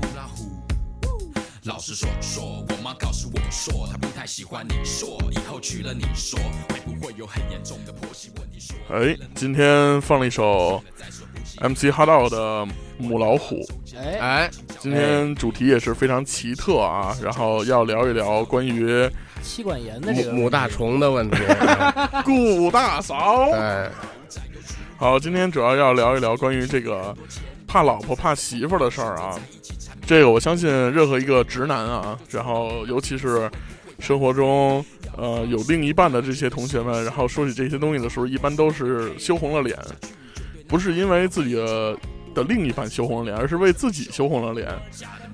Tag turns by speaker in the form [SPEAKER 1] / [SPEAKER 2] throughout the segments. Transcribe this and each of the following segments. [SPEAKER 1] 母老虎。老实说说，我妈告诉我说，她不太喜欢你说，以后娶了你说，会不会有很严重的婆媳问题？说，
[SPEAKER 2] 哎，今天放了一首 MC 哈道的《母老虎》，
[SPEAKER 3] 哎，
[SPEAKER 4] 哎，
[SPEAKER 2] 今天主题也是非常奇特啊，然后要聊一聊关于
[SPEAKER 3] 妻管严的这
[SPEAKER 4] 母
[SPEAKER 3] 个
[SPEAKER 4] 母大虫的 问题。
[SPEAKER 2] 啊顾大嫂。
[SPEAKER 4] 哎，
[SPEAKER 2] 好，今天主要要聊一聊关于这个怕老婆怕媳妇儿的事儿啊。这个我相信任何一个直男啊，然后尤其是生活中呃有另一半的这些同学们，然后说起这些东西的时候，一般都是羞红了脸，不是因为自己的的另一半羞红了脸，而是为自己羞红了脸。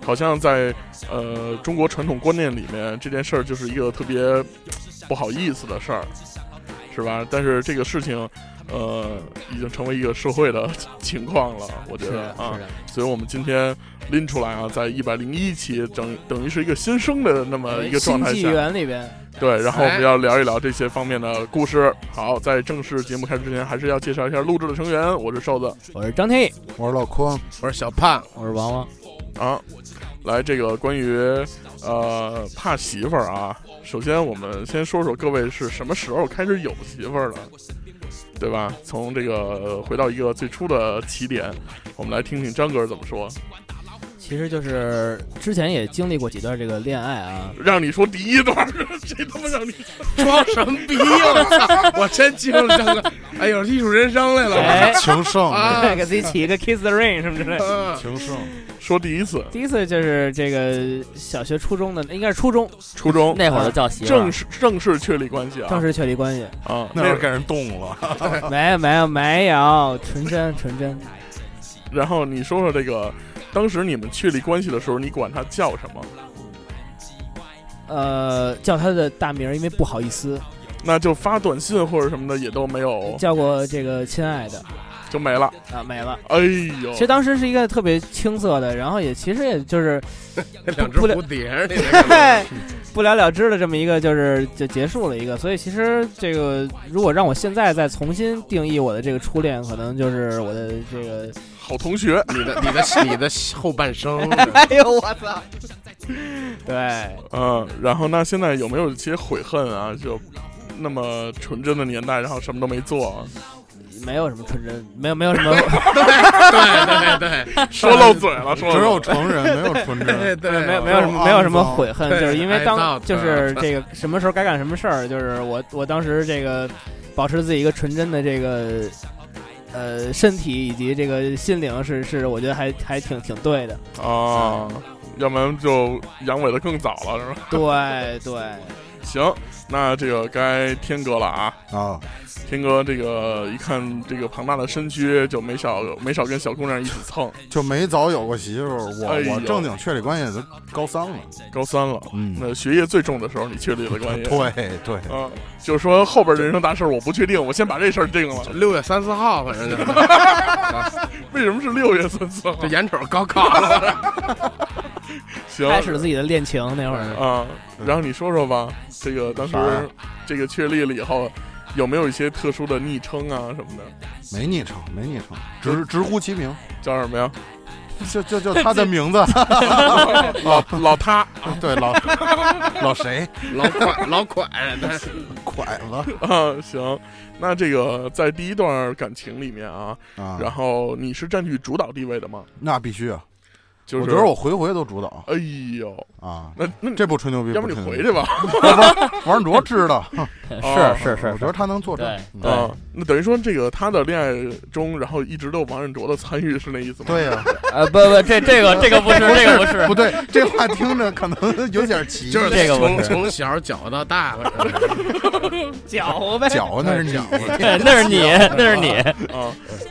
[SPEAKER 2] 好像在呃中国传统观念里面，这件事儿就是一个特别呃不好意思的事儿，是吧？但是这个事情。呃，已经成为一个社会的情况了，我觉
[SPEAKER 3] 是
[SPEAKER 2] 得
[SPEAKER 3] 的，
[SPEAKER 2] 啊
[SPEAKER 3] 是，的，
[SPEAKER 2] 所以我们今天拎出来啊，在一百零一期等等于是一个新生的那么呃一个状态
[SPEAKER 3] 新纪
[SPEAKER 2] 下，
[SPEAKER 3] 哎元里边，
[SPEAKER 2] 对，然后我们要聊一聊这些方面的故事。好，在正式节目开始之前，还是要介绍一下录制的成员，我是瘦子
[SPEAKER 3] 我是张天翼，
[SPEAKER 5] 我是老匡，
[SPEAKER 4] 我说小胖，
[SPEAKER 3] 我是王王，
[SPEAKER 2] 啊。来，这个关于呃怕媳妇儿啊，首先我们先说说各位是什么时候开始有媳妇儿的，对吧？从这个回到一个最初的起点，我们来听听张哥怎么说。
[SPEAKER 3] 其实就是之前也经历过几段这个恋爱啊，
[SPEAKER 2] 让你说第一段， 这他妈让你
[SPEAKER 4] 装什么逼？我操！我真惊了，张哥！哎呦，艺术人生来了。
[SPEAKER 3] 哎，
[SPEAKER 5] 情圣，
[SPEAKER 4] 啊
[SPEAKER 3] 给自己起一个 kiss the rain 什么之类
[SPEAKER 2] 呃
[SPEAKER 3] 的。
[SPEAKER 4] 嗯
[SPEAKER 5] 情圣，
[SPEAKER 2] 说第一次，
[SPEAKER 3] 第一次就是这个小学、初中的，应该是初中
[SPEAKER 2] 初中哎
[SPEAKER 6] 那会儿就叫媳妇儿
[SPEAKER 2] 哦正，式正式确立关系啊，
[SPEAKER 3] 正式确立关系，
[SPEAKER 2] 啊，
[SPEAKER 5] 那会儿给人动了，
[SPEAKER 3] 没有没有没有，纯真纯真，
[SPEAKER 2] 然后你说说这个，当时你们确立关系的时候，你管他叫什么？
[SPEAKER 3] 呃，叫他的大名儿，因为不好意思，
[SPEAKER 2] 那就发短信或者什么的也都没有，
[SPEAKER 3] 叫过这个亲爱的
[SPEAKER 2] 就没了。
[SPEAKER 3] 啊，没了。
[SPEAKER 2] 哎
[SPEAKER 3] 其实
[SPEAKER 2] 呦，
[SPEAKER 3] 当时是一个特别青涩的，然后也其实也就是
[SPEAKER 4] 两只蝴蝶儿，你
[SPEAKER 3] 嘿
[SPEAKER 4] 这
[SPEAKER 3] 嘿， 不了了之的这么一个，就是就结束了一个。所以其实这个，如果让我现在再重新定义我的这个初恋，可能就是我的这个，
[SPEAKER 2] 好同学，
[SPEAKER 4] 你的你的你的后半生，
[SPEAKER 3] 哎呦我操！对，
[SPEAKER 2] 嗯，然后那现在有没有一些悔恨啊？就那么纯真的年代，然后什么都没做，啊
[SPEAKER 3] 没有什么纯真，没有没有什么，
[SPEAKER 4] 对对对，
[SPEAKER 2] 说漏嘴了，
[SPEAKER 6] 哎
[SPEAKER 2] 说
[SPEAKER 5] 只有
[SPEAKER 2] 漏嘴
[SPEAKER 5] 成人没有纯
[SPEAKER 4] 对
[SPEAKER 5] 真。
[SPEAKER 4] 对，
[SPEAKER 3] 没有没有什么没有什么悔恨，
[SPEAKER 4] 对
[SPEAKER 3] 就是因为
[SPEAKER 4] 挨
[SPEAKER 3] 当
[SPEAKER 4] 揍
[SPEAKER 3] 就是这个什么时候该干什么事儿，就是我我当时这个呃保持自己一个纯真的这个。呃，身体以及这个心灵是是，我觉得还还挺挺对的，
[SPEAKER 2] 啊，要不然就阳痿的更早了，是吧？
[SPEAKER 3] 对对，
[SPEAKER 2] 行，那这个该天哥了啊。
[SPEAKER 5] 啊，
[SPEAKER 2] 天哥这个一看这个庞大的身躯，就没少没少跟小姑娘一起蹭。
[SPEAKER 5] 就没早有过媳妇儿，我、
[SPEAKER 2] 哎呦
[SPEAKER 5] 我正经确立关系都高三了，
[SPEAKER 2] 高三了，
[SPEAKER 5] 嗯，
[SPEAKER 2] 那学业最重的时候，你确立了关系。
[SPEAKER 5] 对对，
[SPEAKER 2] 啊，就是说后边人生大事儿我不确定，我先把这事儿定了。
[SPEAKER 4] 六月三四号，反正就是
[SPEAKER 2] 为什么是六月啊三四号
[SPEAKER 4] 这？眼瞅着高考了，
[SPEAKER 2] 行
[SPEAKER 3] 开始了自己的恋情那会儿，
[SPEAKER 2] 啊，然后你说说吧，这个当时
[SPEAKER 5] 啥呀
[SPEAKER 2] 这个确立了以后，有没有一些特殊的昵称啊什么的？
[SPEAKER 5] 没昵称，没昵称，直直呼其名，
[SPEAKER 2] 叫什么 呀？
[SPEAKER 5] 就就 就他的名字，
[SPEAKER 2] 老老他
[SPEAKER 5] 对老老谁
[SPEAKER 4] 老款 老款，对
[SPEAKER 5] 拐 子
[SPEAKER 2] 啊，行。那这个在第一段感情里面啊，
[SPEAKER 5] 啊，
[SPEAKER 2] 然后你是占据主导地位的吗？
[SPEAKER 5] 那必须啊，
[SPEAKER 2] 就是
[SPEAKER 5] 我觉得我回回都主导
[SPEAKER 2] 哎呦，
[SPEAKER 5] 啊，
[SPEAKER 2] 那那你
[SPEAKER 5] 这不吹牛逼，
[SPEAKER 2] 要不你
[SPEAKER 5] 吹牛
[SPEAKER 2] 回
[SPEAKER 5] 逼
[SPEAKER 2] 去吧？
[SPEAKER 5] 王振卓知道，
[SPEAKER 2] 哦
[SPEAKER 6] 是是是
[SPEAKER 5] 我觉得他能做成
[SPEAKER 6] 对，
[SPEAKER 5] 嗯
[SPEAKER 6] 对
[SPEAKER 2] 啊，那等于说这个他的恋爱中，然后一直都有王振卓的参与，是那意思吗？
[SPEAKER 5] 对呀、
[SPEAKER 6] 呃，不不，这这个这个不是，这个不是
[SPEAKER 5] 不，对，这话听着可能有点奇，
[SPEAKER 4] 就是
[SPEAKER 6] 这个
[SPEAKER 4] 从
[SPEAKER 6] 不是
[SPEAKER 4] 从小搅到大，反正是
[SPEAKER 3] 搅和呗
[SPEAKER 5] 搅和那 是你，
[SPEAKER 6] 对哎那是你，那是你，
[SPEAKER 2] 啊，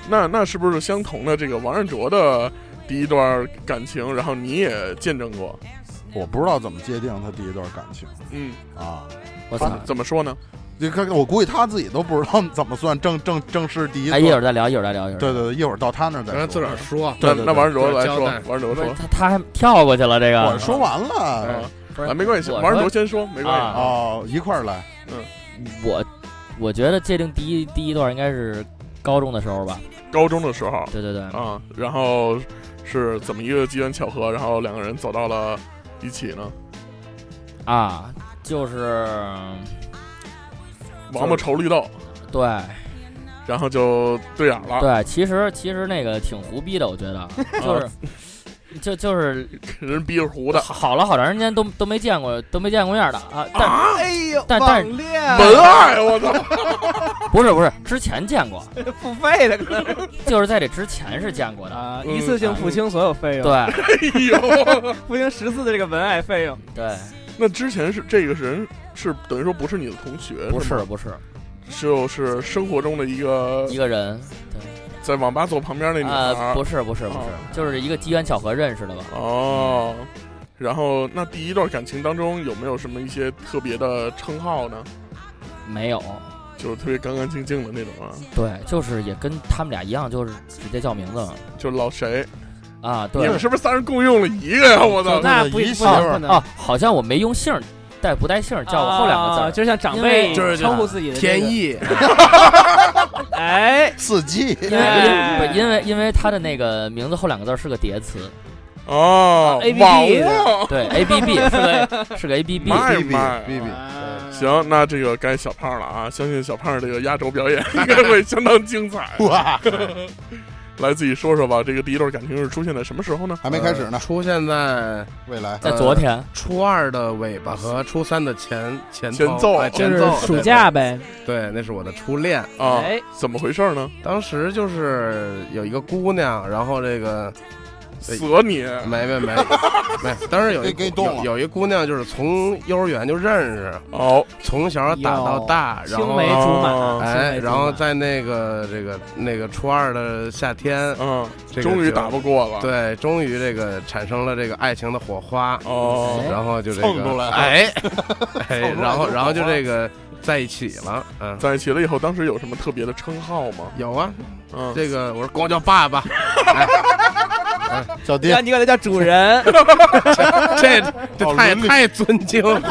[SPEAKER 2] 那那是不是相同的这个王振卓的第一段感情，然后你也见证过？
[SPEAKER 5] 我不知道怎么界定他第一段感情
[SPEAKER 2] 嗯，
[SPEAKER 5] 啊。
[SPEAKER 6] 我操
[SPEAKER 2] 他！怎么说呢？
[SPEAKER 5] 你看，我估计他自己都不知道怎么算正正正式第一
[SPEAKER 6] 哎，
[SPEAKER 5] 段。
[SPEAKER 6] 一会儿再聊，一会儿再聊，一会儿再
[SPEAKER 5] 对
[SPEAKER 6] 聊。
[SPEAKER 5] 对对，一会儿到他那儿再
[SPEAKER 4] 让
[SPEAKER 5] 说。
[SPEAKER 4] 他自个儿说。
[SPEAKER 2] 那
[SPEAKER 5] 对对
[SPEAKER 2] 那王卓来
[SPEAKER 4] 交
[SPEAKER 2] 说，
[SPEAKER 4] 代
[SPEAKER 2] 王卓
[SPEAKER 6] 不
[SPEAKER 2] 说
[SPEAKER 6] 是，他他还跳过去了这
[SPEAKER 5] 我
[SPEAKER 6] 个，
[SPEAKER 5] 说完了
[SPEAKER 2] 啊
[SPEAKER 6] 不是
[SPEAKER 2] 啊，没关系，
[SPEAKER 6] 我
[SPEAKER 2] 王卓
[SPEAKER 6] 说
[SPEAKER 2] 先说，没关
[SPEAKER 6] 啊
[SPEAKER 2] 系。
[SPEAKER 5] 哦，一块儿来。
[SPEAKER 6] 我我觉得界定第一第一段应该是高中的时候吧，
[SPEAKER 2] 高中的时候
[SPEAKER 6] 对对对，
[SPEAKER 2] 啊，然后是怎么一个机缘巧合，然后两个人走到了一起呢？
[SPEAKER 6] 啊，就是
[SPEAKER 2] 王八愁绿豆，
[SPEAKER 6] 对
[SPEAKER 2] 然后就对眼了，
[SPEAKER 6] 对，其实其实那个挺胡逼的，我觉得就是。就就是
[SPEAKER 2] 人逼着糊的，
[SPEAKER 6] 好了好长时间都都没见过都没见过面的啊，但
[SPEAKER 3] 哎呦，
[SPEAKER 6] 但但是
[SPEAKER 3] 网恋
[SPEAKER 2] 文爱，我操！
[SPEAKER 6] 不是不是之前见过，
[SPEAKER 3] 付费的可
[SPEAKER 6] 就是在这之前是见过的，
[SPEAKER 3] 啊，
[SPEAKER 2] 嗯
[SPEAKER 3] 一次性付清所有费用，，
[SPEAKER 6] 对
[SPEAKER 2] 哎呦，
[SPEAKER 3] 付清十次的这个文爱费用，
[SPEAKER 6] 对，
[SPEAKER 2] 那之前是这个人是等于说不是你的同学，
[SPEAKER 6] 不是
[SPEAKER 2] 吗，
[SPEAKER 6] 不是
[SPEAKER 2] 就是生活中的一个
[SPEAKER 6] 一个人
[SPEAKER 2] 在网吧坐旁边那女孩
[SPEAKER 6] 啊，
[SPEAKER 2] 儿
[SPEAKER 6] 不是不是不
[SPEAKER 2] 哦
[SPEAKER 6] 是，就是一个机缘巧合认识的吧，
[SPEAKER 2] 哦。然后，那第一段感情当中有没有什么一些特别的称号呢？
[SPEAKER 6] 没有，
[SPEAKER 2] 就是特别干干净净的那种啊，
[SPEAKER 6] 对，就是也跟他们俩一样，就是直接叫名字嘛
[SPEAKER 2] 就老谁，
[SPEAKER 6] 啊，
[SPEAKER 2] 你
[SPEAKER 6] 对
[SPEAKER 2] 们是不是仨人共用了一个呀？我操！
[SPEAKER 3] 那
[SPEAKER 5] 就是
[SPEAKER 3] 不
[SPEAKER 5] 一
[SPEAKER 3] 一
[SPEAKER 5] 媳妇儿
[SPEAKER 3] 不能
[SPEAKER 6] 啊，好像我没用姓儿，带不带姓儿叫我后两个字
[SPEAKER 3] 啊
[SPEAKER 6] 儿，
[SPEAKER 3] 就像长
[SPEAKER 6] 因
[SPEAKER 3] 辈
[SPEAKER 6] 为
[SPEAKER 4] 就是
[SPEAKER 3] 称呼自己的这个
[SPEAKER 4] 天，意，
[SPEAKER 3] 哎，
[SPEAKER 5] 四季
[SPEAKER 6] 因为
[SPEAKER 3] 哎
[SPEAKER 6] 不因为因为他的那个名字后两个字儿是个叠词，
[SPEAKER 2] 哦
[SPEAKER 3] 啊，ABB
[SPEAKER 2] 网
[SPEAKER 6] 对，A B B 是个是个 A B B，
[SPEAKER 2] 妈哎呀
[SPEAKER 5] B B
[SPEAKER 2] 妈呀
[SPEAKER 5] B B，
[SPEAKER 3] 啊
[SPEAKER 2] 行，那这个该小胖了啊！相信小胖这个压轴表演应该会相当精 彩。
[SPEAKER 5] 哇，
[SPEAKER 2] 来，自己说说吧，这个第一段感情是出现在什么时候呢？
[SPEAKER 5] 还没开始呢
[SPEAKER 4] 呃，出现在呃
[SPEAKER 5] 未来
[SPEAKER 6] 在昨天
[SPEAKER 4] 初二的尾巴和初三的前前头
[SPEAKER 2] 前奏
[SPEAKER 4] 哎
[SPEAKER 2] 就
[SPEAKER 3] 就
[SPEAKER 4] 前
[SPEAKER 3] 是
[SPEAKER 4] 奏
[SPEAKER 3] 暑假呗，
[SPEAKER 4] 对，对那是我的初恋。
[SPEAKER 2] 啊，
[SPEAKER 3] 哎
[SPEAKER 2] 怎么回事呢？
[SPEAKER 4] 当时就是有一个姑娘，然后这个对
[SPEAKER 2] 死你！
[SPEAKER 4] 没没没 没，当时有一
[SPEAKER 5] 嗯给给动了
[SPEAKER 4] 有有一姑娘就是从幼儿园就认识，
[SPEAKER 2] 哦，
[SPEAKER 4] 从小打到大，啊然
[SPEAKER 3] 青
[SPEAKER 4] 后
[SPEAKER 3] 梅竹马，青
[SPEAKER 4] 哎，
[SPEAKER 3] 梅竹
[SPEAKER 4] 然
[SPEAKER 3] 马
[SPEAKER 4] 后在那个这个那个初二的夏天，
[SPEAKER 2] 嗯，
[SPEAKER 4] 这个
[SPEAKER 2] 终于
[SPEAKER 4] 就
[SPEAKER 2] 打不过了。，
[SPEAKER 4] 对，终于这个产生了这个爱情的火花，
[SPEAKER 2] 哦，
[SPEAKER 3] 哎
[SPEAKER 4] 然后就这
[SPEAKER 5] 蹭出
[SPEAKER 4] 个
[SPEAKER 5] 来了
[SPEAKER 4] 哎哎，
[SPEAKER 5] 出来
[SPEAKER 4] 然后
[SPEAKER 5] 就火花
[SPEAKER 4] 然后就这个在一起了，嗯。
[SPEAKER 2] 在一起了以后，当时有什么特别的称号吗？
[SPEAKER 4] 有啊，
[SPEAKER 2] 嗯，
[SPEAKER 4] 这个我说光叫爸 哎爸，
[SPEAKER 5] 小
[SPEAKER 3] 让
[SPEAKER 5] 丁，
[SPEAKER 3] 你管他叫主 人，
[SPEAKER 4] 这这
[SPEAKER 5] 哦
[SPEAKER 4] 太
[SPEAKER 5] 伦理
[SPEAKER 4] 太尊敬了，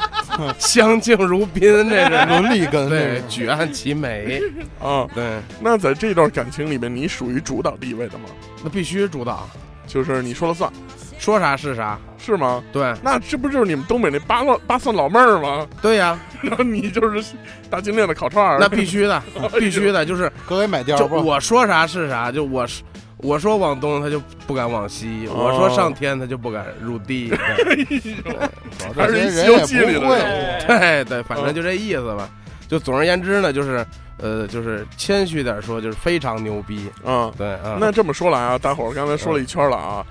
[SPEAKER 4] 相敬如宾，这是
[SPEAKER 5] 伦理跟
[SPEAKER 4] 嗯对，举案齐 眉，
[SPEAKER 2] 啊，
[SPEAKER 4] 对，
[SPEAKER 2] 那在这段感情里面，你属于主导地位的吗？
[SPEAKER 4] 那必须主导，
[SPEAKER 2] 就是你说了算，
[SPEAKER 4] 说啥是啥，
[SPEAKER 2] 是吗？
[SPEAKER 4] 对
[SPEAKER 2] 那这不就是你们东北那八老八算老妹儿吗？
[SPEAKER 4] 对呀，
[SPEAKER 2] 然后你就是大金链子烤串儿，
[SPEAKER 4] 那必须 的，必须的，就是
[SPEAKER 5] 哥给买貂
[SPEAKER 4] 就
[SPEAKER 5] 儿不？
[SPEAKER 4] 我说啥是啥，就我是我说往东，他就不敢往西；
[SPEAKER 2] 哦
[SPEAKER 4] 我说上天，他就不敢入地。 对
[SPEAKER 5] 我
[SPEAKER 2] 还
[SPEAKER 5] 这
[SPEAKER 2] 是一
[SPEAKER 5] 些
[SPEAKER 2] 西
[SPEAKER 5] 人
[SPEAKER 2] 游
[SPEAKER 5] 也
[SPEAKER 2] 记里
[SPEAKER 5] 不
[SPEAKER 2] 的
[SPEAKER 5] 会
[SPEAKER 2] 人
[SPEAKER 3] 哎
[SPEAKER 4] 对对，反正就这意思吧。就总而言之呢，就是呃，就是谦虚点说，就是非常牛逼。
[SPEAKER 2] 嗯。
[SPEAKER 4] 对啊，
[SPEAKER 2] 那这么说来啊，大伙儿刚才说了一圈了啊，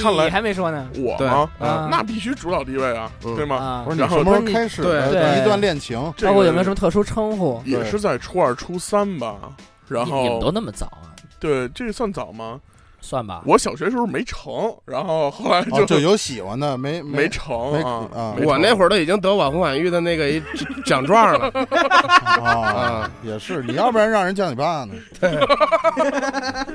[SPEAKER 2] 看来
[SPEAKER 3] 你还没说呢，
[SPEAKER 2] 我
[SPEAKER 4] 对
[SPEAKER 2] 吗？
[SPEAKER 4] 啊，
[SPEAKER 2] 那必须主导地位啊，
[SPEAKER 4] 嗯
[SPEAKER 2] 对吗？
[SPEAKER 3] 啊
[SPEAKER 5] 不是，你
[SPEAKER 2] 然
[SPEAKER 5] 什
[SPEAKER 2] 后
[SPEAKER 5] 么时候
[SPEAKER 2] 那你
[SPEAKER 5] 开始
[SPEAKER 4] 对
[SPEAKER 5] 的
[SPEAKER 3] 对
[SPEAKER 5] 一段恋情？
[SPEAKER 2] 这
[SPEAKER 3] 包括有没有什
[SPEAKER 2] 么
[SPEAKER 3] 么特殊称呼？
[SPEAKER 2] 也是在初二、初三吧？然
[SPEAKER 6] 你你们都
[SPEAKER 2] 后
[SPEAKER 6] 那么早啊，
[SPEAKER 2] 对，这算早吗？
[SPEAKER 6] 算吧，
[SPEAKER 2] 我小学时候没成，然后后来
[SPEAKER 5] 哦，就
[SPEAKER 2] 就
[SPEAKER 5] 有喜欢的，没
[SPEAKER 2] 没成
[SPEAKER 5] 没
[SPEAKER 2] 啊
[SPEAKER 5] 啊。
[SPEAKER 2] 没成
[SPEAKER 4] 我那会儿都已经得网红婉玉的那个一 奖状了。
[SPEAKER 5] 啊
[SPEAKER 4] 啊，
[SPEAKER 5] 也是，你要不然让人叫你爸呢？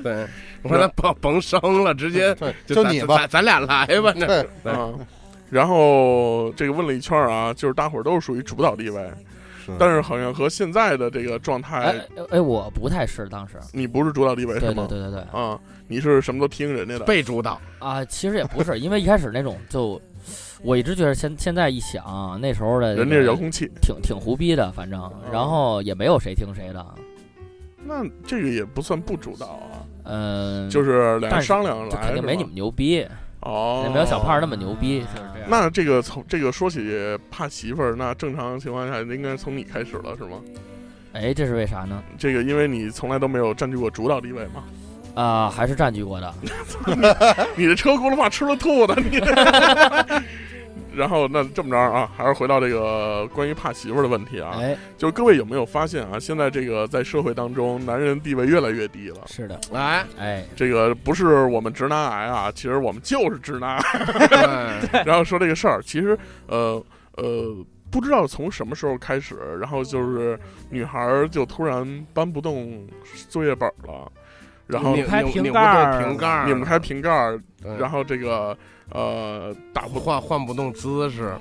[SPEAKER 4] 对，我说那甭甭生了，直 接
[SPEAKER 5] 对，
[SPEAKER 4] 咱
[SPEAKER 5] 你
[SPEAKER 4] 咱
[SPEAKER 5] 吧。
[SPEAKER 4] 咱俩来吧。那
[SPEAKER 5] 对，
[SPEAKER 2] 嗯，然后这个问了一圈啊，就是大伙儿都是属于主导地位，
[SPEAKER 5] 是
[SPEAKER 2] 但是好像和现在的这个状
[SPEAKER 6] 哎
[SPEAKER 2] 态，
[SPEAKER 6] 哎，我不太是当时，
[SPEAKER 2] 你不是主导地位哎
[SPEAKER 6] 对
[SPEAKER 2] 是
[SPEAKER 6] 对
[SPEAKER 2] 吗
[SPEAKER 6] 对？对对
[SPEAKER 2] 啊，你是什么都听人家的，
[SPEAKER 4] 被主导，
[SPEAKER 6] 啊，其实也不是，因为一开始那种就。我一直觉得现现在一想啊，那时候的
[SPEAKER 2] 人家哦是遥控器，
[SPEAKER 6] 挺挺胡逼的，反正，然后也没有谁听谁的，
[SPEAKER 2] 那这个也不算不主导啊，
[SPEAKER 6] 嗯，
[SPEAKER 2] 就是两
[SPEAKER 6] 但
[SPEAKER 2] 人
[SPEAKER 6] 是
[SPEAKER 2] 商量
[SPEAKER 6] 就
[SPEAKER 2] 来，
[SPEAKER 6] 肯定没
[SPEAKER 2] 是
[SPEAKER 6] 你
[SPEAKER 2] 吗
[SPEAKER 6] 们牛逼，
[SPEAKER 2] 哦，
[SPEAKER 6] 也没有小胖那么牛逼，就是这样。
[SPEAKER 2] 那这个从这个说起怕媳妇儿，那正常情况下应该是从你开始了，是吗？
[SPEAKER 6] 哎，这是为啥呢？
[SPEAKER 2] 这个因为你从来都没有占据过主导地位 嘛。
[SPEAKER 6] 啊、还是占据过的，
[SPEAKER 2] 你这车轱辘话吃了吐的，你 然后那这么着啊，还是回到这个关于怕媳妇儿的问题啊，
[SPEAKER 6] 哎，
[SPEAKER 2] 就是各位有没有发现啊，现在这个在社会当中，男人地位越来越低了。
[SPEAKER 6] 是的，
[SPEAKER 4] 哎，
[SPEAKER 6] 哎，
[SPEAKER 2] 这个不是我们直男癌啊，其实我们就是直男癌。
[SPEAKER 4] 对
[SPEAKER 2] 然后说这个事儿，其实呃呃，不知道从什么时候开始，然后就是女孩儿就突然搬不动作业本儿了，然后
[SPEAKER 4] 拧
[SPEAKER 3] 开
[SPEAKER 4] 拧
[SPEAKER 3] 瓶
[SPEAKER 4] 拧不
[SPEAKER 3] 盖
[SPEAKER 4] 动
[SPEAKER 3] 儿
[SPEAKER 4] 瓶盖儿嗯
[SPEAKER 2] 拧不开瓶盖儿，
[SPEAKER 4] 对
[SPEAKER 2] 然后这个呃打不
[SPEAKER 4] 换换不动姿势，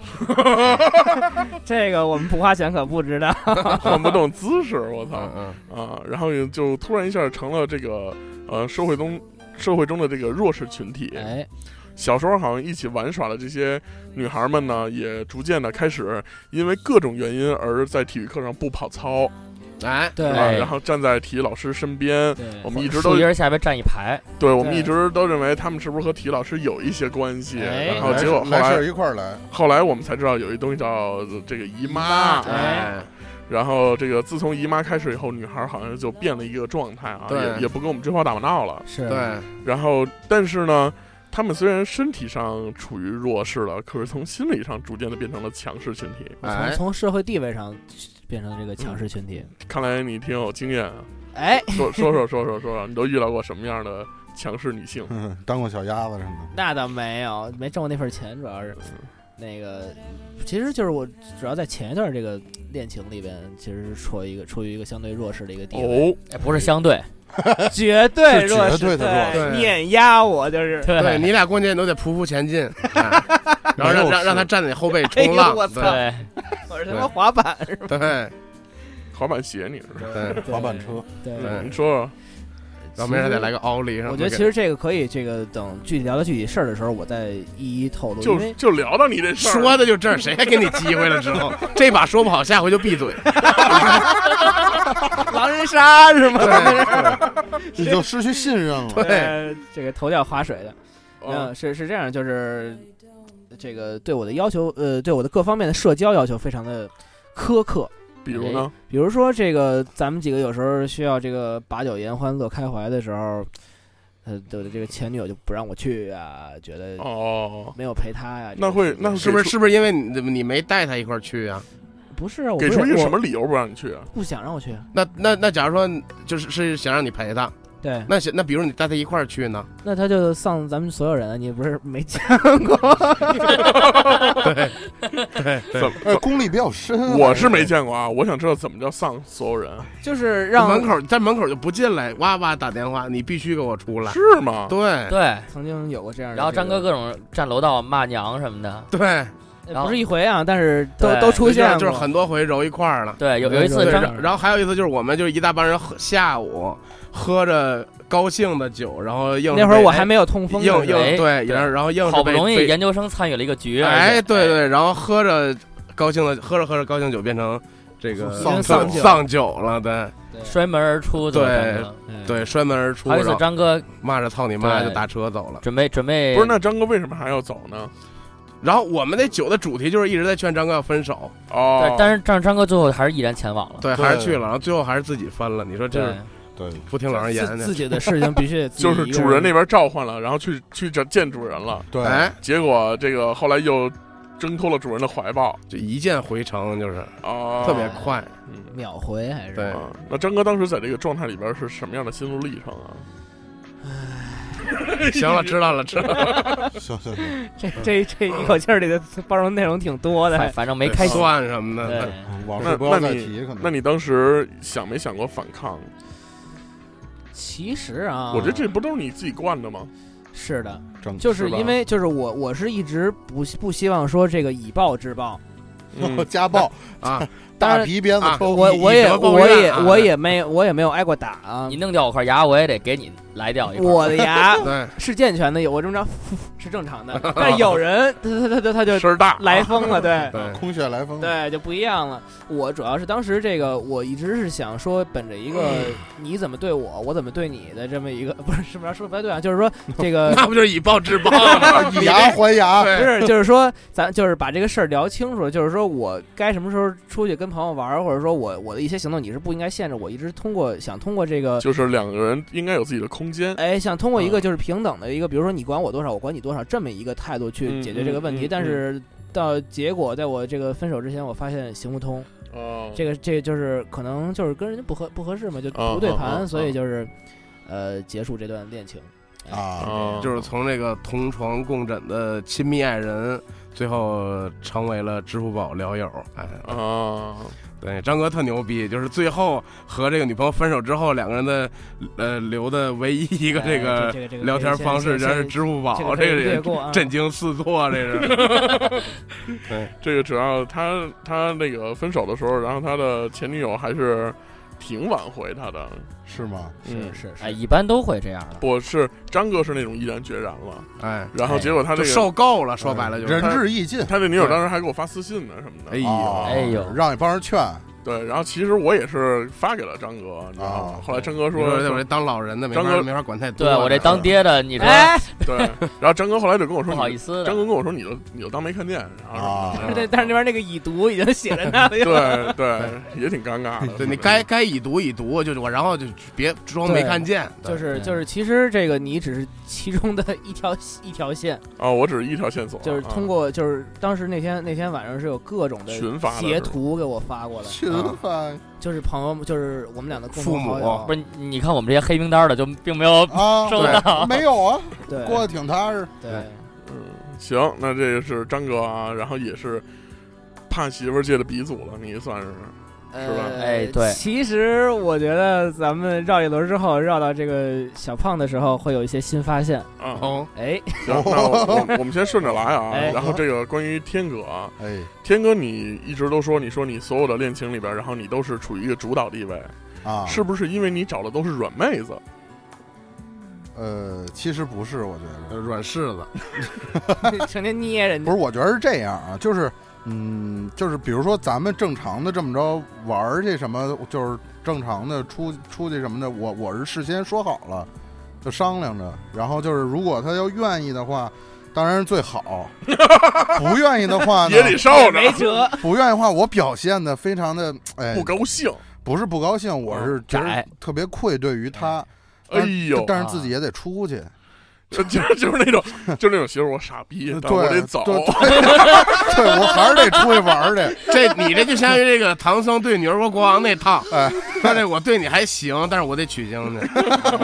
[SPEAKER 3] 这个我们不花钱可不知道。
[SPEAKER 2] 换不动姿势，我操！
[SPEAKER 4] 嗯嗯，
[SPEAKER 2] 啊，然后也就突然一下成了这个呃社会中社会中的这个弱势群体。
[SPEAKER 6] 哎，
[SPEAKER 2] 小时候好像一起玩耍的这些女孩们呢，也逐渐的开始因为各种原因而在体育课上不跑操，
[SPEAKER 4] 哎，
[SPEAKER 6] 对
[SPEAKER 2] 是吧？然后站在体育老师身边。
[SPEAKER 6] 对
[SPEAKER 2] 我们一直都
[SPEAKER 6] 树叶下边站一排，
[SPEAKER 2] 对，我们
[SPEAKER 3] 对
[SPEAKER 2] 一直都认为他们是不是和体育老师有一些关系，
[SPEAKER 6] 哎
[SPEAKER 2] 然后
[SPEAKER 5] 来
[SPEAKER 2] 结
[SPEAKER 5] 事
[SPEAKER 2] 果后
[SPEAKER 5] 来
[SPEAKER 2] 来
[SPEAKER 5] 事儿一块儿来，
[SPEAKER 2] 后来我们才知道有一东西叫呃这个姨妈，
[SPEAKER 6] 姨妈
[SPEAKER 4] 哎，
[SPEAKER 2] 然后这个自从姨妈开始以后，女孩好像就变了一个状态啊，
[SPEAKER 4] 对
[SPEAKER 2] 也也不跟我们追跑打闹了。
[SPEAKER 6] 是，
[SPEAKER 4] 对，
[SPEAKER 2] 然后，但是呢，他们虽然身体上处于弱势了，可是从心理上逐渐的变成了强势群体。
[SPEAKER 6] 从
[SPEAKER 4] 哎，嗯
[SPEAKER 6] 从社会地位上变成这个强势群体，
[SPEAKER 2] 看来你挺有经验啊，
[SPEAKER 3] 哎，
[SPEAKER 2] 说说说说说说说，你都遇到过什么样的强势女性？
[SPEAKER 5] 嗯， 当过小鸭子什么
[SPEAKER 3] 那倒没有，没挣过那份钱，主要是那个，其实就是我主要在前一段这个恋情里边，其实是处于一个处于一个相对弱势的一个地位，
[SPEAKER 2] 哦，
[SPEAKER 6] 哎不是 相对，
[SPEAKER 3] 绝对弱势，
[SPEAKER 5] 是绝对的
[SPEAKER 4] 弱势对
[SPEAKER 3] 碾压我就是。
[SPEAKER 4] 对你俩关键都得匍匐前进，哎然后让让让他站在你后背冲
[SPEAKER 3] 哎
[SPEAKER 4] 浪
[SPEAKER 3] 呦我，
[SPEAKER 4] 对
[SPEAKER 3] 操
[SPEAKER 6] 对，
[SPEAKER 3] 我是他妈滑板，
[SPEAKER 4] 对
[SPEAKER 2] 滑板鞋你是？
[SPEAKER 5] 的，滑板车，
[SPEAKER 3] 对，
[SPEAKER 4] 对
[SPEAKER 2] 你说
[SPEAKER 4] 然后没事还得来个奥利，
[SPEAKER 3] 我觉得其实这个可以，这个等具体聊到具体事儿的时候，我再一一透露。
[SPEAKER 2] 说，
[SPEAKER 3] 因
[SPEAKER 2] 就
[SPEAKER 3] 为
[SPEAKER 2] 就聊到你这事儿，
[SPEAKER 4] 说的就这儿，谁还给你机会了？之后这把说不好，下回就闭嘴。
[SPEAKER 3] 狼人杀是吗？
[SPEAKER 4] 对
[SPEAKER 5] 你就失去信任了。
[SPEAKER 4] 对，
[SPEAKER 3] 呃，这个头掉划水的，
[SPEAKER 2] 啊
[SPEAKER 3] 嗯，是是这样，就是这个对我的要求，呃，对我的各方面的社交要求非常的苛刻。
[SPEAKER 2] 比如呢？
[SPEAKER 3] 比如说，这个咱们几个有时候需要这个把酒言欢、乐开怀的时候，呃，我的这个前女友就不让我去啊，觉得
[SPEAKER 2] 哦，
[SPEAKER 3] 没有陪她呀、
[SPEAKER 2] 那会那
[SPEAKER 4] 是不是
[SPEAKER 2] 给出
[SPEAKER 4] 是不是因为你你没带他一块儿去啊？
[SPEAKER 3] 不是啊我
[SPEAKER 2] 给
[SPEAKER 3] 不
[SPEAKER 2] 出一
[SPEAKER 3] 是
[SPEAKER 2] 个什
[SPEAKER 3] 我
[SPEAKER 2] 么理由不让你去啊？
[SPEAKER 3] 不想让我去？
[SPEAKER 4] 那那那，假如说就是是想让你陪他，
[SPEAKER 3] 对，
[SPEAKER 4] 那行那比如你带他一块儿去呢？
[SPEAKER 3] 那他就丧咱们所有人啊，你不是没见过？
[SPEAKER 4] 对
[SPEAKER 2] 怎
[SPEAKER 3] 呃
[SPEAKER 4] 对，
[SPEAKER 5] 哎，功力比较
[SPEAKER 3] 嗯
[SPEAKER 5] 深。
[SPEAKER 2] 我是没见过啊，我想知道怎么叫丧所有人， 啊
[SPEAKER 3] 就是让
[SPEAKER 4] 门口在门口就不进来，哇哇打电话，你必须给我出来。
[SPEAKER 2] 是吗？
[SPEAKER 4] 对
[SPEAKER 6] 对。
[SPEAKER 3] 曾经有过这样的这个，
[SPEAKER 6] 然后张哥各种站楼道骂娘什么的，
[SPEAKER 4] 对，
[SPEAKER 3] 呃
[SPEAKER 6] 然后
[SPEAKER 3] 不是一回啊，但是都
[SPEAKER 6] 对
[SPEAKER 3] 都出
[SPEAKER 4] 就这
[SPEAKER 3] 现
[SPEAKER 4] 样
[SPEAKER 3] 过
[SPEAKER 4] 就是很多回揉一块儿了。
[SPEAKER 6] 对，有有一次
[SPEAKER 4] 对，
[SPEAKER 6] 张
[SPEAKER 4] 然然后还有一次就是我们就是一大帮人喝下午喝着高兴的酒，然后硬是
[SPEAKER 3] 那会儿
[SPEAKER 4] 被
[SPEAKER 2] 哎
[SPEAKER 4] 哎
[SPEAKER 3] 我还没有痛风
[SPEAKER 4] 硬
[SPEAKER 3] 的时候，
[SPEAKER 4] 硬
[SPEAKER 6] 哎
[SPEAKER 4] 对，
[SPEAKER 6] 对
[SPEAKER 4] 然后然后硬是
[SPEAKER 6] 好不
[SPEAKER 4] 被
[SPEAKER 6] 容易
[SPEAKER 4] 被
[SPEAKER 6] 研究生参与了一个局，而
[SPEAKER 4] 哎，
[SPEAKER 6] 且
[SPEAKER 4] 对，对，然后喝着高兴的，喝着喝着高兴酒变成这个
[SPEAKER 5] 丧
[SPEAKER 3] 酒
[SPEAKER 4] 丧丧酒了，对
[SPEAKER 6] 摔门而出，怎么
[SPEAKER 4] 对
[SPEAKER 6] 着的
[SPEAKER 4] 对，摔门而出，
[SPEAKER 6] 还有
[SPEAKER 4] 然
[SPEAKER 6] 一次
[SPEAKER 4] 后
[SPEAKER 6] 张哥
[SPEAKER 4] 骂着操你妈
[SPEAKER 6] 对
[SPEAKER 4] 就打车走了。
[SPEAKER 6] 准备准备
[SPEAKER 2] 不是，那张哥为什么还要走呢？
[SPEAKER 4] 然后我们那酒的主题就是一直在劝张哥要分手，
[SPEAKER 2] 哦
[SPEAKER 6] 但，但是张张哥最后还是毅然前往了，
[SPEAKER 4] 对，
[SPEAKER 5] 对
[SPEAKER 4] 还是去了，然后最后还是自己分了。你说这
[SPEAKER 6] 对
[SPEAKER 4] 是，
[SPEAKER 5] 对，
[SPEAKER 4] 不听老人言
[SPEAKER 3] 自
[SPEAKER 4] 的
[SPEAKER 3] 自，己的事情必须 得自己
[SPEAKER 2] 就是
[SPEAKER 3] 一个
[SPEAKER 2] 主人那边召唤了，然后去去找见主人了，
[SPEAKER 5] 对，
[SPEAKER 4] 哎，
[SPEAKER 2] 结果这个后来又挣脱了主人的怀抱
[SPEAKER 4] 就一键回城，就是
[SPEAKER 2] 啊，
[SPEAKER 4] 特别快。
[SPEAKER 2] 嗯
[SPEAKER 3] 秒回还是
[SPEAKER 4] 对
[SPEAKER 2] 啊那张哥当时在这个状态里边是什么样的心路历程啊？
[SPEAKER 3] 嗯
[SPEAKER 4] 行了，知道了，知道 了，
[SPEAKER 5] 行行行，
[SPEAKER 3] 这这这一口气儿里的包容内容挺多的，
[SPEAKER 6] 反反正没开心，
[SPEAKER 4] 算什么
[SPEAKER 6] 对
[SPEAKER 4] 的，，
[SPEAKER 2] 哎
[SPEAKER 5] 往
[SPEAKER 2] 那
[SPEAKER 5] 事不要
[SPEAKER 2] 那
[SPEAKER 5] 再
[SPEAKER 2] 你
[SPEAKER 5] 提，可能。
[SPEAKER 2] 那 你当时想没想过反抗？
[SPEAKER 3] 其实啊，
[SPEAKER 2] 我觉得这不都是你自己惯的吗？
[SPEAKER 3] 是的，
[SPEAKER 5] 整
[SPEAKER 3] 就是是
[SPEAKER 2] 吧
[SPEAKER 3] 因为就是我我是一直不希不希望说这个以暴制暴，
[SPEAKER 2] 嗯
[SPEAKER 5] 家暴，
[SPEAKER 4] 啊，
[SPEAKER 3] 当
[SPEAKER 5] 大
[SPEAKER 3] 然
[SPEAKER 5] 皮鞭子
[SPEAKER 4] 啊
[SPEAKER 5] 抽，
[SPEAKER 3] 我
[SPEAKER 4] 以
[SPEAKER 3] 我
[SPEAKER 4] 以
[SPEAKER 3] 也
[SPEAKER 4] 德报
[SPEAKER 3] 我
[SPEAKER 4] 怨
[SPEAKER 3] 也
[SPEAKER 4] 啊
[SPEAKER 3] 我也没我也没有挨过打啊
[SPEAKER 6] 你，弄掉我块牙，我也得给你来掉一块，
[SPEAKER 3] 我的牙
[SPEAKER 4] 对，
[SPEAKER 3] 是健全的，有我这么着 是正常 的，但有人他他他他 他就
[SPEAKER 2] 声儿大，
[SPEAKER 3] 来疯了，对。
[SPEAKER 4] 对
[SPEAKER 5] 空穴来风。
[SPEAKER 3] 对， 就不一样了。我主要是当时这个，我一直是想说，本着一个
[SPEAKER 4] 嗯
[SPEAKER 3] 你怎么对我，我怎么对你的这么一个，不是是不是说不太对啊？就是 说这个
[SPEAKER 4] 那不就是以暴制暴吗？
[SPEAKER 5] 以牙还牙，
[SPEAKER 3] 不
[SPEAKER 4] 对
[SPEAKER 3] 是，就是说咱就是把这个事儿聊清楚，就是说我该什么时候出去跟朋友玩儿，或者说我我的一些行动你是不应该限制我，一直通过想通过这个。
[SPEAKER 2] 就是两个人应该有自己的空间。
[SPEAKER 3] 哎，想通过一个就是平等的一个，比如说你管我多少，我管你多少，这么一个态度去
[SPEAKER 2] 嗯
[SPEAKER 3] 解决这个问题，
[SPEAKER 2] 嗯嗯
[SPEAKER 3] 但是到结果，在我这个分手之前，我发现行不通。
[SPEAKER 2] 哦，
[SPEAKER 3] 这个这个就是可能就是跟人家不合不合适嘛，就
[SPEAKER 2] 哦
[SPEAKER 3] 不对
[SPEAKER 2] 哦
[SPEAKER 3] 盘，
[SPEAKER 2] 哦
[SPEAKER 3] 所
[SPEAKER 2] 哦
[SPEAKER 3] 以就是呃结束这段恋情。
[SPEAKER 5] 啊，
[SPEAKER 2] 哦
[SPEAKER 4] 就是从这个同床共枕的亲密爱人，最后呃成为了支付宝聊友。哎，
[SPEAKER 2] 啊，
[SPEAKER 4] 对，张哥特牛逼，就是最后和这个女朋友分手之后，两个人的呃留的唯一一个
[SPEAKER 3] 哎
[SPEAKER 4] 这个
[SPEAKER 3] 这个这个
[SPEAKER 4] 聊天方式，
[SPEAKER 3] 这
[SPEAKER 4] 然
[SPEAKER 3] 个
[SPEAKER 4] 是支付
[SPEAKER 3] 这
[SPEAKER 4] 宝，
[SPEAKER 3] 个可以
[SPEAKER 4] 这个
[SPEAKER 3] 略
[SPEAKER 4] 也
[SPEAKER 3] 过啊
[SPEAKER 4] 震惊四座，这 是。对，
[SPEAKER 2] 这个主要他他那个分手的时候，然后他的前女友还是挺挽回他的，
[SPEAKER 5] 是吗？
[SPEAKER 2] 嗯，
[SPEAKER 3] 是
[SPEAKER 6] 哎，一般都会这样的。
[SPEAKER 2] 我是张哥是那种毅然决然了，
[SPEAKER 4] 哎，
[SPEAKER 2] 然后结果他
[SPEAKER 4] 就
[SPEAKER 2] 这个
[SPEAKER 4] 受够了，说白了就是
[SPEAKER 5] 仁至义尽。
[SPEAKER 2] 他这哎女友当时还给我发私信呢什么的
[SPEAKER 4] 哎，
[SPEAKER 5] 啊
[SPEAKER 4] 呦，
[SPEAKER 6] 哎呦
[SPEAKER 5] 让你帮人劝，
[SPEAKER 2] 对，然后其实我也是发给了张哥，你知道吗
[SPEAKER 5] 啊？
[SPEAKER 2] 后来张哥
[SPEAKER 4] 哦你说我
[SPEAKER 2] 说
[SPEAKER 4] 这当老人的没
[SPEAKER 2] 张哥
[SPEAKER 4] 法没法管太多
[SPEAKER 6] 对
[SPEAKER 4] 了。
[SPEAKER 6] 我这当爹的，你说
[SPEAKER 3] 哎，
[SPEAKER 2] 对， 然后张哥后来就跟我说
[SPEAKER 6] 不好意
[SPEAKER 2] 思，
[SPEAKER 6] 思的，
[SPEAKER 2] 张哥跟我说你就你就当没看见，然后什么
[SPEAKER 4] 哦
[SPEAKER 5] 啊
[SPEAKER 2] 的
[SPEAKER 3] 对，但是那边那个已读已经写在那里
[SPEAKER 2] 对
[SPEAKER 3] 了。
[SPEAKER 2] 对，也挺尴尬的。
[SPEAKER 4] 对你该该已读已读，就是我，然后就别装没
[SPEAKER 3] 对
[SPEAKER 4] 看见，对
[SPEAKER 3] 就是
[SPEAKER 6] 对
[SPEAKER 3] 就是，其实这个你只是其中的一条一条线，
[SPEAKER 2] 啊，我只是一条线索啊，
[SPEAKER 3] 就是通过就是当时那天那天晚上是有各种的
[SPEAKER 2] 群发的
[SPEAKER 3] 截图给我发过来，
[SPEAKER 5] 群发
[SPEAKER 3] 就是朋友们就是我们俩的共同
[SPEAKER 4] 父母
[SPEAKER 3] 好友
[SPEAKER 6] 不是你你看我们这些黑名单的就并没有
[SPEAKER 5] 啊，
[SPEAKER 6] 收
[SPEAKER 4] 对
[SPEAKER 6] 到，
[SPEAKER 5] 没有啊，
[SPEAKER 3] 对
[SPEAKER 5] 过得挺踏实。
[SPEAKER 3] 对
[SPEAKER 2] 嗯，行，那这个是张哥啊，然后也是怕媳妇儿界的鼻祖了，你算是是吧
[SPEAKER 3] 呃
[SPEAKER 6] 哎对
[SPEAKER 3] 其实我觉得咱们绕一轮之后，绕到这个小胖的时候，会有一些新发现。
[SPEAKER 2] 啊。
[SPEAKER 4] 哦，
[SPEAKER 3] 哎，
[SPEAKER 2] 行，那我我我们先顺着来啊。
[SPEAKER 3] 哎
[SPEAKER 2] 然后这个关于天哥啊，
[SPEAKER 5] 哎，
[SPEAKER 2] 天哥你一直都说，你说你所有的恋情里边，然后你都是处于一个主导地位，
[SPEAKER 5] 啊，
[SPEAKER 2] 是不是因为你找的都是软妹子？
[SPEAKER 5] 呃，其实不是，我觉得
[SPEAKER 4] 软柿子，
[SPEAKER 3] 成天捏人
[SPEAKER 5] 不
[SPEAKER 3] 家，
[SPEAKER 5] 是，我觉得是这样啊，就是嗯，就是比如说咱们正常的这么着玩儿去什么，就是正常的出出去什么的，我我是事先说好了，就商量着，然后就是如果他要愿意的话。当然是 最好，不愿意的话呢
[SPEAKER 2] 也，得受着，
[SPEAKER 3] 没辙。
[SPEAKER 5] 不愿意的话，我表现的非常的，哎，
[SPEAKER 2] 不高兴。
[SPEAKER 5] 不是不高兴，我是觉得
[SPEAKER 6] 改
[SPEAKER 5] 特别愧对于他，
[SPEAKER 2] 哎
[SPEAKER 5] 但
[SPEAKER 2] 呦，
[SPEAKER 5] 但是
[SPEAKER 4] 啊
[SPEAKER 5] 自己也得出去，
[SPEAKER 2] 就就是就是那种，就是那种媳妇儿，我傻逼，但
[SPEAKER 5] 对，
[SPEAKER 2] 我得走。
[SPEAKER 5] 对，对对我还是得出去玩儿去，
[SPEAKER 4] 这你这就相当于这个唐僧对牛国国王那套，
[SPEAKER 5] 哎，
[SPEAKER 4] 但是我对你还行，但是我得取经去，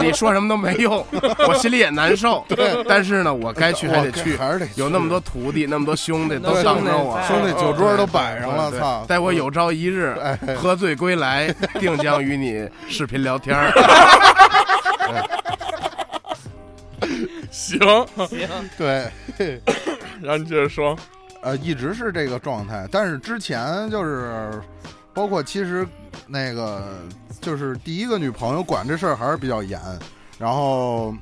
[SPEAKER 4] 你说什么都没用，我心里也难受，对，但是呢，我该去还得
[SPEAKER 5] 我
[SPEAKER 4] 去，
[SPEAKER 5] 还是得去
[SPEAKER 4] 有那么多徒弟，那么多哎兄弟都
[SPEAKER 3] 对
[SPEAKER 4] 当着我，
[SPEAKER 5] 兄弟酒桌都摆
[SPEAKER 4] 哦对
[SPEAKER 5] 上了，
[SPEAKER 4] 对
[SPEAKER 5] 操！
[SPEAKER 4] 待我有朝一日
[SPEAKER 5] 哎，
[SPEAKER 4] 喝醉归来，定将与你视频聊天儿。
[SPEAKER 2] 行，
[SPEAKER 5] 对，
[SPEAKER 2] 然后你接着说，
[SPEAKER 5] 呃，一直是这个状态，但是之前就是，包括其实那个就是第一个女朋友管这事儿还是比较严，然后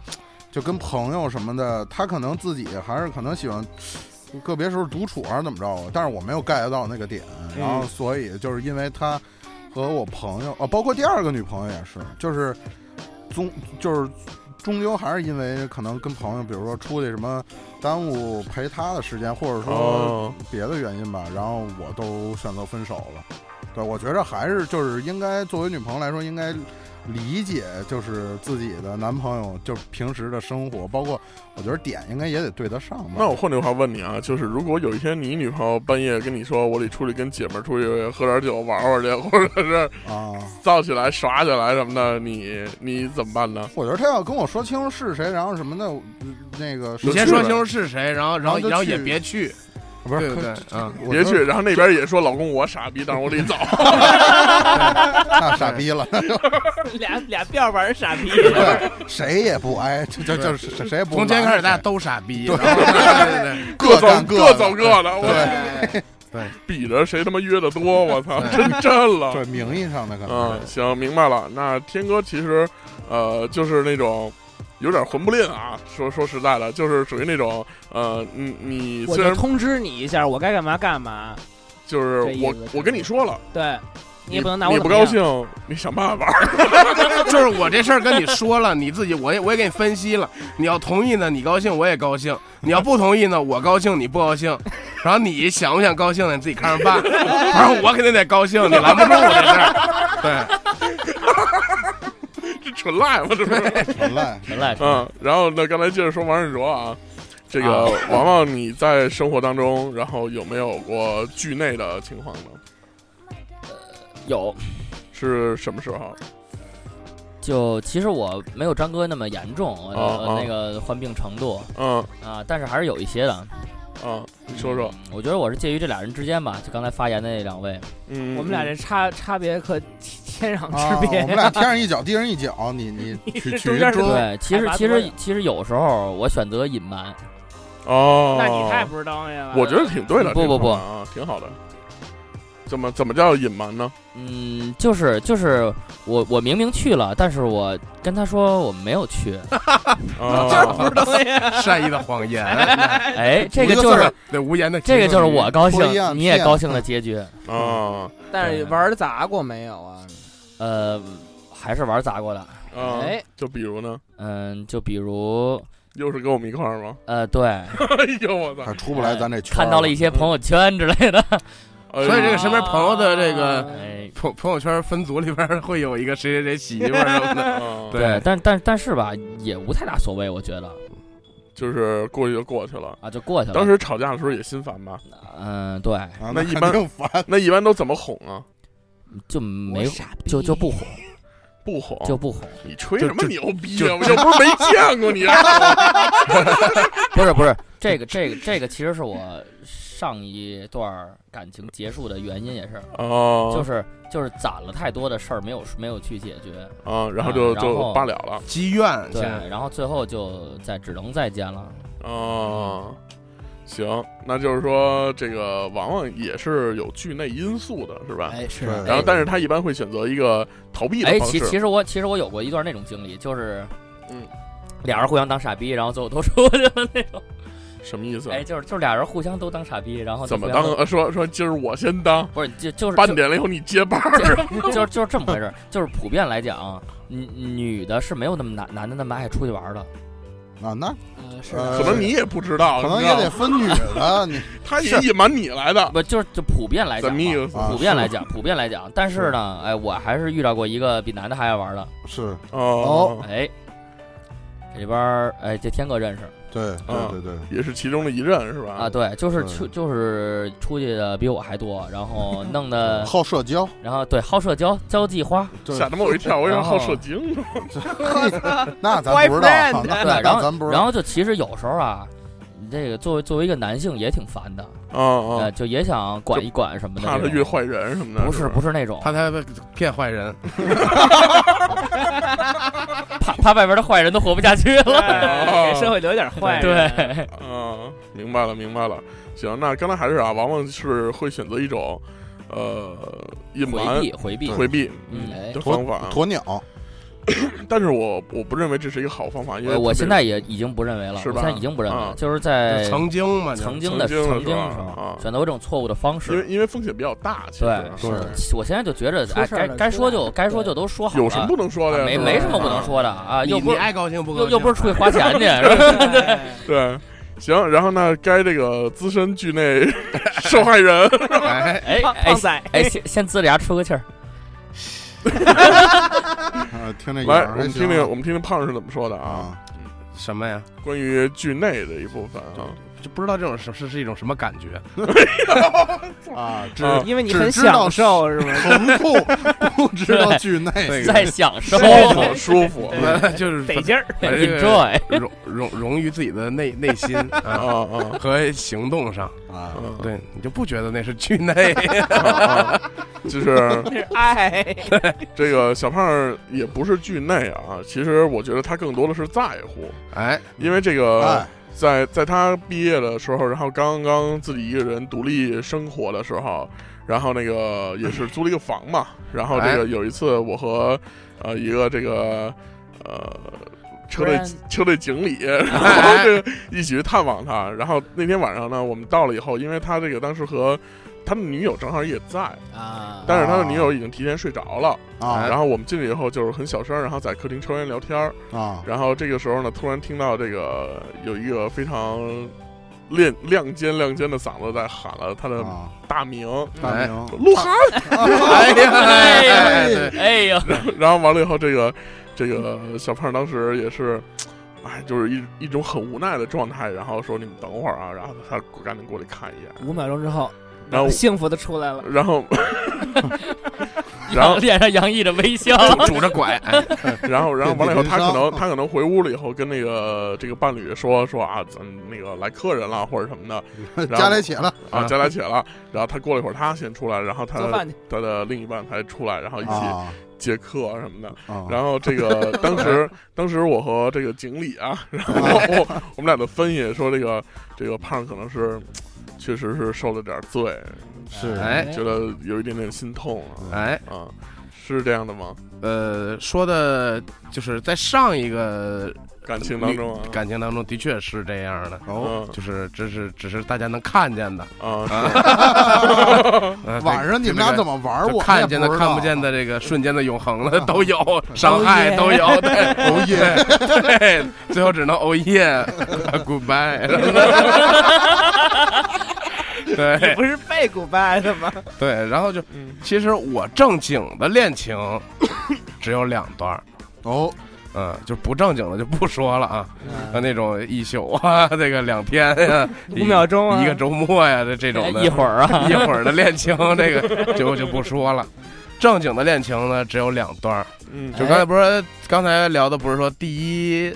[SPEAKER 5] 就跟朋友什么的，她可能自己还是可能喜欢。个别时候独处还是怎么着，但是我没有 get 到那个点，然
[SPEAKER 4] 嗯
[SPEAKER 5] 后所以就是因为她和我朋友啊，包括第二个女朋友也是，就是终就是终究还是因为可能跟朋友，比如说出去什么耽误陪她的时间，或者说
[SPEAKER 2] 哦，
[SPEAKER 5] 别的原因吧，然后我都选择分手了。对，我觉着还是就是应该作为女朋友来说，应该理解就是自己的男朋友就是平时的生活，包括我觉得点应该也得对得上吧。
[SPEAKER 2] 那我换句话问你啊，就是如果有一天你女朋友半夜跟你说，我得出去跟姐们儿出去喝点酒玩玩去，或者是
[SPEAKER 5] 啊，
[SPEAKER 2] 造起来耍起来什么的，你你怎么办呢？
[SPEAKER 5] 我觉得他要跟我说清楚是谁，然后什么的，嗯那个
[SPEAKER 4] 你先说清楚是谁，然后然后
[SPEAKER 5] 然后就
[SPEAKER 4] 然后
[SPEAKER 5] 去
[SPEAKER 4] 也别去，
[SPEAKER 5] 不
[SPEAKER 4] 对
[SPEAKER 5] 是
[SPEAKER 4] 不对？啊，
[SPEAKER 5] 我
[SPEAKER 2] 嗯别
[SPEAKER 5] 就
[SPEAKER 2] 去，然后那边也说老公我傻逼，但是我得走。
[SPEAKER 5] 那傻逼了，
[SPEAKER 3] 俩俩辫玩傻逼。
[SPEAKER 5] 对，谁也不挨，就就就是谁谁也不
[SPEAKER 4] 从今天
[SPEAKER 5] 拦
[SPEAKER 4] 开始大家
[SPEAKER 5] 谁
[SPEAKER 4] 都傻逼，
[SPEAKER 5] 对
[SPEAKER 4] 然后对对对
[SPEAKER 5] 各
[SPEAKER 2] 走
[SPEAKER 5] 干
[SPEAKER 2] 各
[SPEAKER 5] 的
[SPEAKER 2] 走各的，我
[SPEAKER 3] 对，
[SPEAKER 2] 比着谁他妈约的多，我操，真震了。
[SPEAKER 5] 对名义上的可能
[SPEAKER 2] 嗯，
[SPEAKER 5] 是
[SPEAKER 2] 行，明白了。那天哥其实，呃，就是那种有点混不吝啊。说说实在的，就是属于那种，呃，你你
[SPEAKER 3] 我
[SPEAKER 2] 虽
[SPEAKER 3] 就
[SPEAKER 2] 然
[SPEAKER 3] 通知你一下，我该干嘛干嘛。
[SPEAKER 2] 就是
[SPEAKER 3] 这意思
[SPEAKER 2] 我
[SPEAKER 3] 是
[SPEAKER 2] 我跟你说了，
[SPEAKER 3] 对，你
[SPEAKER 2] 你
[SPEAKER 3] 也不能拿
[SPEAKER 2] 你
[SPEAKER 3] 我
[SPEAKER 2] 不
[SPEAKER 3] 怎
[SPEAKER 2] 高
[SPEAKER 3] 么样。
[SPEAKER 2] 兴，你想办法。
[SPEAKER 4] 对，就是我这事儿跟你说了，你自己我也我也给你分析了，你要同意呢，你高兴我也高兴；你要不同意呢，我高兴你不高兴。然后你想不想高兴呢？你自己看着办。反正我肯定得高兴，你拦不住我这事儿。对，
[SPEAKER 2] 这纯赖嘛，这不是？
[SPEAKER 5] 纯赖。
[SPEAKER 6] 纯赖纯赖
[SPEAKER 2] 嗯，然后那刚才接着说王振卓啊，这个王王，你在生活当中，然后有没有过剧内的情况呢？
[SPEAKER 6] 有，
[SPEAKER 2] 是什么时候？
[SPEAKER 6] 就其实我没有张哥那么严重，我
[SPEAKER 2] 啊啊
[SPEAKER 6] 我那个患病程度
[SPEAKER 2] 嗯
[SPEAKER 6] 啊，但是还是有一些的。
[SPEAKER 2] 嗯，你说说。
[SPEAKER 6] 我觉得我是介于这俩人之间吧，就刚才发言的那两位，
[SPEAKER 2] 嗯，哦
[SPEAKER 3] 我们俩这差差别可 天天
[SPEAKER 5] 啊
[SPEAKER 3] 壤之别呀、
[SPEAKER 5] 我们俩天上一脚，地上一脚，你 你取取
[SPEAKER 3] 中
[SPEAKER 5] 一
[SPEAKER 3] 间是
[SPEAKER 2] 嗯
[SPEAKER 5] 中，
[SPEAKER 6] 对，其实
[SPEAKER 3] 拔
[SPEAKER 6] 其
[SPEAKER 3] 多
[SPEAKER 6] 实
[SPEAKER 3] 呀
[SPEAKER 6] 其实有时候我选择隐瞒，
[SPEAKER 2] 哦，
[SPEAKER 3] 那你太不是东西了。
[SPEAKER 2] 我觉得挺对的。
[SPEAKER 6] 不
[SPEAKER 2] 这
[SPEAKER 6] 不
[SPEAKER 2] 个
[SPEAKER 6] 不
[SPEAKER 2] 方法啊，挺好的。怎么怎么叫隐瞒呢？
[SPEAKER 6] 嗯，就是就是我我明明去了，但是我跟他说我没有去，
[SPEAKER 3] 就是不
[SPEAKER 2] 啊
[SPEAKER 3] 是东西啊。
[SPEAKER 4] 善意的谎 言，
[SPEAKER 6] 哎，这个
[SPEAKER 4] 无
[SPEAKER 6] 就
[SPEAKER 4] 色
[SPEAKER 6] 是
[SPEAKER 4] 的对无言的，
[SPEAKER 6] 这个就是我。高兴
[SPEAKER 5] 脱衣啊，
[SPEAKER 6] 你也
[SPEAKER 5] 骗
[SPEAKER 6] 高兴的结局。
[SPEAKER 2] 啊
[SPEAKER 3] 但是玩砸过没有啊？
[SPEAKER 6] 呃，还是玩砸过的，
[SPEAKER 2] 啊！
[SPEAKER 3] 哎，
[SPEAKER 2] 就比如呢，
[SPEAKER 6] 嗯，就比如
[SPEAKER 2] 又是跟我们一块儿吗？
[SPEAKER 6] 呃， 对，
[SPEAKER 2] 哎呦我操
[SPEAKER 5] 还！出不来咱这圈儿
[SPEAKER 6] 看到了一些朋友圈之类的，
[SPEAKER 2] 哎呦
[SPEAKER 4] 所以这个身边朋友的这个
[SPEAKER 6] 哎，
[SPEAKER 4] 朋朋友圈分组里边会有一个谁谁谁媳妇儿什么的，
[SPEAKER 2] 啊
[SPEAKER 6] 对，但但但是吧，也无太大所谓，我觉得
[SPEAKER 2] 就是过去就过去了。
[SPEAKER 6] 啊，就过去了。
[SPEAKER 2] 当时吵架的时候也心烦吧？
[SPEAKER 6] 嗯，对，
[SPEAKER 5] 啊，
[SPEAKER 2] 那
[SPEAKER 5] 那
[SPEAKER 2] 一
[SPEAKER 5] 肯
[SPEAKER 2] 般
[SPEAKER 5] 定烦。
[SPEAKER 2] 那一般都怎么哄啊？
[SPEAKER 6] 就没就就不哄，
[SPEAKER 2] 不哄
[SPEAKER 6] 就 不哄，
[SPEAKER 2] 你吹
[SPEAKER 4] 就
[SPEAKER 2] 什么
[SPEAKER 4] 就
[SPEAKER 2] 牛逼
[SPEAKER 4] 就
[SPEAKER 2] 啊？我又不是没见过你啊。
[SPEAKER 6] 不是不是，这个这个这个其实是我上一段感情结束的原因，也是，
[SPEAKER 2] 哦，
[SPEAKER 6] 就是就是攒了太多的事儿没有没有去解决，
[SPEAKER 2] 啊，然后就
[SPEAKER 6] 啊然
[SPEAKER 2] 就
[SPEAKER 6] 后
[SPEAKER 2] 罢了了
[SPEAKER 4] 积怨
[SPEAKER 6] 对
[SPEAKER 4] 现在，
[SPEAKER 6] 然后最后就再只能再见了。
[SPEAKER 2] 啊。行，那就是说这个王王也是有剧内因素的，是吧？
[SPEAKER 3] 哎，是
[SPEAKER 5] 对
[SPEAKER 2] 然后，但是他一般会选择一个逃避的
[SPEAKER 6] 哎，
[SPEAKER 2] 方
[SPEAKER 6] 其
[SPEAKER 2] 式。
[SPEAKER 6] 其实我其实我有过一段那种经历，就是，
[SPEAKER 2] 嗯，
[SPEAKER 6] 俩人互相当傻逼，然后最后都出去了那种。
[SPEAKER 2] 什么意思？
[SPEAKER 6] 哎，就是就是俩人互相都当傻逼，然后就
[SPEAKER 2] 怎么
[SPEAKER 6] 互相
[SPEAKER 2] 当
[SPEAKER 6] 都？？
[SPEAKER 2] 呃说说今儿我先当，
[SPEAKER 6] 不是，就就是
[SPEAKER 2] 半点了以后你接班 儿。
[SPEAKER 6] 就就是就是这么回事儿。就是普遍来讲啊，女女的是没有那么男男的那么爱出去玩儿的。
[SPEAKER 5] 啊，那
[SPEAKER 3] 呃是
[SPEAKER 5] 呃
[SPEAKER 2] 可能你也不知道，
[SPEAKER 5] 可
[SPEAKER 2] 你
[SPEAKER 5] 能也
[SPEAKER 2] 知道
[SPEAKER 5] 得
[SPEAKER 2] 吗
[SPEAKER 5] 分女 的，你
[SPEAKER 2] 他也
[SPEAKER 6] 是
[SPEAKER 2] 隐瞒你来的，
[SPEAKER 6] 啊不就是就普遍来
[SPEAKER 2] 怎
[SPEAKER 6] 讲
[SPEAKER 2] 么
[SPEAKER 6] 嘛，
[SPEAKER 2] 意思
[SPEAKER 5] 啊
[SPEAKER 6] 普遍来讲，普遍来讲，但是呢，哎，我还是遇到过一个比男的还爱玩的，
[SPEAKER 5] 是
[SPEAKER 2] 哦，
[SPEAKER 6] 哎，这里边儿哎，这天哥认识
[SPEAKER 5] 对
[SPEAKER 2] 啊
[SPEAKER 5] 对对对，
[SPEAKER 2] 也是其中的一任是吧？
[SPEAKER 6] 啊，，对，就是
[SPEAKER 5] 嗯
[SPEAKER 6] 出就是出去的比我还多，然后弄的，
[SPEAKER 5] 好社 交，
[SPEAKER 6] 然后对好社交，交际花，
[SPEAKER 5] 对
[SPEAKER 2] 吓他妈我一跳，我以为
[SPEAKER 6] 然后
[SPEAKER 2] 好射精 呢。
[SPEAKER 5] 那咱不知道
[SPEAKER 3] Boyfriend
[SPEAKER 5] 啊，那
[SPEAKER 6] 对，
[SPEAKER 5] 那
[SPEAKER 6] 然
[SPEAKER 5] 咱咱不
[SPEAKER 6] 后
[SPEAKER 5] 知
[SPEAKER 6] 然
[SPEAKER 5] 道。
[SPEAKER 6] 后就其实有时候啊，你这个作为作为一个男性也挺烦的，
[SPEAKER 2] 啊啊
[SPEAKER 6] 呃，，就也想管一管什么的
[SPEAKER 2] 怕
[SPEAKER 6] 这
[SPEAKER 2] 他
[SPEAKER 6] 种，
[SPEAKER 2] 遇坏人什么的。
[SPEAKER 6] 不是
[SPEAKER 2] 是吧
[SPEAKER 6] 不是那种，
[SPEAKER 4] 怕他骗坏人，
[SPEAKER 6] 怕怕外边的坏人都活不下去 了，
[SPEAKER 3] 哎给社会留点坏人。
[SPEAKER 6] 对，
[SPEAKER 2] 啊，明白了，明白了。行，那刚才还是啊，王王是会选择一种，呃，隐
[SPEAKER 6] 回
[SPEAKER 2] 瞒、
[SPEAKER 6] 避回避，
[SPEAKER 2] 回避
[SPEAKER 6] 嗯，哎
[SPEAKER 2] 的
[SPEAKER 5] 鸵
[SPEAKER 2] 方法啊。
[SPEAKER 5] 鸵鸟，
[SPEAKER 2] 但是我我不认为这是一个好方法，因为
[SPEAKER 6] 我呃我
[SPEAKER 2] 特别
[SPEAKER 6] 现在也已经不认为了，
[SPEAKER 2] 是
[SPEAKER 6] 我
[SPEAKER 2] 吧
[SPEAKER 6] 现在已经不认为了
[SPEAKER 2] 啊，
[SPEAKER 6] 就是在
[SPEAKER 4] 就曾经嘛，就
[SPEAKER 6] 哎曾经的
[SPEAKER 2] 曾经的
[SPEAKER 6] 曾经
[SPEAKER 2] 是
[SPEAKER 6] 的时
[SPEAKER 2] 吧啊
[SPEAKER 6] 候，选择这种错误的方
[SPEAKER 2] 因为
[SPEAKER 6] 式。
[SPEAKER 2] 因为风险比较大，其实
[SPEAKER 6] 对
[SPEAKER 2] 啊
[SPEAKER 5] 是
[SPEAKER 6] 我现在就觉着，
[SPEAKER 3] 出
[SPEAKER 6] 哎，
[SPEAKER 3] 事儿
[SPEAKER 6] 该
[SPEAKER 3] 了
[SPEAKER 6] 该说
[SPEAKER 3] 出来
[SPEAKER 6] 就
[SPEAKER 3] 了
[SPEAKER 6] 该说就都说好了，
[SPEAKER 2] 有什么不能说的呀？
[SPEAKER 6] 没
[SPEAKER 2] 是吧
[SPEAKER 6] 没什么不
[SPEAKER 2] 啊
[SPEAKER 6] 能说的啊，
[SPEAKER 4] 你
[SPEAKER 6] 又不
[SPEAKER 4] 你
[SPEAKER 6] 是
[SPEAKER 4] 爱高兴不高
[SPEAKER 6] 又
[SPEAKER 4] 兴？
[SPEAKER 6] 又不是出去花钱去，是吧
[SPEAKER 3] 对，
[SPEAKER 2] 啊对，行，然后呢，该这个资深剧内 受害人，
[SPEAKER 4] 哎，
[SPEAKER 6] 哎
[SPEAKER 3] 胖
[SPEAKER 6] 哎
[SPEAKER 3] 胖仔，
[SPEAKER 6] 哎，先先呲着牙出个气儿，
[SPEAKER 5] 啊听这
[SPEAKER 2] 来，
[SPEAKER 5] 影
[SPEAKER 2] 我
[SPEAKER 5] 儿
[SPEAKER 2] 们
[SPEAKER 5] 还
[SPEAKER 2] 听
[SPEAKER 5] 行
[SPEAKER 2] 听我们听听胖是怎么说的啊？
[SPEAKER 5] 啊，
[SPEAKER 4] 什么呀？
[SPEAKER 2] 关于剧内的一部分啊，
[SPEAKER 4] 就不知道这种是是是一种什么感觉？
[SPEAKER 5] 啊，只
[SPEAKER 2] 啊
[SPEAKER 4] 嗯
[SPEAKER 3] 因为你
[SPEAKER 5] 只
[SPEAKER 3] 很
[SPEAKER 5] 知
[SPEAKER 3] 享
[SPEAKER 5] 道
[SPEAKER 3] 受是吗？
[SPEAKER 5] 疼痛，不知道剧内
[SPEAKER 4] 对
[SPEAKER 6] 在享受
[SPEAKER 2] 舒 服舒 服
[SPEAKER 3] 对对
[SPEAKER 4] 就是
[SPEAKER 3] 得劲儿，
[SPEAKER 2] 哎
[SPEAKER 4] 把这个
[SPEAKER 6] ，enjoy。
[SPEAKER 4] 融融融于自己的内 内心
[SPEAKER 2] 啊
[SPEAKER 4] 啊
[SPEAKER 2] 啊
[SPEAKER 4] 和行动上，
[SPEAKER 2] 啊！
[SPEAKER 5] 啊，
[SPEAKER 4] 对你就不觉得那是剧内？
[SPEAKER 2] 啊，就是
[SPEAKER 3] 那是
[SPEAKER 2] 哎
[SPEAKER 3] 爱。
[SPEAKER 2] 这个小胖儿也不是剧内啊，其实我觉得他更多的是在乎，
[SPEAKER 4] 哎，
[SPEAKER 2] 因为这个
[SPEAKER 5] 哎，
[SPEAKER 2] 在在他毕业的时候，然后刚刚自己一个人独立生活的时候，然后那个也是租了一个房嘛，然后这个有一次我和呃一个这个呃。车队
[SPEAKER 3] Friend
[SPEAKER 2] 车队经理，然后这个一起去探望他。然后那天晚上呢，我们到了以后，因为他这个当时和他的女友正好也在，
[SPEAKER 3] 啊
[SPEAKER 2] 但是他的女友已经提前睡着了。
[SPEAKER 5] 啊
[SPEAKER 2] 然后我们进去以后就是很小声，然后在客厅抽烟聊天儿。
[SPEAKER 5] 啊，
[SPEAKER 2] 然后这个时候呢，突然听到这个有一个非常亮亮尖亮尖的嗓子在喊了他的
[SPEAKER 5] 啊
[SPEAKER 2] 大名
[SPEAKER 5] 大明，
[SPEAKER 2] 鹿晗。
[SPEAKER 4] 哎呀，哎呀哎呀
[SPEAKER 6] 哎呦，
[SPEAKER 2] 然后完了以后，这个这个小胖当时也是。哎，就是一一种很无奈的状态，然后说你们等会儿啊，然后他赶紧过来看一眼，
[SPEAKER 3] 五秒钟之后，
[SPEAKER 2] 然
[SPEAKER 4] 哦
[SPEAKER 2] 后
[SPEAKER 3] 幸福的出来了。
[SPEAKER 2] 然后 然后
[SPEAKER 6] 脸上洋溢着微笑。
[SPEAKER 4] 拄着拐，哎
[SPEAKER 2] 然后，然后完了以后，他可能
[SPEAKER 5] 嗯
[SPEAKER 2] 他可能回屋了以后，跟那个这个伴侣说说啊，咱那个来客人了或者什么的然后
[SPEAKER 5] 加来起了，
[SPEAKER 2] 啊，
[SPEAKER 5] 嗯
[SPEAKER 2] 家来且了。然后他过了一会儿，他先出来，然后
[SPEAKER 4] 呃
[SPEAKER 2] 他
[SPEAKER 3] 做饭去，
[SPEAKER 2] 他的另一半才出来，然后一起
[SPEAKER 5] 啊，
[SPEAKER 2] 接客啊什么的。
[SPEAKER 5] 啊
[SPEAKER 2] 然后这个当 时当时我和这个经理啊，然后我我们俩的分析说，这个这个胖可能是确实是受了点罪，
[SPEAKER 5] 是
[SPEAKER 3] 啊
[SPEAKER 4] 哎
[SPEAKER 2] 觉得有一点点心痛啊
[SPEAKER 4] 哎，
[SPEAKER 2] 啊，是这样的吗？
[SPEAKER 4] 呃，说的就是在上一个
[SPEAKER 2] 感情当中啊，
[SPEAKER 4] 感情当中，的确是这样的，
[SPEAKER 5] 哦，
[SPEAKER 2] 嗯
[SPEAKER 4] 就是这是只是大家能看见的。
[SPEAKER 2] 啊是
[SPEAKER 4] 呃
[SPEAKER 5] 晚上你们俩怎
[SPEAKER 4] 么？
[SPEAKER 5] 么玩
[SPEAKER 4] 就
[SPEAKER 5] 我？
[SPEAKER 4] 看见的、
[SPEAKER 5] 我也知道
[SPEAKER 4] 看不见，的，这个瞬间的永恒了，都有伤害，都有。对，
[SPEAKER 5] 哦耶，
[SPEAKER 4] 对，最后只能哦耶，goodbye。对
[SPEAKER 3] 哎 不是被古拜的吗？
[SPEAKER 4] 对，然后就
[SPEAKER 2] 嗯
[SPEAKER 4] 其实我正经的恋情只有两段儿，
[SPEAKER 5] 哦，
[SPEAKER 4] 嗯，就不正经的就不说了啊，那种一宿啊，这个两天呀、
[SPEAKER 3] 嗯五秒钟啊
[SPEAKER 4] 一个周末呀、这这种的，
[SPEAKER 6] 一会儿啊，
[SPEAKER 4] 一会儿的恋情，这个就就不说了。正经的恋情呢，只有两段儿。
[SPEAKER 2] 嗯，
[SPEAKER 4] 就刚才不是刚才聊的，不是说第一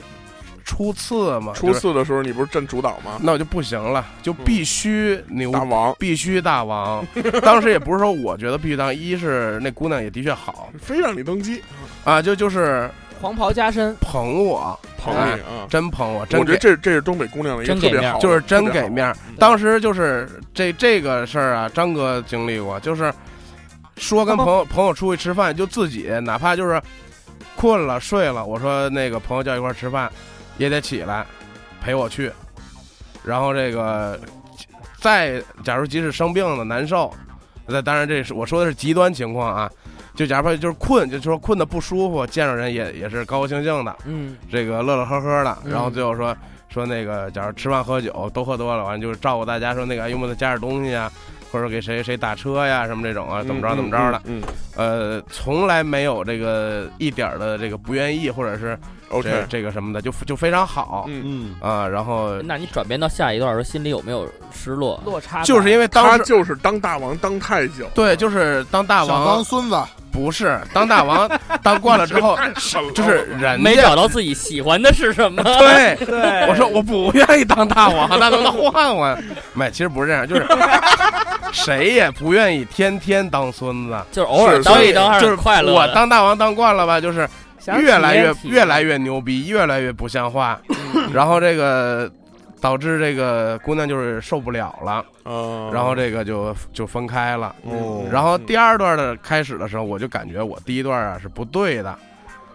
[SPEAKER 4] 初次吗？
[SPEAKER 2] 初
[SPEAKER 4] 就是
[SPEAKER 2] 次的时候你不是占主导吗？
[SPEAKER 4] 那我就不行了，就必须牛，
[SPEAKER 2] 大王
[SPEAKER 4] 必须大王。当时也不是说我觉得必须当，一是那姑娘也的确 好
[SPEAKER 2] 非让你登基，
[SPEAKER 4] 啊，就就是
[SPEAKER 3] 黄袍加身，
[SPEAKER 4] 捧我，
[SPEAKER 2] 捧
[SPEAKER 4] 哎
[SPEAKER 2] 你啊！
[SPEAKER 4] 真捧我，真
[SPEAKER 2] 我觉得
[SPEAKER 4] 给。
[SPEAKER 2] 这这是东北姑娘的一个
[SPEAKER 6] 真
[SPEAKER 2] 特
[SPEAKER 6] 给
[SPEAKER 2] 别
[SPEAKER 6] 面儿
[SPEAKER 2] 好的，
[SPEAKER 4] 就是真
[SPEAKER 2] 特
[SPEAKER 6] 嗯
[SPEAKER 2] 别好
[SPEAKER 4] 给面儿。当时就是这这个事儿啊，张哥经历过，就是说跟朋友朋友出去吃饭，就自己哪怕就是困了睡了，我说那个朋友叫一块儿吃饭，也得起来陪我去。然后这个再假如即使生病了难受，那当然这是我说的是极端情况啊。就假如说就是困，就说困的不舒服，见着人也也是高高兴兴的，
[SPEAKER 3] 嗯，
[SPEAKER 4] 这个乐乐呵呵的，
[SPEAKER 3] 嗯
[SPEAKER 4] 然后最后说说那个，假如吃饭喝酒都喝多了，完了就是照顾大家说那个，哎呦，我再加点东西啊，或者给谁谁打车呀，什么这种啊，
[SPEAKER 2] 嗯
[SPEAKER 4] 怎么着怎么着的，，
[SPEAKER 2] 嗯嗯嗯
[SPEAKER 4] 呃，从来没有这个一点儿的这个不愿意或者是
[SPEAKER 2] 嗯
[SPEAKER 4] 这
[SPEAKER 2] ，OK，
[SPEAKER 4] 这个什么的，就就非常好
[SPEAKER 2] 嗯，
[SPEAKER 5] 嗯，
[SPEAKER 4] 啊。然后
[SPEAKER 6] 那你转变到下一段的时候，心里有没有失落？
[SPEAKER 3] 落差
[SPEAKER 4] 就是因为当
[SPEAKER 2] 他
[SPEAKER 4] 时
[SPEAKER 2] 就是当大王当太久，
[SPEAKER 4] 对，就是当大
[SPEAKER 5] 想
[SPEAKER 4] 王
[SPEAKER 5] 当孙子，
[SPEAKER 4] 不是当大王当惯了之 后，
[SPEAKER 2] 太狠了，
[SPEAKER 4] 就是人
[SPEAKER 6] 没
[SPEAKER 4] 家
[SPEAKER 6] 找到自己喜欢的 是什么？
[SPEAKER 4] 对。
[SPEAKER 3] 对
[SPEAKER 4] 我说我不愿意当大王，那能不能换换？没，其实不是这样，就是谁也不愿意天天当孙子。
[SPEAKER 6] 就是偶尔
[SPEAKER 2] 是
[SPEAKER 6] 当一当还
[SPEAKER 4] 就是是
[SPEAKER 6] 快乐
[SPEAKER 4] 我
[SPEAKER 6] 的。
[SPEAKER 4] 当大王当惯了吧，就是
[SPEAKER 3] 想
[SPEAKER 4] 越来越
[SPEAKER 3] 体验
[SPEAKER 4] 越来越牛逼，越来越不像话，然后这个导致这个姑娘就是受不了了，
[SPEAKER 2] 嗯，
[SPEAKER 4] 然后这个就就分开了。
[SPEAKER 2] 哦
[SPEAKER 4] 然后第二段的开始的时候，我就感觉我第一段啊是不对的，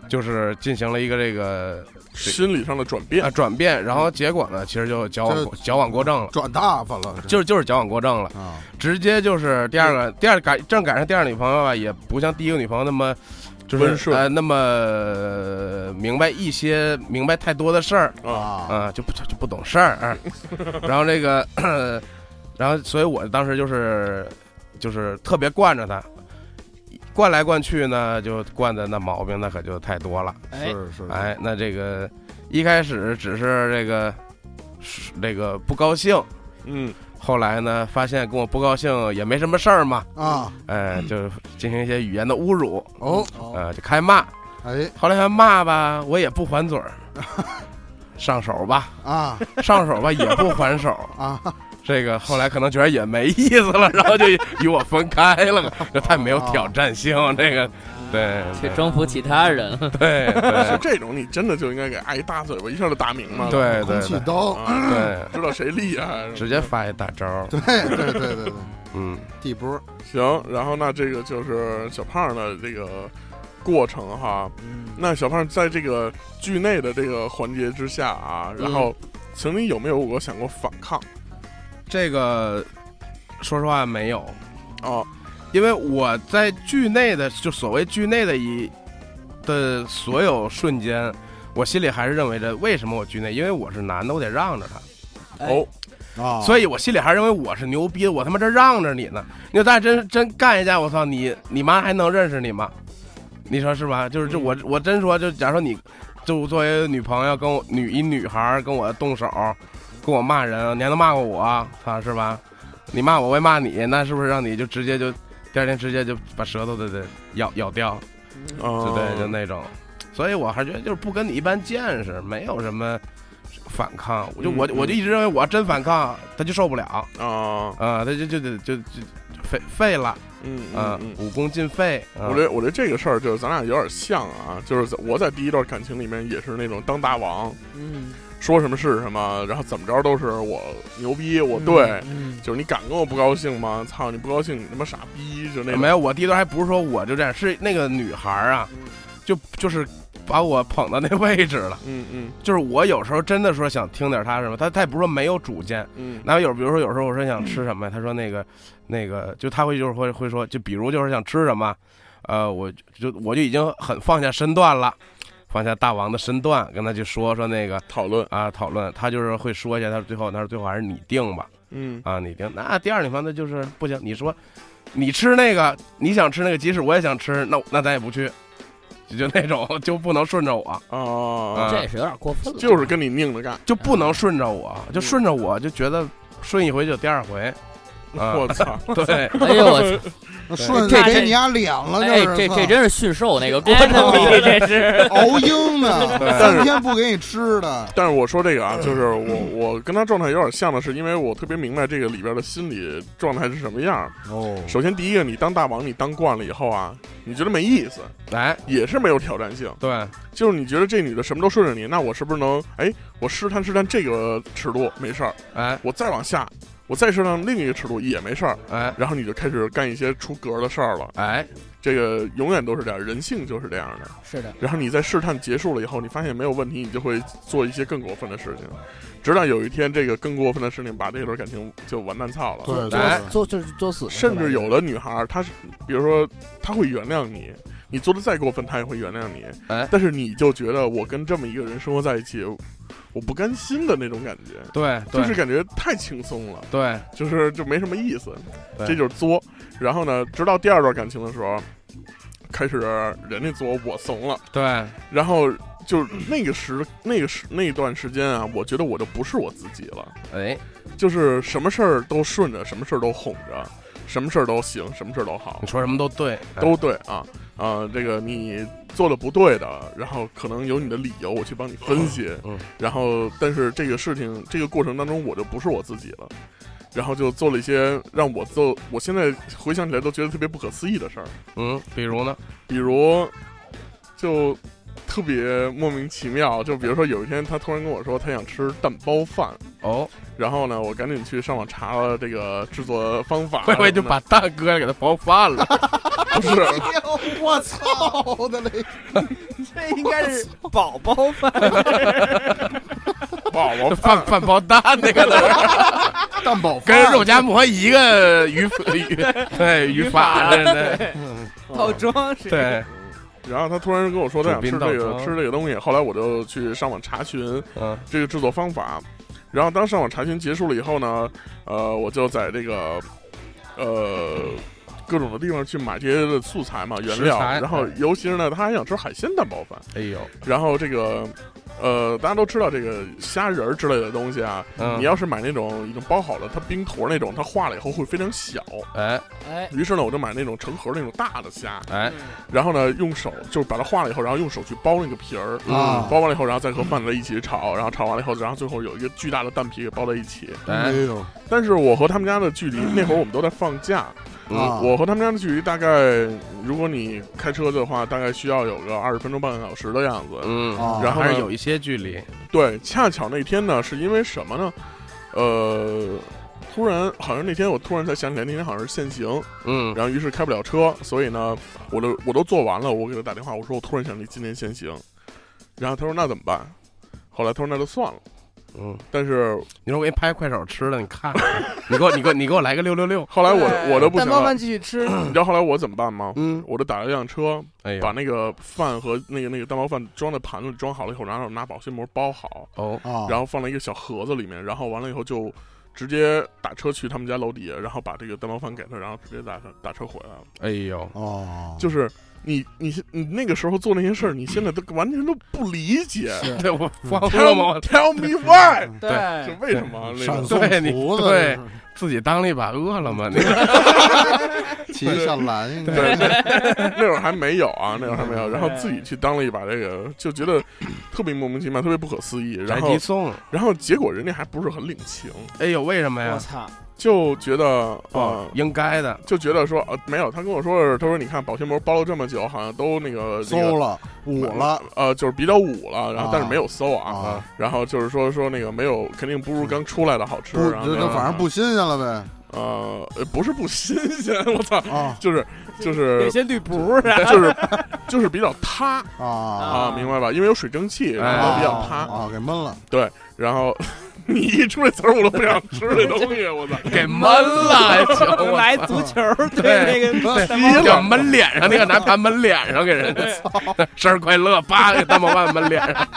[SPEAKER 4] 就是进行了一个这个
[SPEAKER 2] 心理上的转变
[SPEAKER 4] 啊，转变，然后结果呢，其实就矫枉
[SPEAKER 5] 这
[SPEAKER 4] 过矫枉过正了。
[SPEAKER 5] 转大发了，
[SPEAKER 4] 就是就是矫枉过正了，
[SPEAKER 5] 啊，
[SPEAKER 4] 直接就是第二个第二赶正赶上第二个女朋友吧，也不像第一个女朋友那么就是
[SPEAKER 2] 温顺
[SPEAKER 4] 呃那么呃明白一些明白太多的事儿
[SPEAKER 2] 啊，
[SPEAKER 5] 啊，
[SPEAKER 4] 啊、就不就就不懂事儿、 啊然后这个，咳然后所以我当时就是就是特别惯着她，惯来惯去呢，就惯的那毛病那可就太多了。
[SPEAKER 3] 哎，
[SPEAKER 5] 是是，
[SPEAKER 4] 哎，那这个一开始只是这个是这个不高兴。
[SPEAKER 2] 嗯，
[SPEAKER 4] 后来呢，发现跟我不高兴也没什么事儿嘛，
[SPEAKER 5] 啊，
[SPEAKER 4] 哎，就进行一些语言的侮辱，
[SPEAKER 5] 哦，
[SPEAKER 4] 呃，就开骂。
[SPEAKER 5] 哎
[SPEAKER 4] 后来还骂吧，我也不还嘴儿，上手吧，
[SPEAKER 5] 啊
[SPEAKER 4] 上手吧也不还手。
[SPEAKER 5] 啊，
[SPEAKER 4] 这个后来可能觉得也没意思了，然后就与我分开了，这太没有挑战性，这个，对
[SPEAKER 6] 去 征
[SPEAKER 4] 啊
[SPEAKER 6] 服其他人，
[SPEAKER 4] 对
[SPEAKER 2] 是
[SPEAKER 4] 对
[SPEAKER 2] 这种你真的就应该给挨一大嘴巴，一下就打明白了，
[SPEAKER 4] 对
[SPEAKER 5] 空
[SPEAKER 4] 对
[SPEAKER 5] 气
[SPEAKER 4] 对
[SPEAKER 5] 刀，
[SPEAKER 2] 啊，
[SPEAKER 4] 对，
[SPEAKER 2] 知道谁厉 害，
[SPEAKER 4] 直接发一大招儿，
[SPEAKER 5] 对对对对对，
[SPEAKER 4] 嗯，
[SPEAKER 5] 地波，
[SPEAKER 2] 行，然后那这个就是小胖的这个过程哈。那小胖在这个剧内的这个环节之下啊，然后曾经有没有过想过反抗
[SPEAKER 4] 这个说实话没有，
[SPEAKER 2] 啊？
[SPEAKER 4] 因为我在剧内的就所谓剧内的一的所有瞬间，我心里还是认为着为什么我剧内，因为我是男的，我得让着他，
[SPEAKER 3] 哎
[SPEAKER 2] 哦，
[SPEAKER 5] 啊，
[SPEAKER 4] 所以我心里还是认为我是牛逼，我他妈这让着你呢。你说咱真真干一架，我操你你妈还能认识你吗？你说是吧？就是这我我真说，就假如说你就作为女朋友跟我女一女孩儿跟我动手，跟我骂人，你还能骂过我，操是吧？你骂我，我也骂你，那是不是让你就直接就第二天直接就把舌头的的咬咬掉，
[SPEAKER 2] 哦
[SPEAKER 4] 就对，就那种。所以我还觉得就是不跟你一般见识，没有什么反抗。我就我
[SPEAKER 2] 嗯
[SPEAKER 4] 我就一直认为我要真反抗，他就受不了啊、
[SPEAKER 2] 啊，
[SPEAKER 4] 他就就得就就就废废了
[SPEAKER 2] 嗯
[SPEAKER 4] 啊、
[SPEAKER 2] 嗯嗯。
[SPEAKER 4] 武功尽废。啊
[SPEAKER 2] 我觉得我觉得这个事儿就是咱俩有点像啊，就是在我在第一段感情里面也是那种当大王，
[SPEAKER 3] 嗯，
[SPEAKER 2] 说什么是什么，然后怎么着都是我牛逼，我对，
[SPEAKER 3] 嗯，
[SPEAKER 2] 就是你敢跟我不高兴吗？操，你不高兴，你他妈傻逼，就那种
[SPEAKER 4] 没有，我第一段还不是说我就这样，是那个女孩儿啊，就就是把我捧到那位置了。
[SPEAKER 2] 嗯嗯
[SPEAKER 4] 就是我有时候真的说想听点她什么，她她也不是说没有主见，
[SPEAKER 2] 嗯，
[SPEAKER 4] 那有比如说有时候我说想吃什么，她说那个那个就她会就是会会说，就比如就是想吃什么，呃，我就我就已经很放下身段了，放下大王的身段，跟她去说说那个
[SPEAKER 2] 讨论，
[SPEAKER 4] 啊讨论，她就是会说一下，她说最后她说最后还是你定吧。
[SPEAKER 2] 嗯
[SPEAKER 4] 啊，你定。那第二种方的就是不行，你说你吃那个，你想吃那个，即使我也想吃，那那咱也不去，就就那种就不能顺着我，
[SPEAKER 2] 啊，
[SPEAKER 6] 这是有点过分了。
[SPEAKER 2] 就是跟你拧着干，
[SPEAKER 4] 就不能顺着我，
[SPEAKER 2] 嗯
[SPEAKER 4] 就顺着我就觉得顺一回就第二回，啊
[SPEAKER 2] 我 操，
[SPEAKER 4] 对，
[SPEAKER 6] 哎呦
[SPEAKER 5] 那
[SPEAKER 6] 我操，
[SPEAKER 5] 顺
[SPEAKER 6] 这
[SPEAKER 5] 着给
[SPEAKER 6] 这
[SPEAKER 5] 你压脸了，就
[SPEAKER 6] 哎，
[SPEAKER 5] 是
[SPEAKER 6] 这
[SPEAKER 5] 操
[SPEAKER 6] 这真是驯兽那个过程。啊
[SPEAKER 3] enemy 这是，
[SPEAKER 5] 熬 鹰呢，
[SPEAKER 4] 对
[SPEAKER 5] 三天不给你吃的，
[SPEAKER 2] 但是我说这个啊，就是我我跟他状态有点像的是，因为我特别明白这个里边的心理状态是什么样。
[SPEAKER 5] 哦
[SPEAKER 2] 首先第一个，你当大王，你当惯了以后啊，你觉得没意思，
[SPEAKER 4] 来，
[SPEAKER 2] 也是没有挑战性。
[SPEAKER 4] 哎对，
[SPEAKER 2] 就是你觉得这女的什么都顺着你，那我是不是能哎，我试探试探这个尺度没事儿，
[SPEAKER 4] 哎
[SPEAKER 2] 我再往下，我再试探另一个尺度也没事儿，
[SPEAKER 4] 哎
[SPEAKER 2] 然后你就开始干一些出格的事儿了。
[SPEAKER 4] 哎，
[SPEAKER 2] 这个永远都是这样，人性就是这样的。
[SPEAKER 6] 是的，
[SPEAKER 2] 然后你在试探结束了以后，你发现没有问题，你就会做一些更过分的事情，直到有一天这个更过分的事情把这段感情就完蛋操了。
[SPEAKER 5] 对
[SPEAKER 4] 哎
[SPEAKER 5] 对，
[SPEAKER 3] 作就是作死，
[SPEAKER 2] 甚至有的女孩儿，她是比如说她会原谅你，你做的再过分，她也会原谅你。
[SPEAKER 4] 哎
[SPEAKER 2] 但是你就觉得我跟这么一个人生活在一起，我不甘心的那种感觉。
[SPEAKER 4] 对
[SPEAKER 2] 就
[SPEAKER 4] 对
[SPEAKER 2] 是感觉太轻松了，
[SPEAKER 4] 对，
[SPEAKER 2] 就是就没什么意思，
[SPEAKER 4] 对
[SPEAKER 2] 这就是作。然后呢，直到第二段感情的时候，开始人家作我怂了，
[SPEAKER 4] 对
[SPEAKER 2] 然后就是那个时那个时那段时间啊，我觉得我就不是我自己了，
[SPEAKER 4] 哎
[SPEAKER 2] 就是什么事儿都顺着，什么事儿都哄着，什么事儿都行，什么事儿都好
[SPEAKER 4] 你，说什么都对，哎
[SPEAKER 2] 都对啊啊、这个你做的不对的，然后可能有你的理由，我去帮你分析，
[SPEAKER 4] 嗯
[SPEAKER 2] 然后但是这个事情这个过程当中，我就不是我自己了。然后就做了一些让我做，我现在回想起来都觉得特别不可思议的事儿，
[SPEAKER 4] 嗯，比如呢，
[SPEAKER 2] 比如就特别莫名其妙，就比如说有一天他突然跟我说他想吃蛋包饭，
[SPEAKER 4] 哦，
[SPEAKER 2] 然后呢，我赶紧去上网查了这个制作方 法，
[SPEAKER 4] 会不会就把蛋割了给他包饭了？
[SPEAKER 2] 不是
[SPEAKER 5] 哎我操的嘞！
[SPEAKER 3] 这应该是宝宝饭，
[SPEAKER 2] 宝宝
[SPEAKER 4] 饭饭包蛋那个了。
[SPEAKER 5] 蛋宝
[SPEAKER 4] 跟肉夹馍一个语法语，对语法真的，
[SPEAKER 3] 嗯套装是，
[SPEAKER 4] 对，
[SPEAKER 2] 然后他突然跟我说他想吃这
[SPEAKER 4] 煮冰
[SPEAKER 2] 个
[SPEAKER 4] 豆
[SPEAKER 2] 吃这个东西，后来我就去上网查询
[SPEAKER 4] 嗯
[SPEAKER 2] 这个制作方法。然后当上网查询结束了以后呢，呃，我就在这个呃各种的地方去买这些的素材嘛原料
[SPEAKER 4] 食，材
[SPEAKER 2] 然后
[SPEAKER 4] 嗯
[SPEAKER 2] 尤其是呢，他还想吃海鲜蛋包饭。
[SPEAKER 4] 哎呦，
[SPEAKER 2] 然后这个呃，大家都知道这个虾仁儿之类的东西啊，
[SPEAKER 4] 嗯
[SPEAKER 2] 你要是买那种已经包好了，它冰坨儿那种，它化了以后会非常小。
[SPEAKER 4] 哎
[SPEAKER 6] 哎，
[SPEAKER 2] 于是呢，我就买那种成盒儿那种大的虾，
[SPEAKER 4] 哎，
[SPEAKER 2] 然后呢，用手就是把它化了以后，然后用手去剥那个皮儿，
[SPEAKER 5] 啊
[SPEAKER 2] 剥完了以后，然后再和饭在一起炒，然后炒完了以后，然后最后有一个巨大的蛋皮给包在一起。
[SPEAKER 5] 哎
[SPEAKER 4] 哎，
[SPEAKER 5] 呦
[SPEAKER 2] 但是我和他们家的距离，那会儿我们都在放假，
[SPEAKER 5] 啊！
[SPEAKER 2] 我和他们家的距离大概，如果你开车的话，大概需要有个二十分钟半个小时的样子。
[SPEAKER 4] 嗯，
[SPEAKER 5] 啊
[SPEAKER 4] 然后还是有一些距离，
[SPEAKER 2] 对，恰巧那天呢，是因为什么呢？呃，突然好像那天我突然才想起来，那天好像是限行，
[SPEAKER 4] 嗯
[SPEAKER 2] 然后于是开不了车，所以呢，我都我都做完了，我给他打电话，我说我突然想离今年限行，然后他说那怎么办？后来他说那就算了，
[SPEAKER 4] 嗯，
[SPEAKER 2] 但是
[SPEAKER 4] 你说我给你拍快手吃的，你看，你给我，你给我，你给我来个六六六，
[SPEAKER 2] 后来我我都不
[SPEAKER 3] 蛋
[SPEAKER 2] 行
[SPEAKER 3] 包
[SPEAKER 2] 了，
[SPEAKER 3] 饭继 续吃，
[SPEAKER 2] 你知道后来我怎么办吗？
[SPEAKER 4] 嗯，
[SPEAKER 2] 我就打了辆车，
[SPEAKER 4] 哎
[SPEAKER 2] 把
[SPEAKER 4] 呦，
[SPEAKER 2] 那个饭和那个那个蛋包饭装在盘子里装好了以后，然后拿保鲜膜包好，
[SPEAKER 4] 哦，
[SPEAKER 5] 啊，
[SPEAKER 2] 然后放在一个小盒子里面，然后完了以后就直接打车去他们家楼底下，然后把这个蛋包饭给他，然后直接打车打车回来了。
[SPEAKER 4] 哎呦，
[SPEAKER 5] 哦，
[SPEAKER 2] 就是你你你那个时候做那些事儿，你现在都完全都不理解。
[SPEAKER 4] 对我
[SPEAKER 2] 嗯
[SPEAKER 4] 慌了
[SPEAKER 2] Tell
[SPEAKER 4] 嘛，我
[SPEAKER 2] tell me why，
[SPEAKER 3] 对
[SPEAKER 2] 就为什么那
[SPEAKER 5] 闪
[SPEAKER 2] 个？
[SPEAKER 5] 送
[SPEAKER 4] 对你
[SPEAKER 5] 厨子，
[SPEAKER 4] 对自己当了一把饿了么，那个
[SPEAKER 5] 骑下蓝应该
[SPEAKER 2] 对，那会儿还没有啊，那会儿还没有，然后自己去当了一把这个，就觉得特别莫名其妙，特别不可思议。 然
[SPEAKER 4] 宅
[SPEAKER 2] 后
[SPEAKER 4] 急送。
[SPEAKER 2] 然后结果人家还不是很领情，
[SPEAKER 4] 哎呦，为什么
[SPEAKER 3] 我
[SPEAKER 4] 呀？
[SPEAKER 3] 操，
[SPEAKER 2] 就觉得啊
[SPEAKER 4] 哦，，应该的。
[SPEAKER 2] 就觉得说呃没有，他跟我说是，他说你看保鲜膜包了这么久，好像都那个
[SPEAKER 5] 馊了，
[SPEAKER 2] 那
[SPEAKER 5] 捂
[SPEAKER 2] 个
[SPEAKER 5] 了，，
[SPEAKER 2] 呃，就是比较捂了，然后
[SPEAKER 5] 啊
[SPEAKER 2] 但是没有馊啊，
[SPEAKER 5] 啊，
[SPEAKER 2] 然后就是说说那个没有，肯定不如刚出来的好吃，
[SPEAKER 5] 不，
[SPEAKER 2] 然后
[SPEAKER 5] 就
[SPEAKER 2] 那个
[SPEAKER 5] 就反正不新鲜了呗，
[SPEAKER 2] 呃呃不是不新鲜，我 操，
[SPEAKER 5] 啊
[SPEAKER 2] 就是就是
[SPEAKER 3] 些绿不是
[SPEAKER 2] 就是就是比较塌
[SPEAKER 5] 啊，
[SPEAKER 2] 啊，明白吧？因为有水蒸气，然后
[SPEAKER 4] 哎
[SPEAKER 2] 比较
[SPEAKER 5] 啊
[SPEAKER 2] 塌，
[SPEAKER 5] 啊，给闷了，
[SPEAKER 2] 然后 你一出这词儿我都不想吃这东西，我操！
[SPEAKER 4] 给闷了，行，哎我
[SPEAKER 3] 来足球 对那
[SPEAKER 4] 对
[SPEAKER 3] 个
[SPEAKER 4] 对，就闷脸上啊那个拿盘闷脸上给人家， 生日快乐，叭给蛋包饭闷脸上，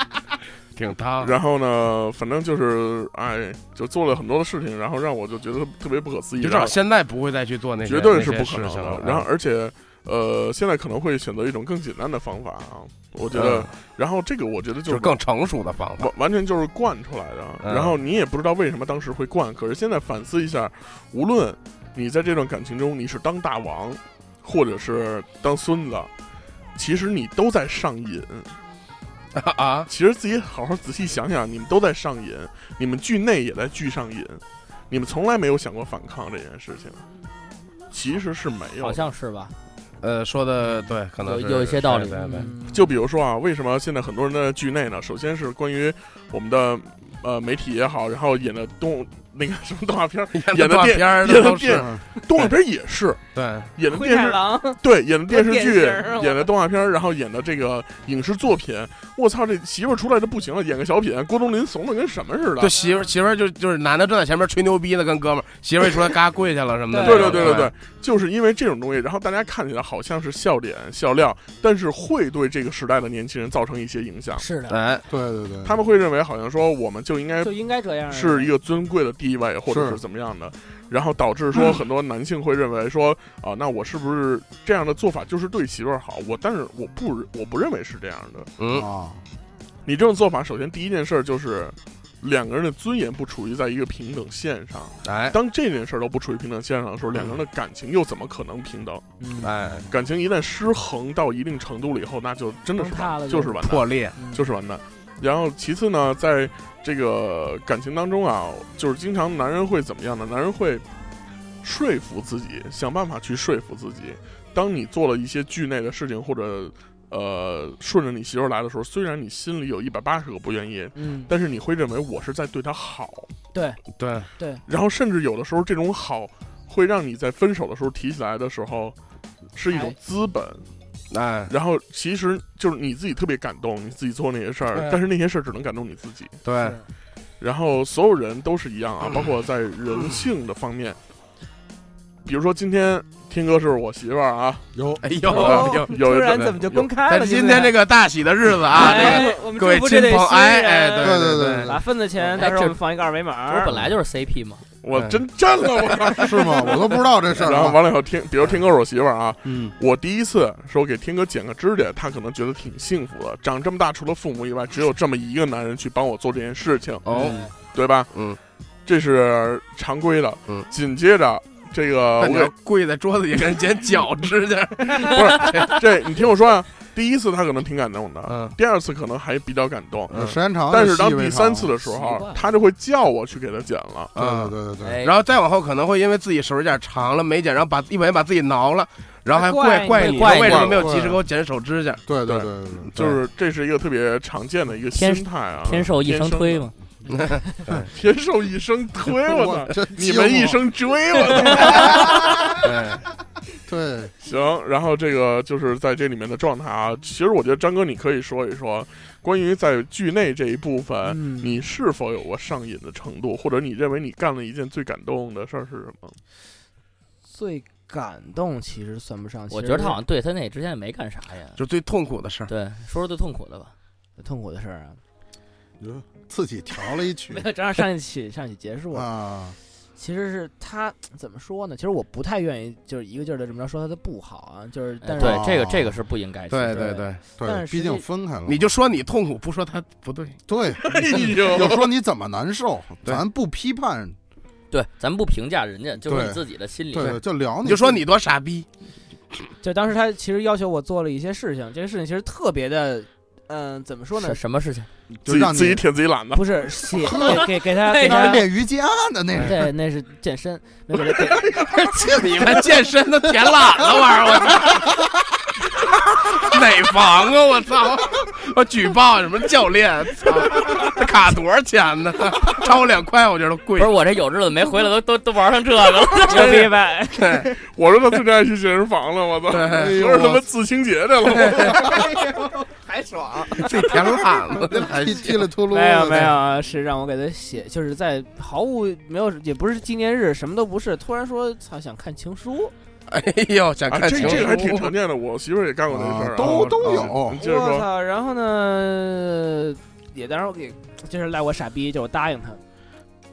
[SPEAKER 4] 挺烫。
[SPEAKER 2] 然后呢，反正就是哎，就做了很多的事情，然后让我就觉得特别不可思议，
[SPEAKER 4] 就至
[SPEAKER 2] 然后
[SPEAKER 4] 少现在不会再去做那些，
[SPEAKER 2] 绝对是
[SPEAKER 4] 那
[SPEAKER 2] 不
[SPEAKER 4] 些
[SPEAKER 2] 可
[SPEAKER 4] 事
[SPEAKER 2] 能
[SPEAKER 4] 情
[SPEAKER 2] 的
[SPEAKER 4] 了。。啊
[SPEAKER 2] 然后而且呃，现在可能会选择一种更简单的方法啊，我觉得
[SPEAKER 4] 嗯。
[SPEAKER 2] 然后这个我觉得就是
[SPEAKER 4] 就
[SPEAKER 2] 是
[SPEAKER 4] 更成熟的方法
[SPEAKER 2] 完。完全就是惯出来的，啊
[SPEAKER 4] 嗯
[SPEAKER 2] 然后你也不知道为什么当时会惯，可是现在反思一下，无论你在这段感情中你是当大王，或者是当孙子，其实你都在上瘾。
[SPEAKER 4] 啊，
[SPEAKER 2] 其实自己好好仔细想想，你们都在上瘾，你们剧内也在剧上瘾，你们从来没有想过反抗这件事情，其实是没有
[SPEAKER 6] 好
[SPEAKER 2] 的。
[SPEAKER 6] 像是吧？
[SPEAKER 4] 呃，说的对，可能
[SPEAKER 6] 有
[SPEAKER 4] 是
[SPEAKER 6] 有一些道理嗯
[SPEAKER 4] 对对对
[SPEAKER 2] 就比如说啊，为什么现在很多人在剧内呢？首先是关于我们的呃媒体也好，然后演的动那个什么动画片 儿、演的
[SPEAKER 4] 动画
[SPEAKER 2] 电
[SPEAKER 4] 片儿
[SPEAKER 2] 演的
[SPEAKER 4] 都
[SPEAKER 2] 电
[SPEAKER 4] 是
[SPEAKER 2] 动画片儿也是
[SPEAKER 4] 对，
[SPEAKER 2] 演的
[SPEAKER 3] 灰
[SPEAKER 2] 电
[SPEAKER 3] 太
[SPEAKER 2] 视
[SPEAKER 3] 狼，
[SPEAKER 2] 对演的电视
[SPEAKER 3] 电
[SPEAKER 2] 剧
[SPEAKER 3] 视儿、
[SPEAKER 2] 演的动画片儿，然后演的这个影视作品。我操，这媳妇儿出来就不行了，演个小品，郭冬临怂的跟什么似的
[SPEAKER 4] 就。媳妇儿媳妇儿就就是男的正在前面吹牛逼呢，跟哥们儿媳妇儿一出来嘎跪下了什么的，
[SPEAKER 2] 对
[SPEAKER 4] 对
[SPEAKER 2] 对对对对，，就是因为这种东西，然后大家看起来好像是笑点笑料，但是会对这个时代的年轻人造成一些影响。
[SPEAKER 3] 是的，
[SPEAKER 4] 哎，
[SPEAKER 5] 对对对，
[SPEAKER 2] 他们会认为好像说我们就应该
[SPEAKER 3] 就应该这样，
[SPEAKER 2] 是一个尊贵的地位，或者是怎么样的，然后导致说很多男性会认为说啊，那我是不是这样的做法就是对媳妇儿好？我但是我不我不认为是这样的。
[SPEAKER 4] 嗯，
[SPEAKER 5] 啊，
[SPEAKER 2] 你这种做法，首先第一件事儿就是两个人的尊严不处于在一个平等线上。
[SPEAKER 4] 哎
[SPEAKER 2] 当这件事儿都不处于平等线上的时候，两个人的感情又怎么可能平等？
[SPEAKER 3] 嗯
[SPEAKER 4] 哎，
[SPEAKER 2] 感情一旦失衡到一定程度了以后，那就真的是
[SPEAKER 3] 崩塌
[SPEAKER 2] 完
[SPEAKER 3] 了嗯就嗯
[SPEAKER 2] 就是完蛋，
[SPEAKER 4] 破裂，
[SPEAKER 2] 就是完蛋。然后其次呢，在这个感情当中啊，就是经常男人会怎么样呢？男人会说服自己，想办法去说服自己。当你做了一些剧内的事情，或者呃顺着你媳妇儿来的时候，虽然你心里有一百八十个不愿意，
[SPEAKER 3] 嗯，
[SPEAKER 2] 但是你会认为我是在对她好。
[SPEAKER 4] 对，
[SPEAKER 2] 然后甚至有的时候这种好，会让你在分手的时候提起来的时候，是一种
[SPEAKER 3] 哎
[SPEAKER 2] 资本。
[SPEAKER 4] 哎，
[SPEAKER 2] 然后其实就是你自己特别感动，你自己做那些事
[SPEAKER 4] 对
[SPEAKER 2] 儿，但是那些事儿只能感动你自己。
[SPEAKER 4] 对，
[SPEAKER 2] 然后所有人都是一样
[SPEAKER 4] 嗯
[SPEAKER 2] 啊，包括在人性的方 面，比如说今天天哥是我媳妇儿啊，
[SPEAKER 5] 有
[SPEAKER 4] 哎
[SPEAKER 3] 哦
[SPEAKER 4] 呦，有
[SPEAKER 2] 有
[SPEAKER 3] 突
[SPEAKER 2] 一
[SPEAKER 3] 然
[SPEAKER 2] 个
[SPEAKER 3] 怎么就公开
[SPEAKER 4] 咱
[SPEAKER 3] 了？
[SPEAKER 4] 今天这
[SPEAKER 3] 个
[SPEAKER 4] 个大喜的日子啊，这个
[SPEAKER 3] 哎，我们
[SPEAKER 4] 各位
[SPEAKER 3] 祝福
[SPEAKER 4] 亲
[SPEAKER 3] 这对
[SPEAKER 4] 朋，
[SPEAKER 3] 新
[SPEAKER 4] 哎
[SPEAKER 3] 人
[SPEAKER 4] 哎，
[SPEAKER 5] 对
[SPEAKER 4] 对
[SPEAKER 5] 对对
[SPEAKER 3] 把份子钱，
[SPEAKER 6] 哎
[SPEAKER 3] 到时候
[SPEAKER 6] 这
[SPEAKER 3] 我们放一个二维码
[SPEAKER 6] 不是。本来就是 CP 嘛，
[SPEAKER 4] 嗯
[SPEAKER 2] 我真震了我。
[SPEAKER 5] 是吗？我都不知道这事儿。
[SPEAKER 2] 然后，完了以后，天，比如天哥是我媳妇儿啊，
[SPEAKER 5] 嗯，
[SPEAKER 2] 我第一次说给天哥剪个指甲，他可能觉得挺幸福的。长这么大，除了父母以外，只有这么一个男人去帮我做这件事情，
[SPEAKER 4] 哦，
[SPEAKER 2] 对吧？
[SPEAKER 4] 嗯，
[SPEAKER 2] 这是常规的。
[SPEAKER 4] 嗯，
[SPEAKER 2] 紧接着这个我
[SPEAKER 4] 那你要
[SPEAKER 2] 给
[SPEAKER 4] 跪在桌子底下给人剪脚趾去，
[SPEAKER 2] 这，你听我说啊，第一次他可能挺感动的，
[SPEAKER 4] 嗯
[SPEAKER 2] 第二次可能还比较感动，
[SPEAKER 4] 嗯
[SPEAKER 5] 时间长了
[SPEAKER 2] 但
[SPEAKER 5] 就是习以
[SPEAKER 2] 当
[SPEAKER 5] 为
[SPEAKER 2] 第
[SPEAKER 5] 常了，
[SPEAKER 2] 三次的时
[SPEAKER 6] 习
[SPEAKER 2] 候
[SPEAKER 6] 惯，
[SPEAKER 2] 他就会叫我去给他剪了。
[SPEAKER 4] 嗯
[SPEAKER 5] 对，对对对对，
[SPEAKER 6] 哎
[SPEAKER 4] 然后再往后可能会因为自己手指甲长了没剪，然后把一不小心把自己挠了，然后还怪
[SPEAKER 3] 怪
[SPEAKER 4] 你
[SPEAKER 6] 怪你
[SPEAKER 4] 为什么没有
[SPEAKER 5] 怪
[SPEAKER 4] 及时给我剪手指甲，
[SPEAKER 5] 对对
[SPEAKER 2] 对
[SPEAKER 5] 对对对，
[SPEAKER 2] 就是这是一个特别常见的一个
[SPEAKER 6] 天
[SPEAKER 2] 心态啊，
[SPEAKER 6] 天授一生推嘛，
[SPEAKER 2] 天授一生推， 我操！
[SPEAKER 5] 真
[SPEAKER 2] 你们一
[SPEAKER 5] 寂寞
[SPEAKER 2] 生追我操！
[SPEAKER 4] 对，
[SPEAKER 5] 对
[SPEAKER 2] 行，然后这个就是在这里面的状态啊。其实我觉得张哥，你可以说一说关于在剧内这一部分，
[SPEAKER 3] 嗯
[SPEAKER 2] 你是否有过上瘾的程度，或者你认为你干了一件最感动的事儿是什么？
[SPEAKER 3] 最感动其实算不上，
[SPEAKER 6] 我
[SPEAKER 3] 其
[SPEAKER 6] 觉
[SPEAKER 3] 实
[SPEAKER 6] 得他好像对他那之前也没干啥呀。
[SPEAKER 4] 就是最痛苦的事儿。
[SPEAKER 6] 对，说说最痛苦的 吧。
[SPEAKER 3] 痛苦的事儿啊，啊
[SPEAKER 5] 自己调了一 曲
[SPEAKER 3] 没有，正好上一期上一期结束了，
[SPEAKER 5] 啊，
[SPEAKER 3] 其实是他怎么说呢？其实我不太愿意就是一个劲儿的这么着说他的不好啊，就是但是
[SPEAKER 6] 哎对，这个
[SPEAKER 5] 哦
[SPEAKER 6] 这个是不应该。
[SPEAKER 4] 对
[SPEAKER 6] 其实
[SPEAKER 4] 对对，
[SPEAKER 3] 但
[SPEAKER 5] 对，
[SPEAKER 3] 是
[SPEAKER 5] 毕
[SPEAKER 3] 实
[SPEAKER 5] 竟
[SPEAKER 3] 际
[SPEAKER 5] 分
[SPEAKER 2] 嗯
[SPEAKER 5] 开了，
[SPEAKER 4] 你就说你痛苦，不说他不对。
[SPEAKER 5] 对，
[SPEAKER 2] 哎呦
[SPEAKER 5] 就说你怎么难受，
[SPEAKER 4] 对
[SPEAKER 5] 咱不批判，
[SPEAKER 6] 对，咱们不评价人家，就说
[SPEAKER 5] 对
[SPEAKER 6] 你自己的心理。
[SPEAKER 5] 对，对就聊
[SPEAKER 4] 你
[SPEAKER 5] 你，
[SPEAKER 4] 就说你，多 傻逼，
[SPEAKER 3] 就当时他其实要求我做了一些事情，这些事情其实特别的，嗯、怎么说呢
[SPEAKER 6] 什？什么事情？
[SPEAKER 2] 自
[SPEAKER 5] 就
[SPEAKER 2] 己
[SPEAKER 5] 让你
[SPEAKER 2] 自己舔自己懒的。
[SPEAKER 3] 不是 写给给给他给
[SPEAKER 5] 那
[SPEAKER 3] 他，
[SPEAKER 5] 是练瑜伽的那是，
[SPEAKER 3] 对，那是健身，没 有给他给
[SPEAKER 4] 你们健身都舔懒了玩意儿，我操！ 哪房啊，我操！我举报什么教练？操，这卡多少钱呢？ 超两块我觉得贵
[SPEAKER 6] 不是。我这有日子没回来，都都都玩上这 个了。
[SPEAKER 3] 牛逼 呗！
[SPEAKER 4] 对
[SPEAKER 2] 我说他最爱去健身房了，我操！
[SPEAKER 4] 哎
[SPEAKER 2] 我
[SPEAKER 4] 呦
[SPEAKER 2] 说他妈自清洁去了，
[SPEAKER 3] 还爽。
[SPEAKER 4] 自己舔 懒了，这 还
[SPEAKER 5] 踢踢了秃噜，
[SPEAKER 3] 没有没有，啊，是让我给他写，就是在毫无没有，也不是纪念日，什么都不是，突然说操想看情书，
[SPEAKER 4] 哎呦，想
[SPEAKER 2] 啊
[SPEAKER 4] 看
[SPEAKER 2] 这
[SPEAKER 4] 情
[SPEAKER 2] 这个还挺
[SPEAKER 4] 书
[SPEAKER 2] 常。见的。我媳妇儿也干过这事儿啊，
[SPEAKER 5] 啊都
[SPEAKER 2] 啊
[SPEAKER 5] 都有
[SPEAKER 2] 啊你接着
[SPEAKER 3] 我
[SPEAKER 2] 说，
[SPEAKER 3] 操！然后呢，也当时我给就是赖我傻逼，就我答应他，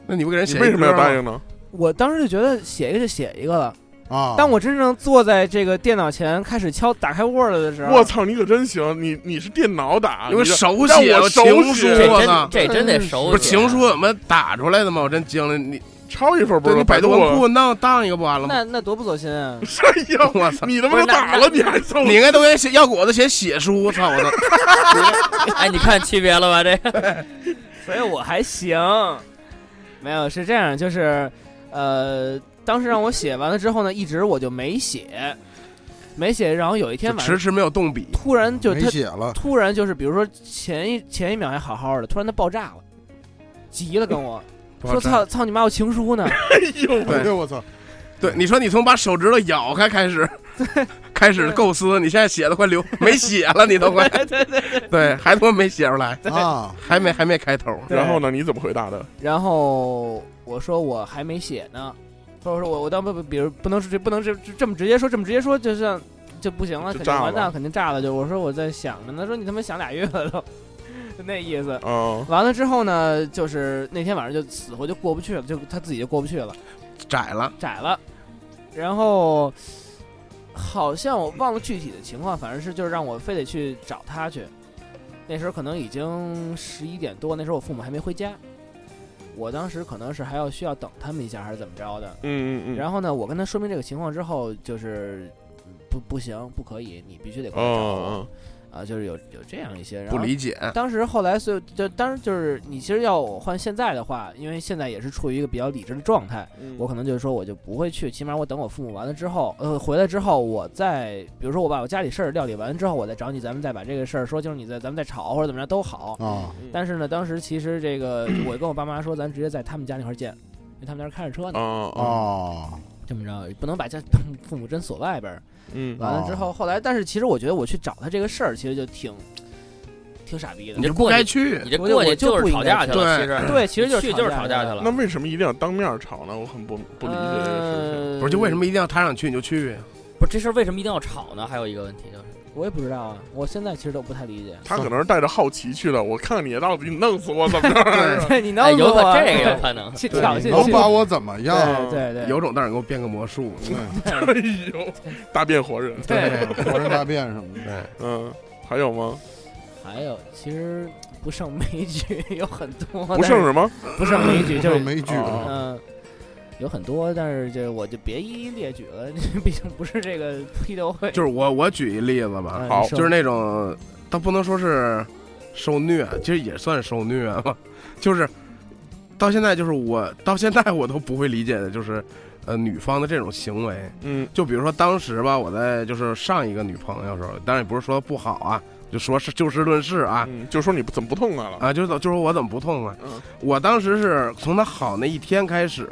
[SPEAKER 4] 那你不给人
[SPEAKER 2] 你
[SPEAKER 4] 写？
[SPEAKER 2] 为什么要答？应呢？
[SPEAKER 3] 我当时就觉得写一个就写一个了。
[SPEAKER 5] 啊！
[SPEAKER 3] 当我真正坐在这个电脑前开始敲打开 Word 的时候，
[SPEAKER 2] 我！操，你可真行！你你是电脑打，
[SPEAKER 4] 因为
[SPEAKER 2] 你是
[SPEAKER 4] 手
[SPEAKER 2] 让
[SPEAKER 4] 写
[SPEAKER 2] 我手
[SPEAKER 4] 情书
[SPEAKER 2] 写，
[SPEAKER 6] 这
[SPEAKER 4] 我
[SPEAKER 6] 真
[SPEAKER 4] 操！
[SPEAKER 6] 这真得熟。啊
[SPEAKER 4] 不是情书怎么打出来的吗？我真惊了，你
[SPEAKER 2] 抄一份不
[SPEAKER 4] 对
[SPEAKER 2] 是
[SPEAKER 4] 你百度文
[SPEAKER 2] 啊
[SPEAKER 4] 库弄当一个不完了吗？
[SPEAKER 3] 那那多不走心啊！
[SPEAKER 2] 哎呀，
[SPEAKER 4] 我操！
[SPEAKER 2] 你他妈都打了，你还送？
[SPEAKER 4] 你应该都给写，要不我都写写书，我操我都。
[SPEAKER 6] 哎，你看区别了吧？这个
[SPEAKER 3] 所以我还行，没有是这样，就是呃，当时让我写完了之后呢，一直我就没写，没写，然后有一天
[SPEAKER 4] 就
[SPEAKER 3] 晚
[SPEAKER 4] 迟
[SPEAKER 3] 上
[SPEAKER 4] 迟没有动笔。
[SPEAKER 3] 突然就
[SPEAKER 5] 没
[SPEAKER 3] 他
[SPEAKER 5] 写了，
[SPEAKER 3] 突然就是，比如说前一前一秒还好好的，突然他爆炸了，急了跟我说：“操操你妈，我情书呢
[SPEAKER 2] 哎 呦，
[SPEAKER 4] 对
[SPEAKER 5] 哎呦我操，
[SPEAKER 4] 对，你说你从把手指头咬开开始，开始构思，你现在写的快流没写了，你都快对对对还他妈没写出来，
[SPEAKER 5] 啊，
[SPEAKER 4] 还没还没开头。
[SPEAKER 3] 对
[SPEAKER 2] 然后呢？你怎么回答的？”
[SPEAKER 3] 然后我说：“我还没写呢。”或者说我我当不不，比如不能这不能这这么直接说，这么直接说就像就不行了，
[SPEAKER 2] 就
[SPEAKER 3] 肯定
[SPEAKER 2] 炸了
[SPEAKER 3] 完蛋，肯定炸了。就我说我在想着呢，他说你他妈想俩月了都， 就那意思。
[SPEAKER 2] 啊，
[SPEAKER 3] 完了之后呢，就是那天晚上就死活就过不去了，就他自己就过不去了。
[SPEAKER 4] 窄了，
[SPEAKER 3] 窄了，然后好像我忘了具体的情况，反正是就是让我非得去找他去。那时候可能已经十一点多，那时候我父母还没回家，我当时可能是还要需要等他们一下，还是怎么着的。
[SPEAKER 2] 嗯嗯嗯，
[SPEAKER 3] 然后呢，我跟他说明这个情况之后，就是嗯不不行，不可以，你必须得过来找我
[SPEAKER 2] 哦，
[SPEAKER 3] 啊，就是有有这样一些。然
[SPEAKER 4] 不
[SPEAKER 3] 后
[SPEAKER 4] 理解。
[SPEAKER 3] 当时后来，所以就当时就是你其实要我换现在的话，因为现在也是处于一个比较理智的状态，
[SPEAKER 2] 嗯
[SPEAKER 3] 我可能就是说我就不会去，起码我等我父母完了之后，呃，回来之后，我再比如说我把我家里事儿料理完之后，我再找你，咱们再把这个事儿说清楚，你再咱们再吵或者怎么着都
[SPEAKER 6] 嗯
[SPEAKER 3] 好。
[SPEAKER 5] 啊，
[SPEAKER 3] 哦
[SPEAKER 2] 嗯
[SPEAKER 3] 但是呢，当时其实这个我跟我爸妈说，咱直接在他们家那块儿见，因为他们那儿开着车呢，
[SPEAKER 2] 啊啊，
[SPEAKER 5] 哦，
[SPEAKER 3] 这么着不能把家父母真锁外边儿。
[SPEAKER 2] 嗯，
[SPEAKER 3] 完了之
[SPEAKER 4] 哦
[SPEAKER 3] 后，后来但是其实我觉得我去找他这个事儿，其实就挺挺傻逼的
[SPEAKER 6] 你。
[SPEAKER 4] 你
[SPEAKER 6] 这
[SPEAKER 4] 就不
[SPEAKER 6] 过
[SPEAKER 4] 该
[SPEAKER 6] 去，
[SPEAKER 4] 去
[SPEAKER 6] 你，这过去是吵架去了。其实
[SPEAKER 3] 对，其实就是
[SPEAKER 6] 去就是吵
[SPEAKER 3] 架
[SPEAKER 6] 架去。了
[SPEAKER 2] 那。为什么一定要当面吵呢？我很不不理解这个事情。
[SPEAKER 3] 呃
[SPEAKER 4] 不是就为什么一定要他想去你就去？
[SPEAKER 6] 不是这事儿为什么一定要吵呢？还有一个问题就是，
[SPEAKER 3] 我也不知道啊，我现在其实都不太理 解。
[SPEAKER 2] 他可能是带着好奇去的，我看看你到底弄死我怎么着？
[SPEAKER 3] 你
[SPEAKER 6] 哎，
[SPEAKER 3] 能
[SPEAKER 6] 有可
[SPEAKER 3] 我
[SPEAKER 6] 这个有可 能。
[SPEAKER 3] 去
[SPEAKER 4] 对
[SPEAKER 3] 挑
[SPEAKER 4] 你
[SPEAKER 3] 衅，
[SPEAKER 5] 能
[SPEAKER 3] 去
[SPEAKER 5] 把我怎么样？
[SPEAKER 3] 对对对，
[SPEAKER 4] 啊有种但是给我变个魔术。对
[SPEAKER 2] 哎呦，大变活人。
[SPEAKER 3] 对，
[SPEAKER 5] 活人大便什么的，
[SPEAKER 2] 嗯，还有吗？
[SPEAKER 3] 还有其实不胜枚举有很多，
[SPEAKER 4] 哦
[SPEAKER 2] 不胜什么？
[SPEAKER 3] 但是不胜枚举
[SPEAKER 5] 这
[SPEAKER 3] 就
[SPEAKER 5] 就是
[SPEAKER 3] 是
[SPEAKER 5] 没剧
[SPEAKER 2] 哦
[SPEAKER 3] 嗯。有很多，但是这我就别一一列举了， 毕竟不是这个批斗会。
[SPEAKER 4] 就是我我举一例子吧，
[SPEAKER 3] 嗯
[SPEAKER 2] 好
[SPEAKER 3] 你说
[SPEAKER 4] 就是那种，倒不能说是受虐，其实也算受虐吧。 就是到现在，就是我到现在我都不会理解的，就是呃女方的这种行为。
[SPEAKER 2] 嗯
[SPEAKER 4] 就比如说当时吧，我在就是上一个女朋友的时候，当然也不是说不好啊，就说是就事论事啊。
[SPEAKER 2] 嗯，就说你不怎么不痛快了？
[SPEAKER 4] 啊，就是就说我怎么不痛快、
[SPEAKER 2] 嗯
[SPEAKER 4] 我当时是从她好那一天开始，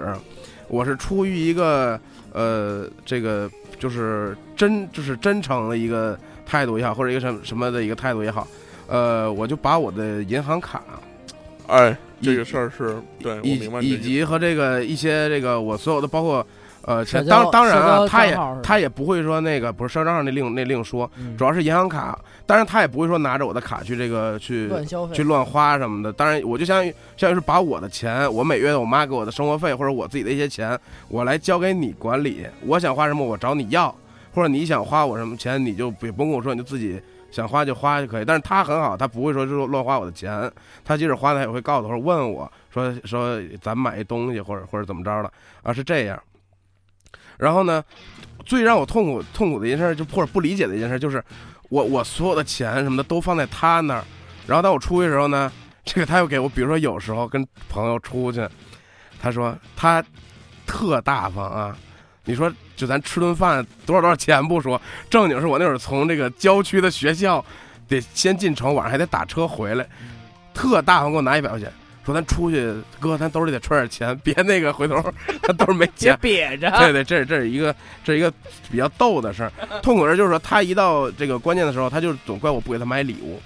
[SPEAKER 4] 我是出于一个呃，这个就是真就是真诚的一个态度也好，或者一个什么什么的一个态度也好，呃，我就把我的银行卡
[SPEAKER 2] 哎，
[SPEAKER 4] 以
[SPEAKER 2] 这个事儿是对我
[SPEAKER 4] 以
[SPEAKER 2] 明白你
[SPEAKER 4] 以
[SPEAKER 2] 的意思。
[SPEAKER 4] 及和这个一些这个我所有的包括呃，
[SPEAKER 3] 社
[SPEAKER 4] 钱
[SPEAKER 3] 交
[SPEAKER 4] 当当然
[SPEAKER 3] 社
[SPEAKER 4] 啊，
[SPEAKER 3] 交
[SPEAKER 4] 他也
[SPEAKER 3] 账号是吧
[SPEAKER 4] 他也不会说那个不是社交账号那另那另说，
[SPEAKER 3] 嗯
[SPEAKER 4] 主要是银行卡，当然他也不会说拿着我的卡去这个去
[SPEAKER 3] 乱消费
[SPEAKER 4] 去，乱花什么的。当然，我就相当于相当于是把我的钱，我每月我妈给我的生活费或者我自己的一些钱，我来交给你管理。我想花什么，我找你要，或者你想花我什么钱，你就别甭跟我说，你就自己想花就花就可以。但是他很好，他不会说就是乱花我的钱，他即使花呢，他也会告诉我或者问我说说咱买一东西或者或者怎么着了啊，是这样。然后呢，最让我痛苦痛苦的一件事儿，就或者不理解的一件事儿，就是我我所有的钱什么的都放在他那儿，然后当我出去的时候呢，这个他又给我，比如说有时候跟朋友出去，他说他特大方啊，你说就咱吃顿饭多少多少钱不说，正经是我那会儿从这个郊区的学校得先进城，晚上还得打车回来，特大方给我拿一百块钱。说咱出去，哥，咱兜里得揣点钱，别那个回头咱兜里没钱
[SPEAKER 3] 别，瘪着，
[SPEAKER 4] 对对，这是这是一个这是一个比较逗的事儿。痛苦的事儿就是说，他一到这个关键的时候，他就总怪我不给他买礼物，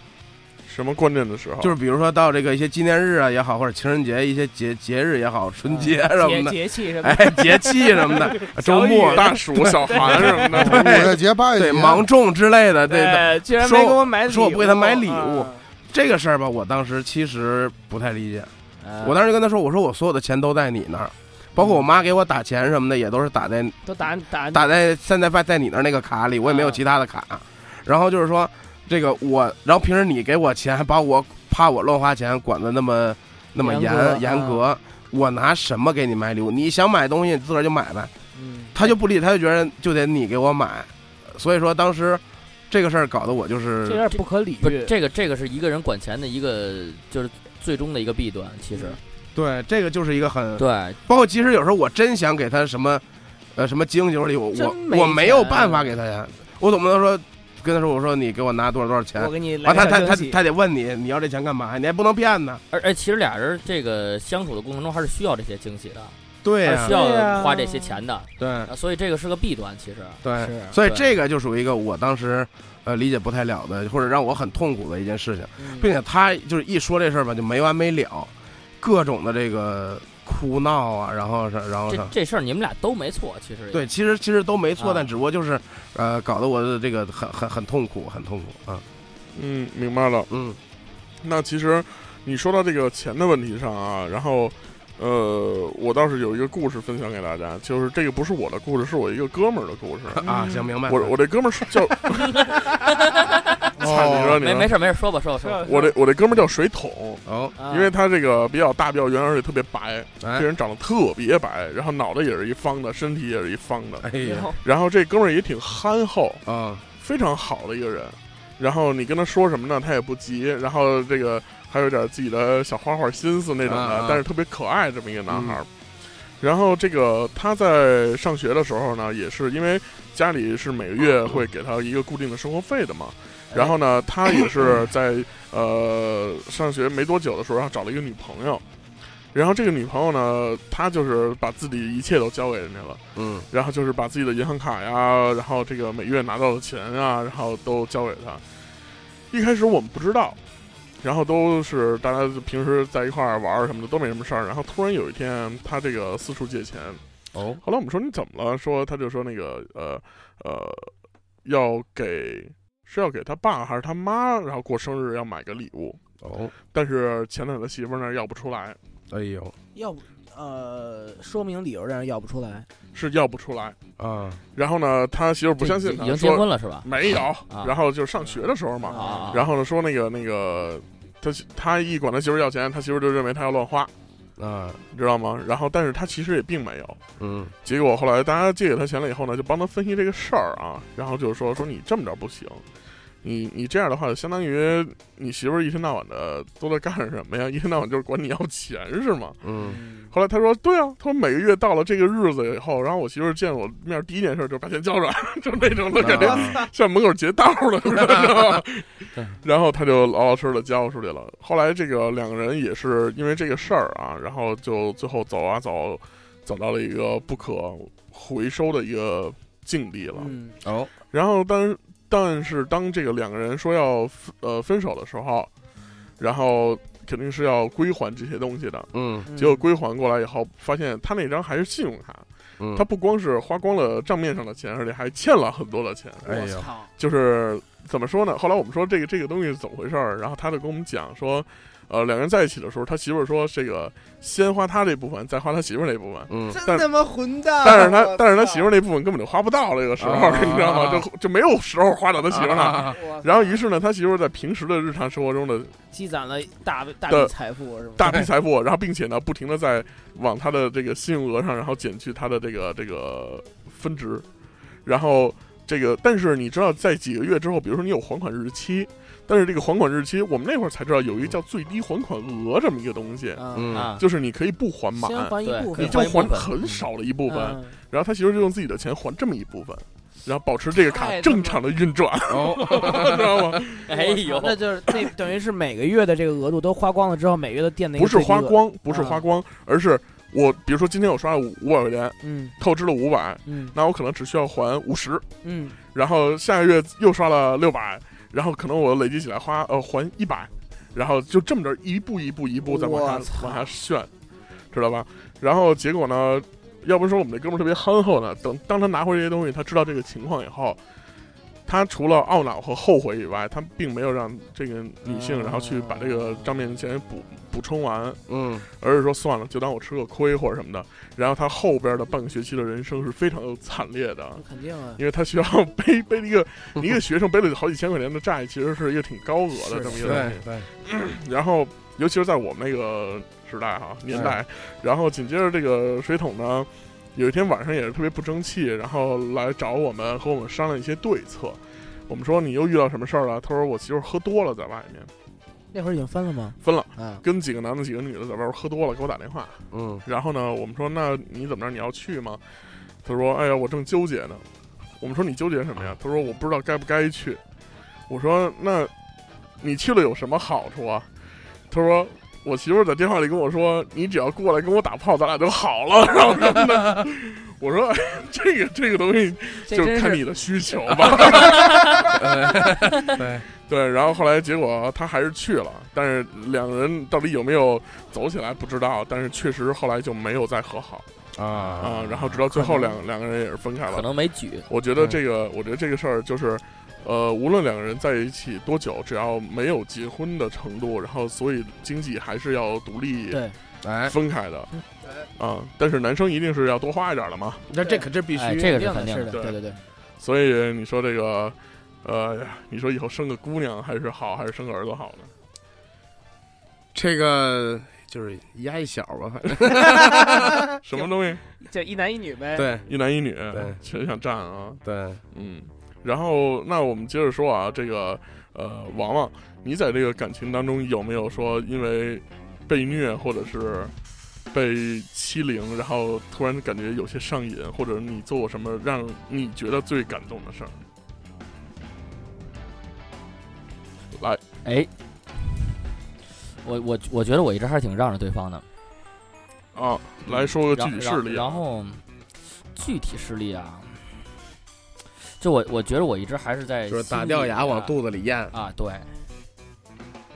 [SPEAKER 2] 什么关键的时候？
[SPEAKER 4] 就是比如说到这个一些纪念日啊也好，或者情人节一些节节日也好，春节
[SPEAKER 3] 啊
[SPEAKER 4] 什么
[SPEAKER 3] 节
[SPEAKER 4] 的，
[SPEAKER 3] 节气什么的，
[SPEAKER 4] 哎，节气 什么的，周末
[SPEAKER 2] 大暑、小寒什 么
[SPEAKER 3] 哦
[SPEAKER 2] 的。
[SPEAKER 5] 五月节八月
[SPEAKER 4] 对
[SPEAKER 5] 节
[SPEAKER 4] 芒种之类的，对
[SPEAKER 3] 对，
[SPEAKER 4] 的。
[SPEAKER 3] 居然
[SPEAKER 4] 说
[SPEAKER 3] 没给我买
[SPEAKER 4] 我
[SPEAKER 3] 礼物，
[SPEAKER 4] 说我不给他买礼物
[SPEAKER 3] 啊，
[SPEAKER 4] 这个事儿吧，我当时其实不太理解，
[SPEAKER 3] 啊
[SPEAKER 4] 我当时就跟他说，我说我所有的钱都在你那儿。包括我妈给我打钱什么的，也都是打在
[SPEAKER 3] 都打打
[SPEAKER 4] 打在现在在在你那儿那个卡里，我也
[SPEAKER 3] 嗯
[SPEAKER 4] 没有其他的卡。然后就是说，这个我，然后平时你给我钱，还把我怕我乱花钱管的那么那么
[SPEAKER 3] 严格嗯
[SPEAKER 4] 严严格，我拿什么给你买礼物？你想买东西，你自个儿就买呗。
[SPEAKER 3] 嗯
[SPEAKER 4] 他就不理解，他就觉得就得你给我买。所以说当时这个事儿搞得我就
[SPEAKER 3] 这
[SPEAKER 4] 是
[SPEAKER 3] 有点不可理
[SPEAKER 6] 不
[SPEAKER 3] 喻
[SPEAKER 6] 是。这个这个是一个人管钱的一个就是最终的一个弊端，其实
[SPEAKER 4] 对这个就是一个很
[SPEAKER 6] 对
[SPEAKER 4] 包括其实有时候我真想给他什么，呃，什么经济礼物，
[SPEAKER 3] 真
[SPEAKER 4] 我
[SPEAKER 3] 没
[SPEAKER 4] 我我没有
[SPEAKER 3] 钱
[SPEAKER 4] 办法给他呀。我总不能说跟他说，我说你给我拿多少多少钱
[SPEAKER 3] 我，给你来
[SPEAKER 4] 啊，他
[SPEAKER 3] 个小
[SPEAKER 4] 他他
[SPEAKER 3] 惊喜
[SPEAKER 4] 他得问你，你要这钱干嘛呀？你还不能骗呢。
[SPEAKER 6] 而而其实俩人这个相处的过程中还是需要这些惊喜的，
[SPEAKER 4] 对
[SPEAKER 6] 还是啊需
[SPEAKER 3] 对呀
[SPEAKER 6] 要花这些钱的，
[SPEAKER 4] 对
[SPEAKER 6] 啊所以这个是个弊端，其实
[SPEAKER 4] 对，
[SPEAKER 3] 是
[SPEAKER 4] 所以
[SPEAKER 6] 啊对
[SPEAKER 4] 这个就属于一个我当时呃理解不太了的，或者让我很痛苦的一件事情，
[SPEAKER 6] 嗯
[SPEAKER 4] 并且他就是一说这事儿吧，就没完没了，各种的这个哭闹啊，然后是然后是
[SPEAKER 6] 这。这事儿你们俩都没错，其实也
[SPEAKER 4] 对，其实其实都没错，
[SPEAKER 6] 啊
[SPEAKER 4] 但只不过就是，呃，搞得我的这个很很很痛苦，很痛苦啊，
[SPEAKER 2] 嗯，明白了。
[SPEAKER 4] 嗯，
[SPEAKER 2] 那其实你说到这个钱的问题上啊，然后呃，我倒是有一个故事分享给大家，就是这个不是我的故事，是我一个哥们儿的 故事。
[SPEAKER 4] 啊，行，明白。
[SPEAKER 2] 我我这哥们儿是 叫，操你
[SPEAKER 5] 哦
[SPEAKER 2] 说你说
[SPEAKER 6] 没没，事儿没事儿，说吧说吧说吧，
[SPEAKER 2] 我这我这哥们儿叫水桶，
[SPEAKER 4] 哦，
[SPEAKER 3] 啊
[SPEAKER 2] 因为他这个比较大比较圆，而且特别白，这
[SPEAKER 4] 哎，
[SPEAKER 2] 人长得特别白，然后脑袋也是一方的，身体也是一方的，
[SPEAKER 4] 哎
[SPEAKER 3] 以
[SPEAKER 4] 呀，
[SPEAKER 3] 后
[SPEAKER 2] 然后这哥们儿也挺憨厚，
[SPEAKER 4] 啊，
[SPEAKER 2] 非常好的一个人。然后你跟他说什么呢，他也不急。然后这个还有点自己的小花花心思那种的，
[SPEAKER 4] 啊啊嗯
[SPEAKER 2] 但是特别可爱这么一个男孩儿。然后这个他在上学的时候呢，也是因为家里是每个月会给他一个固定的生活费的嘛。
[SPEAKER 4] 嗯
[SPEAKER 2] 然后呢，他也是在呃上学没多久的时候，然后找了一个女朋友。然后这个女朋友呢，她就是把自己一切都交给人家了。
[SPEAKER 4] 嗯，
[SPEAKER 2] 然后就是把自己的银行卡呀，然后这个每月拿到的钱啊，然后都交给他。一开始我们不知道，然后都是大家就平时在一块儿玩儿什么的都没什么事儿。然后突然有一天，他这个四处借钱，
[SPEAKER 6] 哦，
[SPEAKER 2] 后来我们说你怎么了？说他就说那个呃呃，要给是要给他爸还是他妈，然后过生日要买个礼物，
[SPEAKER 4] 哦，
[SPEAKER 2] 但是钱在他媳妇儿那儿要不出来，
[SPEAKER 4] 哎呦，
[SPEAKER 3] 要不呃说明理由让人要不出来，
[SPEAKER 2] 是要不出来。
[SPEAKER 4] 啊，
[SPEAKER 2] 然后呢，他媳妇儿不
[SPEAKER 6] 这
[SPEAKER 2] 相信
[SPEAKER 6] 已
[SPEAKER 2] 他，
[SPEAKER 6] 经结
[SPEAKER 2] 说
[SPEAKER 6] 婚了是吧？
[SPEAKER 2] 没有。
[SPEAKER 6] 啊
[SPEAKER 2] 然后就是上学的时候嘛，
[SPEAKER 6] 啊，
[SPEAKER 2] 然
[SPEAKER 6] 后
[SPEAKER 2] 后呢，说那个那个，他他一管他媳妇儿要钱，他媳妇儿就认为他要乱花，
[SPEAKER 4] 啊，
[SPEAKER 2] 你知道吗？然后，但是他其实也并没有。
[SPEAKER 4] 嗯，
[SPEAKER 2] 结果后来大家借给他钱了以后呢，就帮他分析这个事儿啊，然后就是说说你这么着不行，你你这样的话，相当于你媳妇儿一天到晚的都在干什么呀？ 一天到晚就是管你要钱是吗？
[SPEAKER 4] 嗯，
[SPEAKER 2] 后来他说对啊，他说每个月到了这个日子以后，然后我媳妇儿见我面第一件事就是把钱交出来， 就那种的感觉
[SPEAKER 4] 啊
[SPEAKER 2] 像门口劫道了，你知道吗？ 然后他就老老实实的交出去了。后来这个两个人也是因为这个事儿啊，然后就最后走啊走，走到了一个不可回收的一个境地了。
[SPEAKER 3] 嗯，
[SPEAKER 2] 啊
[SPEAKER 4] 哦，
[SPEAKER 2] 然后但但是当这个两个人说要分呃分手的时候，然后肯定是要归还这些东西的。
[SPEAKER 4] 嗯，
[SPEAKER 2] 结果归还过来以后，发现他那张还是信用卡，
[SPEAKER 4] 嗯
[SPEAKER 2] 他不光是花光了账面上的钱，而且还欠了很多的钱。
[SPEAKER 4] 哎
[SPEAKER 3] 我
[SPEAKER 4] 呦
[SPEAKER 3] 操，
[SPEAKER 2] 就是怎么说呢？后来我们说这个这个东西是怎么回事儿，然后他就跟我们讲说，呃，两个人在一起的时候，他媳妇儿说这个先花他这部分，再花他媳妇儿那部分。
[SPEAKER 4] 嗯，
[SPEAKER 3] 真
[SPEAKER 2] 但
[SPEAKER 3] 他妈混蛋！啊
[SPEAKER 2] 但是他
[SPEAKER 3] 我
[SPEAKER 2] 但是他
[SPEAKER 3] 操
[SPEAKER 2] 媳妇儿那部分根本就花不到这个时候，
[SPEAKER 4] 啊
[SPEAKER 2] 你知道吗？ 就就没有时候花到他媳妇儿那儿。
[SPEAKER 4] 啊
[SPEAKER 3] 我
[SPEAKER 2] 嗯然后
[SPEAKER 3] 操
[SPEAKER 2] 于是呢，他媳妇儿在平时的日常生活中的
[SPEAKER 3] 积攒了大大
[SPEAKER 2] 的
[SPEAKER 3] 笔财富，是吗？
[SPEAKER 2] 大批财富，然后并且呢，不停的在往他的这个信用额上，然后减去他的这个这个分值，然后这个，但是你知道，在几个月之后，比如说你有还款日期，但是这个还款日期，我们那会儿才知道有一个叫最低还款额这么一个东西，
[SPEAKER 3] 嗯，
[SPEAKER 4] 嗯
[SPEAKER 6] 啊，
[SPEAKER 2] 就是你可以不还满，
[SPEAKER 3] 先还一
[SPEAKER 6] 对
[SPEAKER 3] 部分
[SPEAKER 6] 可以
[SPEAKER 2] 你，就还
[SPEAKER 6] 还一部分
[SPEAKER 2] 很少的一部分，
[SPEAKER 3] 嗯
[SPEAKER 2] 然后他媳妇就用自己的钱还这么一部分。然后保持这个卡
[SPEAKER 3] 太他妈哦
[SPEAKER 2] 正常的运转， 知道吗？
[SPEAKER 6] 哎呦，
[SPEAKER 3] 那就是那等于是每个月的这个额度都花光了之后，每月都垫 那个
[SPEAKER 2] 不是
[SPEAKER 3] 最低
[SPEAKER 2] 花
[SPEAKER 3] 额，嗯
[SPEAKER 2] 光，不是花光，而是我比如说今天我刷了五五百块钱，
[SPEAKER 3] 嗯
[SPEAKER 2] 透支了五百，
[SPEAKER 3] 嗯
[SPEAKER 2] 那我可能只需要还五十，
[SPEAKER 3] 嗯，
[SPEAKER 2] 然后下个月又刷了六百，然后可能我累积起来花呃还一百，然后就这么着一步一步一步再往
[SPEAKER 3] 我
[SPEAKER 2] 下
[SPEAKER 3] 操
[SPEAKER 2] 往下炫，知道吧？然后结果呢，要不说我们这哥们儿特别憨厚呢，等当他拿回这些东西，他知道这个情况以后。他除了懊恼和后悔以外，他并没有让这个女
[SPEAKER 3] 啊
[SPEAKER 2] 性，然后去把这个账面钱补补充完，
[SPEAKER 4] 嗯，
[SPEAKER 2] 而是说算了，就当我吃个亏或者什么的。然后他后边的半个学期的人生是非常有惨烈的，
[SPEAKER 3] 那肯定啊，
[SPEAKER 2] 因为他需要背背一个一个学生背了好几千块钱的债，其实是一个挺高额的这么一个东
[SPEAKER 4] 对
[SPEAKER 2] 西。
[SPEAKER 4] 对，
[SPEAKER 2] 然后，尤其是在我们那个时代哈、年代，然后紧接着这个水桶呢，有一天晚上也是特别不争气，然后来找我们和我们商量一些对策。我们说你又遇到什么事儿了？他说我媳妇儿喝多了，在外面
[SPEAKER 3] 那会儿已经分了吗？
[SPEAKER 2] 分了，
[SPEAKER 3] 嗯
[SPEAKER 2] 跟几个男的几个女的在外边喝多了，给我打电话。
[SPEAKER 4] 啊嗯
[SPEAKER 2] 然后呢，我们说那你怎么着？你要去吗？他说哎呀，我正纠结呢。我们说你纠结什么呀？他说我不知道该不该去。我说那你去了有什么好处啊？他说我媳妇儿在电话里跟我说，你只要过来跟我打炮，咱俩就好了，然后什么的。我说、哎这个这个东西
[SPEAKER 3] 这
[SPEAKER 2] 就
[SPEAKER 3] 真
[SPEAKER 2] 看
[SPEAKER 3] 是
[SPEAKER 2] 你的需 求吧。
[SPEAKER 4] 对，
[SPEAKER 2] 对，然后后来结果他还是去了，但是两个人到底有没有走起来不知道，但是确实后来就没有再和好。啊，然后直到最后
[SPEAKER 3] 可能
[SPEAKER 2] 两两个人也是分开
[SPEAKER 6] 可
[SPEAKER 2] 了。
[SPEAKER 6] 能没举，
[SPEAKER 2] 我觉得这个，我觉得这个事儿就是，呃，无论两个人在一起多久，只要没有结婚的程度，然后所以经济还是要独立
[SPEAKER 3] 对
[SPEAKER 4] 哎，
[SPEAKER 2] 分开的。啊，但是男生一定是要多花一点儿的嘛，
[SPEAKER 4] 那这可这必
[SPEAKER 6] 哎，
[SPEAKER 4] 须，
[SPEAKER 6] 这个是
[SPEAKER 3] 定
[SPEAKER 6] 肯
[SPEAKER 3] 的，
[SPEAKER 6] 定
[SPEAKER 3] 是的，
[SPEAKER 6] 的，
[SPEAKER 2] 对
[SPEAKER 3] 对对对，
[SPEAKER 2] 所以你说这个，呃，你说以后生个姑娘还是好，还是生个儿子好呢？
[SPEAKER 4] 这个就是一大一小吧，反正
[SPEAKER 2] 什么东西，
[SPEAKER 3] 就一男一女呗。
[SPEAKER 4] 对
[SPEAKER 2] 一男一女
[SPEAKER 4] 对，
[SPEAKER 2] 谁想占啊？
[SPEAKER 4] 对，
[SPEAKER 2] 嗯，然后那我们接着说啊，这个呃，王王，你在这个感情当中有没有说因为被虐或者是被欺凌，然后突然感觉有些上瘾，或者你做过什么让你觉得最感动的事儿？来，
[SPEAKER 6] 哎，我我我觉得我一直还是挺让着对方的，
[SPEAKER 2] 啊，来说个
[SPEAKER 6] 然
[SPEAKER 2] 具体事例
[SPEAKER 6] 然
[SPEAKER 2] 啊，
[SPEAKER 6] 然后具体事例啊，就我我觉得我一直还是在
[SPEAKER 4] 就是打
[SPEAKER 6] 心
[SPEAKER 4] 掉
[SPEAKER 6] 里
[SPEAKER 4] 牙
[SPEAKER 6] 的
[SPEAKER 4] 往肚子哎里咽，
[SPEAKER 6] 啊，对，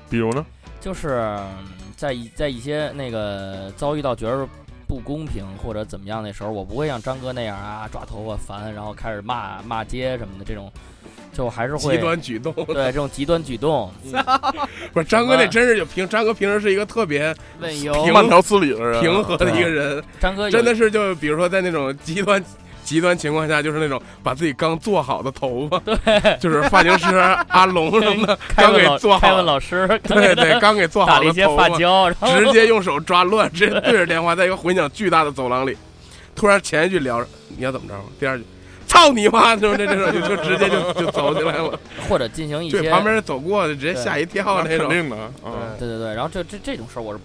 [SPEAKER 2] 比如呢？
[SPEAKER 6] 就是嗯在一在一些那个遭遇到觉得不公平或者怎么样的时候，我不会像张哥那样啊抓头发烦，然后开始骂骂街什么的这种，就还是
[SPEAKER 4] 极
[SPEAKER 6] 会
[SPEAKER 4] 端举 动。
[SPEAKER 6] 对这种极端举动，
[SPEAKER 4] 不是张哥那真是就平，张哥平时是一个特别
[SPEAKER 3] 问由
[SPEAKER 4] 平
[SPEAKER 2] 慢条斯理的人啊，
[SPEAKER 4] 平和的一个人，
[SPEAKER 6] 张哥有
[SPEAKER 4] 真的是就比如说在那种极端。极端情况下就是那种把自己刚做好的头发，对，就是发型师阿龙什么的，
[SPEAKER 6] 开
[SPEAKER 4] 刚
[SPEAKER 6] 问
[SPEAKER 4] 给
[SPEAKER 6] 老
[SPEAKER 4] 做
[SPEAKER 6] 开
[SPEAKER 4] 好
[SPEAKER 6] 问
[SPEAKER 4] 了，
[SPEAKER 6] 老师
[SPEAKER 4] 对对，刚给做
[SPEAKER 6] 打
[SPEAKER 4] 好
[SPEAKER 6] 了一
[SPEAKER 4] 的
[SPEAKER 6] 些
[SPEAKER 4] 头
[SPEAKER 6] 发
[SPEAKER 4] 发，
[SPEAKER 6] 胶，然后
[SPEAKER 4] 直接用手抓乱，直接对着电话，在一个混响巨大的走廊里，突然前一句聊着你要怎么着，第二句操你妈，就是这这种就就直接就就走进来了，
[SPEAKER 6] 或者进行一
[SPEAKER 4] 对
[SPEAKER 6] 些
[SPEAKER 4] 旁边人走过就直接吓一跳
[SPEAKER 2] 那
[SPEAKER 4] 那
[SPEAKER 2] 肯
[SPEAKER 4] 种，
[SPEAKER 2] 定的啊，
[SPEAKER 6] 对对对，然后这这这种事儿我是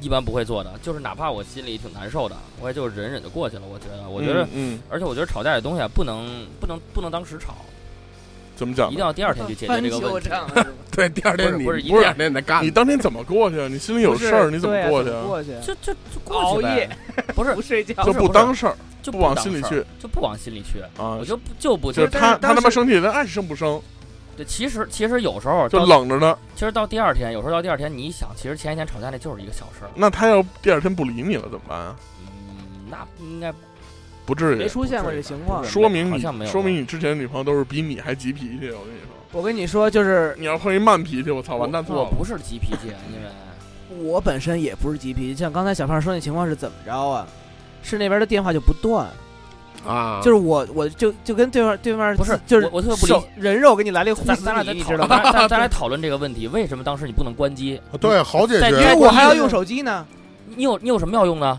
[SPEAKER 6] 一般不会做的，就是哪怕我心里挺难受的，我也就忍忍就过去了。我觉得，我觉得，
[SPEAKER 2] 嗯，嗯，
[SPEAKER 6] 而且我觉得吵架这东西啊，不能不能不能当时吵，
[SPEAKER 2] 怎么讲
[SPEAKER 6] 一
[SPEAKER 2] 呢
[SPEAKER 6] 定？要第二天去解决这个问题。
[SPEAKER 4] 对，第二天你
[SPEAKER 6] 不是不是
[SPEAKER 4] 第二天你得干
[SPEAKER 2] 你，当天怎么过去啊？你心里有
[SPEAKER 3] 不是
[SPEAKER 2] 事儿，你怎
[SPEAKER 3] 对
[SPEAKER 2] 么
[SPEAKER 3] 啊
[SPEAKER 2] 过去
[SPEAKER 3] 怎
[SPEAKER 2] 啊？
[SPEAKER 3] 过去，
[SPEAKER 6] 就就就过去
[SPEAKER 3] 熬
[SPEAKER 6] 呗
[SPEAKER 3] 夜，
[SPEAKER 6] 不是
[SPEAKER 3] 不睡觉
[SPEAKER 2] 就
[SPEAKER 6] 不是不是
[SPEAKER 2] 当事儿
[SPEAKER 6] 就
[SPEAKER 2] 不往
[SPEAKER 6] 当
[SPEAKER 2] 心里
[SPEAKER 6] 事儿
[SPEAKER 2] 去，
[SPEAKER 6] 就不往心里去。
[SPEAKER 2] 啊
[SPEAKER 6] 我，就不就不
[SPEAKER 2] 就
[SPEAKER 6] 就是
[SPEAKER 2] 他他
[SPEAKER 4] 但
[SPEAKER 2] 他
[SPEAKER 4] 是
[SPEAKER 2] 妈生气，他爱生不生，
[SPEAKER 6] 对，其实其实有时候
[SPEAKER 2] 就
[SPEAKER 6] 到
[SPEAKER 2] 冷着呢。
[SPEAKER 6] 其实到第二天，有时候到第二天，你一想，其实前一天吵架那就是一个小事儿，
[SPEAKER 2] 嗯那他要第二天不理你了怎么办啊？
[SPEAKER 6] 嗯，那应该
[SPEAKER 2] 不至于
[SPEAKER 3] 没。出现过这情况。
[SPEAKER 2] 说明
[SPEAKER 6] 好
[SPEAKER 2] 你
[SPEAKER 6] 像没有
[SPEAKER 2] 说明你之前的女朋友都是比你还急脾气，我跟你说，
[SPEAKER 3] 我跟你说，就是
[SPEAKER 2] 你要碰一慢脾气，我操，完蛋
[SPEAKER 6] 我
[SPEAKER 2] 错了。
[SPEAKER 6] 不是急脾 气，因为
[SPEAKER 3] 我本身也不是急脾气，像刚才小胖说那情况是怎么着啊？是那边的电话就不断，
[SPEAKER 4] 啊，
[SPEAKER 3] 就是我我就就跟对方对方
[SPEAKER 6] 不是
[SPEAKER 3] 就是
[SPEAKER 6] 我我特别不理
[SPEAKER 3] 手人肉给你来了一个呼
[SPEAKER 6] 咱
[SPEAKER 3] 死
[SPEAKER 6] 咱俩
[SPEAKER 3] 你，
[SPEAKER 6] 在
[SPEAKER 3] 你
[SPEAKER 6] 讨
[SPEAKER 3] 知道
[SPEAKER 6] 论，
[SPEAKER 3] 吗？
[SPEAKER 6] 咱俩咱咱俩讨论这个问题，为什么当时你不能关机？
[SPEAKER 5] 啊
[SPEAKER 4] 哦啊嗯
[SPEAKER 5] 对，好解
[SPEAKER 6] 在
[SPEAKER 3] 因
[SPEAKER 6] 约
[SPEAKER 5] 决
[SPEAKER 3] 为。我还要用手机呢。
[SPEAKER 6] 你有你有什么要用的？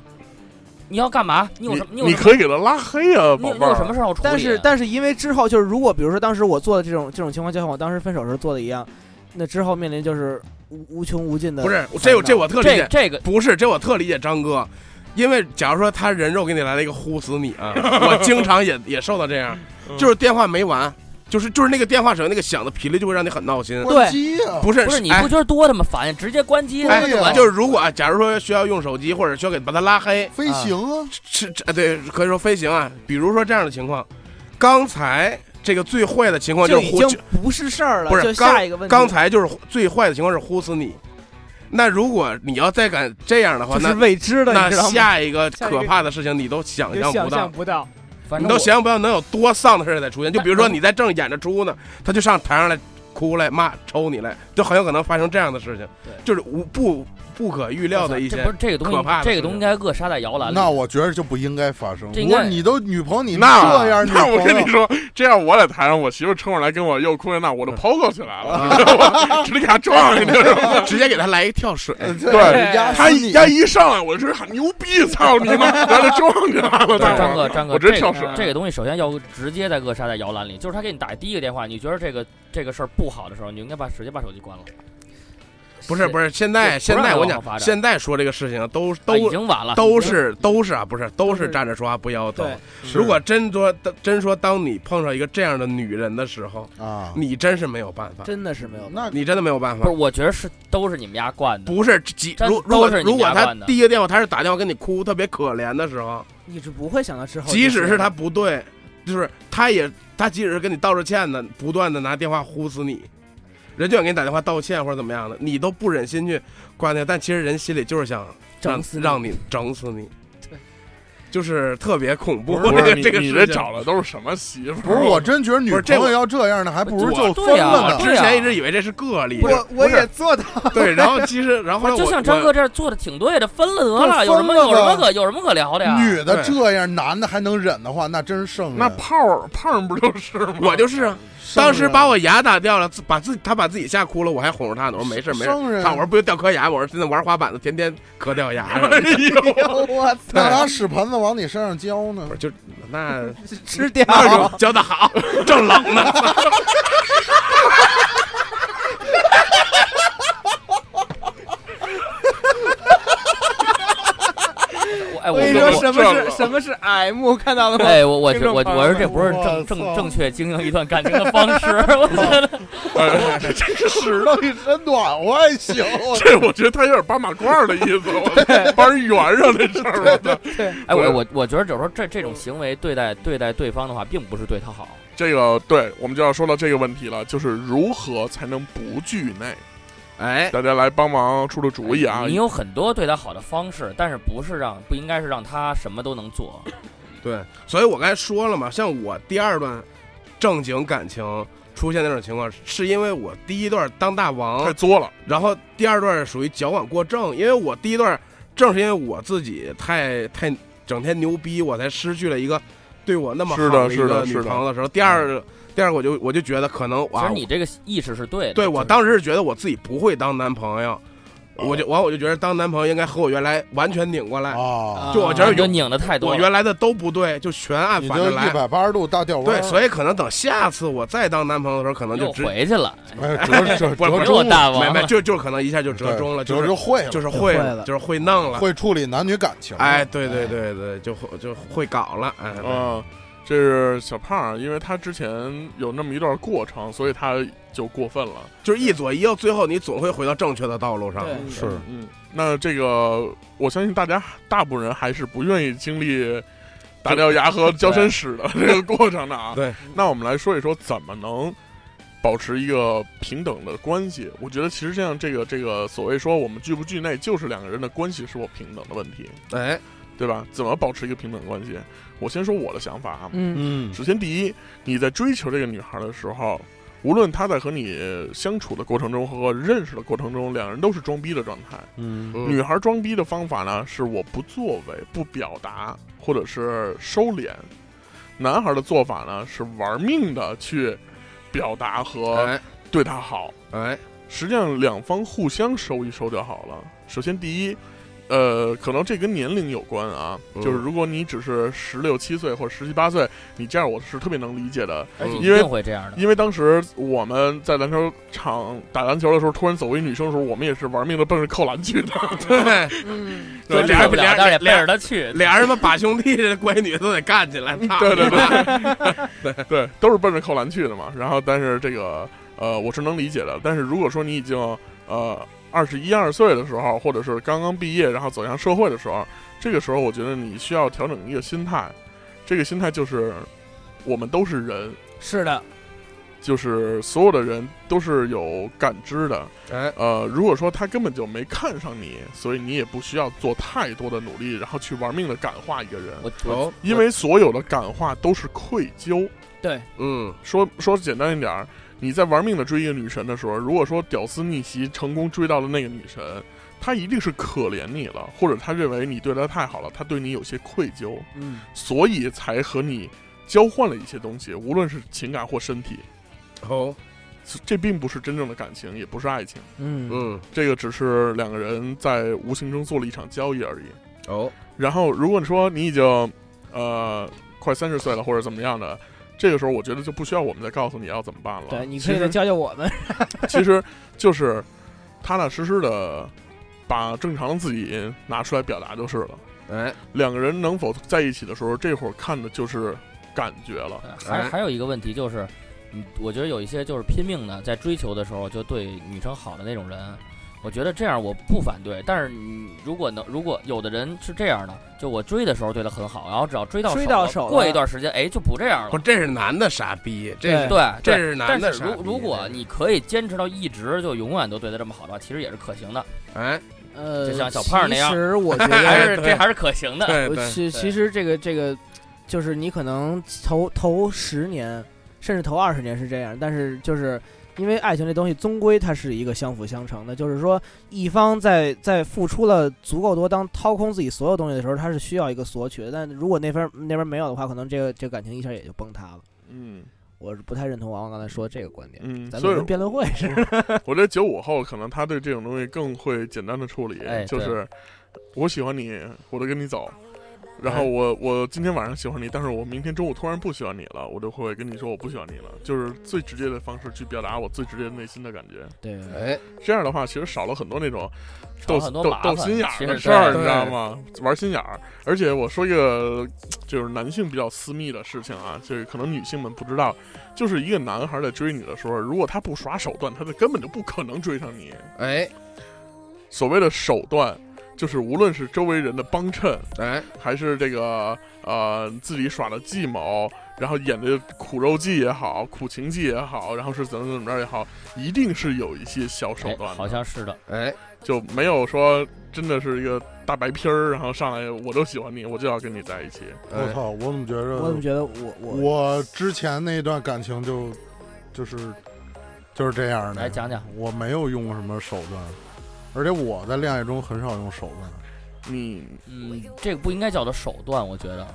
[SPEAKER 6] 你要干嘛？你有什么？
[SPEAKER 2] 你
[SPEAKER 6] 有
[SPEAKER 2] 你
[SPEAKER 6] 什么？
[SPEAKER 2] 可以给他拉黑啊，
[SPEAKER 6] 你
[SPEAKER 2] 宝
[SPEAKER 6] 有
[SPEAKER 2] 贝
[SPEAKER 6] 你有什
[SPEAKER 2] 儿。
[SPEAKER 6] 么事儿要处理？
[SPEAKER 3] 但是但是因为之后就是，如果比如说当时我做的这种这种情况，就像我当时分手时候做的一样，那之后面临就是无无穷无尽的
[SPEAKER 4] 不
[SPEAKER 3] 烦恼。
[SPEAKER 4] 是这我这我特理
[SPEAKER 6] 这
[SPEAKER 4] 解，
[SPEAKER 6] 这个
[SPEAKER 4] 不是这我特理解张哥，因为假如说他人肉给你来了一个呼死你啊，我经常也也受到这样，
[SPEAKER 2] 嗯
[SPEAKER 4] 就是电话没完，就是就是那个电话声那个响的频率就会让你很闹心，
[SPEAKER 5] 关机呀，
[SPEAKER 4] 不是
[SPEAKER 6] 不是你
[SPEAKER 4] 哎
[SPEAKER 6] 不觉得多他妈烦？直接关机
[SPEAKER 4] 哎
[SPEAKER 6] 那就
[SPEAKER 5] 对呀
[SPEAKER 6] 完
[SPEAKER 4] 就是如果啊，假如说需要用手机，或者需要给把他拉黑，
[SPEAKER 5] 飞行啊，
[SPEAKER 4] 是是，对，可以说飞行啊。比如说这样的情况，刚才这个最坏的情况
[SPEAKER 3] 就
[SPEAKER 4] 就
[SPEAKER 3] 已
[SPEAKER 4] 是
[SPEAKER 3] 经
[SPEAKER 4] 呼，就
[SPEAKER 3] 不是事儿了，
[SPEAKER 4] 不是
[SPEAKER 3] 就下一个问题，
[SPEAKER 4] 刚才就是最坏的情况是呼死你。那如果你要再敢这样的话，
[SPEAKER 3] 这是
[SPEAKER 4] 那
[SPEAKER 3] 未知的，
[SPEAKER 4] 那
[SPEAKER 3] 你知道吗？
[SPEAKER 4] 下一个可怕的事情你都想
[SPEAKER 3] 你就
[SPEAKER 4] 象
[SPEAKER 3] 想
[SPEAKER 4] 不
[SPEAKER 3] 象
[SPEAKER 4] 到，
[SPEAKER 3] 不到，
[SPEAKER 6] 反
[SPEAKER 4] 你
[SPEAKER 6] 正
[SPEAKER 4] 都
[SPEAKER 6] 我
[SPEAKER 4] 想象不到能有多丧的事儿再出现。就比如说
[SPEAKER 6] 但
[SPEAKER 4] 你在正演着猪呢，他就上台上来哭来骂抽你来，就很有可能发生这样的事情
[SPEAKER 6] 对，
[SPEAKER 4] 就是无不不可预料的一
[SPEAKER 6] 这
[SPEAKER 4] 些
[SPEAKER 6] 不。是这个东
[SPEAKER 4] 可怕的
[SPEAKER 6] 西，这
[SPEAKER 4] 事情
[SPEAKER 6] 个东西应该扼杀在摇篮里。
[SPEAKER 5] 那我觉得就不应该发生。
[SPEAKER 6] 这应
[SPEAKER 5] 我说
[SPEAKER 6] 该
[SPEAKER 5] 你都女朋友，你
[SPEAKER 4] 那
[SPEAKER 5] 这样女
[SPEAKER 2] 那
[SPEAKER 5] 朋
[SPEAKER 2] 我跟你
[SPEAKER 5] 友，
[SPEAKER 2] 说，这样我在台上，我媳妇冲上来跟我又哭又闹，我
[SPEAKER 6] 嗯
[SPEAKER 2] 都抛过起来了，我直接给她撞上去，你知道吗？
[SPEAKER 4] 直接给他来一跳水，
[SPEAKER 5] 呃
[SPEAKER 2] 对
[SPEAKER 5] 压
[SPEAKER 2] 他
[SPEAKER 5] 死
[SPEAKER 2] 一
[SPEAKER 5] 你
[SPEAKER 2] 他一上来，我就喊牛逼，操你 妈，然后就撞起来了，
[SPEAKER 6] 对
[SPEAKER 2] 大
[SPEAKER 6] 张
[SPEAKER 2] 伙儿。
[SPEAKER 6] 哥，
[SPEAKER 4] 啊
[SPEAKER 6] 张哥，
[SPEAKER 2] 我直接
[SPEAKER 6] 这
[SPEAKER 2] 跳
[SPEAKER 6] 个
[SPEAKER 2] 水
[SPEAKER 6] 这个东西首先要直接在扼杀在摇篮里，就是他给你打第一个电话，你觉得这个这个事儿不好的时候，你应该把直接把手机关了。啊
[SPEAKER 4] 不是不
[SPEAKER 6] 是，
[SPEAKER 4] 是，现在
[SPEAKER 6] 就
[SPEAKER 4] 现
[SPEAKER 6] 不让
[SPEAKER 4] 在我
[SPEAKER 6] 往后
[SPEAKER 4] 讲
[SPEAKER 6] 发，展
[SPEAKER 4] 现在说这个事情都
[SPEAKER 6] 啊已
[SPEAKER 4] 都
[SPEAKER 6] 经晚了，
[SPEAKER 4] 都是都是啊，不是都
[SPEAKER 3] 都
[SPEAKER 4] 是
[SPEAKER 3] 是
[SPEAKER 4] 站着说话不腰疼
[SPEAKER 3] 对。
[SPEAKER 4] 如果真说真说，当你碰上一个这样的女人的时候，
[SPEAKER 5] 啊，
[SPEAKER 4] 你真是没有办法，
[SPEAKER 3] 真的是没有。
[SPEAKER 5] 那
[SPEAKER 4] 你真的没有办
[SPEAKER 6] 不
[SPEAKER 4] 法
[SPEAKER 6] 是？。我觉得是都是你们家惯的，
[SPEAKER 4] 不是几
[SPEAKER 6] 真
[SPEAKER 4] 如
[SPEAKER 6] 都
[SPEAKER 4] 如果
[SPEAKER 6] 是你
[SPEAKER 4] 如果
[SPEAKER 6] 家
[SPEAKER 4] 他
[SPEAKER 6] 惯的
[SPEAKER 4] 第一个电话他是打电话跟你哭特别可怜的时候，
[SPEAKER 3] 你是不会想到之后，
[SPEAKER 4] 即使是他，不对，就是他也他即使是跟你道着歉呢，不断的拿电话呼死你，人就想给你打电话道歉或者怎么样的，你都不忍心去挂掉，但其实人心里就是想
[SPEAKER 3] 整
[SPEAKER 4] 让
[SPEAKER 3] 死
[SPEAKER 4] 让你整死你，
[SPEAKER 3] 对，
[SPEAKER 4] 就是特别恐怖。
[SPEAKER 2] 不是
[SPEAKER 4] 这个
[SPEAKER 2] 你你
[SPEAKER 4] 事
[SPEAKER 2] 这
[SPEAKER 4] 情
[SPEAKER 2] 找的都是什么媳妇儿？
[SPEAKER 5] 不是我真觉得女
[SPEAKER 4] 不是
[SPEAKER 5] 朋
[SPEAKER 4] 这
[SPEAKER 5] 友
[SPEAKER 4] 我
[SPEAKER 5] 要这样的，还不如就分
[SPEAKER 6] 对呀
[SPEAKER 5] 了呢。
[SPEAKER 6] 这
[SPEAKER 4] 之
[SPEAKER 6] 样
[SPEAKER 4] 前一直以为这是个例，
[SPEAKER 3] 我
[SPEAKER 4] 啊不
[SPEAKER 3] 我
[SPEAKER 4] 是
[SPEAKER 3] 也做到，
[SPEAKER 4] 对，然后其实然后后来
[SPEAKER 6] 啊就
[SPEAKER 4] 我
[SPEAKER 6] 像张
[SPEAKER 4] 我
[SPEAKER 6] 哥这儿做的挺对的，分了得了，
[SPEAKER 5] 对
[SPEAKER 6] 有什么
[SPEAKER 5] 分了
[SPEAKER 6] 有什么
[SPEAKER 5] 呗
[SPEAKER 6] 可有什么可聊的呀？
[SPEAKER 5] 女的
[SPEAKER 4] 对啊
[SPEAKER 5] 这样，男的还能忍的话，那真是圣人。
[SPEAKER 2] 那泡儿泡儿不嗯就是吗？
[SPEAKER 4] 我就是啊，
[SPEAKER 5] 圣人
[SPEAKER 4] 当时把我牙打掉了，自把自己他把自己吓哭了，我还哄着他呢，我说没事没事，
[SPEAKER 5] 圣人
[SPEAKER 4] 他我说不就掉颗牙，我说现在玩滑板的天天磕掉 牙 了，
[SPEAKER 3] 哎我
[SPEAKER 5] 那
[SPEAKER 4] 啊
[SPEAKER 5] 拿屎盆子往你身上浇呢
[SPEAKER 4] 我说？就 那
[SPEAKER 3] 吃掉。
[SPEAKER 4] 那就教的好，正 冷呢，
[SPEAKER 6] 我哎，我
[SPEAKER 3] 我跟你
[SPEAKER 6] 我
[SPEAKER 3] 说
[SPEAKER 2] 我
[SPEAKER 3] 什
[SPEAKER 2] 这
[SPEAKER 3] 么
[SPEAKER 2] 了
[SPEAKER 3] 是什么是啊 M，看到了吗？
[SPEAKER 6] 哎，我我觉
[SPEAKER 3] 听众
[SPEAKER 6] 我
[SPEAKER 3] 朋友
[SPEAKER 6] 我
[SPEAKER 3] 们
[SPEAKER 6] 说这不是
[SPEAKER 5] 我
[SPEAKER 6] 正
[SPEAKER 5] 操
[SPEAKER 6] 正正确经营一段感情的方 式，我觉
[SPEAKER 4] 哦
[SPEAKER 6] 得
[SPEAKER 5] 屎到一身暖和还 行。我
[SPEAKER 2] 这我觉得他有点八马褂儿的意思，我帮人圆上这事儿，我操！
[SPEAKER 6] 哎，
[SPEAKER 2] 对
[SPEAKER 6] 我我我觉得有时候这这种行为对待对待对方的话，并不是对他好。
[SPEAKER 2] 这个对，我们就要说到这个问题了，就是如何才能不惧内？
[SPEAKER 4] 哎，
[SPEAKER 2] 大家来帮忙出出主意啊！
[SPEAKER 6] 哎你有很多对他好的方式，但是不是让不应该是让他什么都能做。
[SPEAKER 4] 对，所以我刚才说了嘛，像我第二段正经感情出现那种情况，是因为我第一段当大王
[SPEAKER 2] 太作了，
[SPEAKER 4] 然后第二段属于矫枉过正，因为我第一段正是因为我自己太太整天牛逼，我才失去了一个对我那么
[SPEAKER 2] 是的
[SPEAKER 4] 好一
[SPEAKER 2] 是
[SPEAKER 4] 个
[SPEAKER 2] 的
[SPEAKER 4] 女
[SPEAKER 2] 是的
[SPEAKER 4] 朋友的时候。第二，第二个我就我就觉得可能
[SPEAKER 6] 其
[SPEAKER 4] 哇
[SPEAKER 6] 实，你这个意识是对的。
[SPEAKER 4] 对
[SPEAKER 6] 就是
[SPEAKER 4] 我当时是觉得我自己不会当男朋友，我就完我就觉得当男朋友应该和我原来完全拧过来，
[SPEAKER 5] 啊，
[SPEAKER 4] 就我觉得
[SPEAKER 6] 你就
[SPEAKER 4] 有
[SPEAKER 6] 拧的太多
[SPEAKER 4] 我
[SPEAKER 6] 了。
[SPEAKER 4] 原来的都不对，就全按
[SPEAKER 5] 你
[SPEAKER 4] 反
[SPEAKER 5] 就
[SPEAKER 4] 着
[SPEAKER 5] 一
[SPEAKER 4] 来。
[SPEAKER 5] 百八十度大吊
[SPEAKER 4] 对，
[SPEAKER 5] 弯。
[SPEAKER 4] 所
[SPEAKER 5] 以
[SPEAKER 4] 以可能等下次我再当男朋友的时候，可能就
[SPEAKER 6] 又
[SPEAKER 4] 直
[SPEAKER 6] 回去了，
[SPEAKER 5] 哎，折折
[SPEAKER 4] 不是
[SPEAKER 5] 折
[SPEAKER 4] 不是
[SPEAKER 6] 又
[SPEAKER 5] 中了，
[SPEAKER 6] 大
[SPEAKER 4] 没
[SPEAKER 6] 王
[SPEAKER 4] 没
[SPEAKER 6] 了。
[SPEAKER 4] 就就可能一下就折中了，
[SPEAKER 5] 对
[SPEAKER 4] 就
[SPEAKER 5] 折
[SPEAKER 4] 是
[SPEAKER 5] 就会了，
[SPEAKER 4] 就是会
[SPEAKER 3] 会了
[SPEAKER 4] 就是会弄了，
[SPEAKER 5] 会处理男女感情。
[SPEAKER 4] 哎，对对对对，就会就会搞了，哎，
[SPEAKER 2] 嗯。这是小胖儿，因为他之前有那么一段过程，所以他就过分了。
[SPEAKER 4] 就是一左一右，最后你总会回到正确的道路上。
[SPEAKER 3] 对
[SPEAKER 5] 是
[SPEAKER 2] 嗯，那这个我相信大家大部分人还是不愿意经历打掉牙和交身屎的这个过程的啊。
[SPEAKER 4] 对，
[SPEAKER 2] 那我们来说一说怎么能保持一个平等的关系。我觉得其实这样，这个这个所谓说我们聚不聚内，就是两个人的关系是否平等的问题。
[SPEAKER 4] 哎，
[SPEAKER 2] 对吧？怎么保持一个平等关系？我先说我的想法啊，
[SPEAKER 3] 嗯
[SPEAKER 5] 嗯
[SPEAKER 2] 首先第一，你在追求这个女孩的时候，无论她在和你相处的过程中和认识的过程中，两人都是装逼的状态。
[SPEAKER 5] 嗯
[SPEAKER 2] 女孩装逼的方法呢，是我不作为、不表达，或者是收敛；男孩的做法呢，是玩命的去表达和
[SPEAKER 4] 哎
[SPEAKER 2] 对她好。
[SPEAKER 4] 哎，
[SPEAKER 2] 实际上，两方互相收一收就好了。首先，第一，呃，可能这跟年龄有关啊，
[SPEAKER 4] 嗯
[SPEAKER 2] 就是如果你只是十六七岁或者十七八岁，你这样我是特别能理解的，
[SPEAKER 6] 而且一
[SPEAKER 2] 因为
[SPEAKER 6] 定会这样的。
[SPEAKER 2] 因为当时我们在篮球场打篮球的时候，突然走过一女生的时候，我们也是玩命的奔着扣篮去的。
[SPEAKER 4] 对，
[SPEAKER 3] 嗯，
[SPEAKER 4] 对俩
[SPEAKER 6] 受不
[SPEAKER 4] 人
[SPEAKER 6] 了，
[SPEAKER 4] 俩
[SPEAKER 6] 但是也背
[SPEAKER 4] 俩
[SPEAKER 6] 着他去。
[SPEAKER 4] 俩人他妈把兄弟这乖女都得干 起来，操
[SPEAKER 2] 对对对对对，都是奔着扣篮去的嘛。然后，但是这个呃，我是能理解的。但是如果说你已经呃二十一二岁的时候，或者是刚刚毕业，然后走向社会的时候，这个时候我觉得你需要调整一个心态，这个心态就是我们都是人，
[SPEAKER 3] 是的，
[SPEAKER 2] 就是所有的人都是有感知的。
[SPEAKER 4] 哎，
[SPEAKER 2] 呃，如果说他根本就没看上你，所以你也不需要做太多的努力，然后去玩命的感化一个人，
[SPEAKER 6] 我
[SPEAKER 4] 哦
[SPEAKER 6] 我
[SPEAKER 2] 因为所有的感化都是愧疚。
[SPEAKER 3] 对，
[SPEAKER 4] 嗯，
[SPEAKER 2] 说说简单一点儿，你在玩命的追一个女神的时候，如果说屌丝逆袭成功追到了那个女神，她一定是可怜你了，或者她认为你对她太好了，她对你有些愧疚，
[SPEAKER 3] 嗯，
[SPEAKER 2] 所以才和你交换了一些东西，无论是情感或身体，
[SPEAKER 4] 哦，
[SPEAKER 2] 这并不是真正的感情，也不是爱情，
[SPEAKER 3] 嗯，
[SPEAKER 4] 嗯，
[SPEAKER 2] 这个只是两个人在无形中做了一场交易而已。
[SPEAKER 4] 哦，
[SPEAKER 2] 然后如果你说你已经呃快三十岁了或者怎么样的，这个时候我觉得就不需要我们再告诉你要怎么办了。
[SPEAKER 6] 嗯
[SPEAKER 3] 对，你
[SPEAKER 2] 其
[SPEAKER 3] 可以
[SPEAKER 2] 实
[SPEAKER 3] 再教教我们。
[SPEAKER 2] 其实就是踏踏实实的把正常的自己拿出来表达就是了。
[SPEAKER 4] 哎，
[SPEAKER 2] 两个人能否在一起的时候，这会儿看的就是感觉了。
[SPEAKER 6] 呃还
[SPEAKER 4] 哎
[SPEAKER 6] 还有一个问题就是，嗯，我觉得有一些就是拼命的在追求的时候就对女生好的那种人，我觉得这样我不反对。但是你如果能，如果有的人是这样的，就我追的时候对他很好，然后只要追到
[SPEAKER 3] 追到
[SPEAKER 6] 了
[SPEAKER 3] 手了
[SPEAKER 6] 过一段时间，哎，就不这样
[SPEAKER 4] 不，
[SPEAKER 6] 了。
[SPEAKER 4] 这是男的傻逼，这
[SPEAKER 3] 对
[SPEAKER 4] 是
[SPEAKER 6] 对，
[SPEAKER 4] 这
[SPEAKER 6] 对
[SPEAKER 4] 是男
[SPEAKER 6] 但
[SPEAKER 4] 的
[SPEAKER 6] 是
[SPEAKER 4] 傻逼。
[SPEAKER 6] 如如果你可以坚持到一直就永远都对他这么好的话，其实也是可 行的。
[SPEAKER 4] 哎，
[SPEAKER 3] 呃，
[SPEAKER 6] 就像小胖那样
[SPEAKER 3] 其实我 觉
[SPEAKER 4] 对
[SPEAKER 6] 还
[SPEAKER 3] 得，
[SPEAKER 6] 是这还是可行的。哎
[SPEAKER 4] 对
[SPEAKER 3] 我
[SPEAKER 4] 对，
[SPEAKER 3] 其其实这个这个，就是你可能头头十年，甚至头二十年是这样，但是就是。因为爱情这东西，终归它是一个相辅相成的，就是说，一方在在付出了足够多，当掏空自己所有东西的时候，他是需要一个索取的。但如果那边那边没有的话，可能这个这个感情一下也就崩塌了。
[SPEAKER 2] 嗯
[SPEAKER 3] 我是不太认同王王刚才说的这个观点，
[SPEAKER 2] 嗯，
[SPEAKER 3] 咱
[SPEAKER 2] 所
[SPEAKER 3] 们
[SPEAKER 2] 以
[SPEAKER 3] 跟辩论会似的。
[SPEAKER 2] 我觉得九五后可能他对这种东西更会简单的处理，
[SPEAKER 6] 哎对
[SPEAKER 2] 就是我喜欢你，我就跟你走。然后我我今天晚上喜欢你，但是我明天中午突然不喜欢你了，我就会跟你说我不喜欢你了，就是最直接的方式去表达我最直接的内心的感觉。
[SPEAKER 3] 对，
[SPEAKER 4] 哎，
[SPEAKER 2] 这样的话，其实少了很多那种
[SPEAKER 6] 少
[SPEAKER 2] 斗
[SPEAKER 6] 了很多
[SPEAKER 2] 斗
[SPEAKER 6] 麻
[SPEAKER 2] 斗
[SPEAKER 6] 烦
[SPEAKER 2] 心眼儿
[SPEAKER 6] 其
[SPEAKER 2] 的
[SPEAKER 6] 实
[SPEAKER 2] 事儿，
[SPEAKER 4] 对
[SPEAKER 2] 你知道吗？玩心眼儿。而且我说一个就是男性比较私密的事情啊，就是可能女性们不知道，就是一个男孩在追你的时候，如果他不耍手段，他就根本就不可能追上你。
[SPEAKER 4] 哎，
[SPEAKER 2] 所谓的手段，就是无论是周围人的帮衬，
[SPEAKER 4] 哎，
[SPEAKER 2] 还是这个呃自己耍的计谋，然后演的苦肉计也好，苦情计也好，然后是怎么怎么着也好，一定是有一些小手
[SPEAKER 6] 哎
[SPEAKER 2] 段的。
[SPEAKER 6] 好像是的，
[SPEAKER 4] 哎，
[SPEAKER 2] 就没有说真的是一个大白片儿，然后上来我就喜欢你，我就要跟你在一起。
[SPEAKER 5] 我
[SPEAKER 4] 哎，
[SPEAKER 5] 操，嗯我怎么觉
[SPEAKER 2] 嗯
[SPEAKER 3] 我怎么
[SPEAKER 5] 着
[SPEAKER 3] 觉得我我
[SPEAKER 5] 我之前那段感情就就是就是
[SPEAKER 4] 嗯
[SPEAKER 5] 这样的？
[SPEAKER 6] 来讲讲，
[SPEAKER 5] 我没有用过什么手段，而且我在恋爱中很少用手段，
[SPEAKER 2] 你
[SPEAKER 6] 嗯，这个不应该叫做手段，我觉得。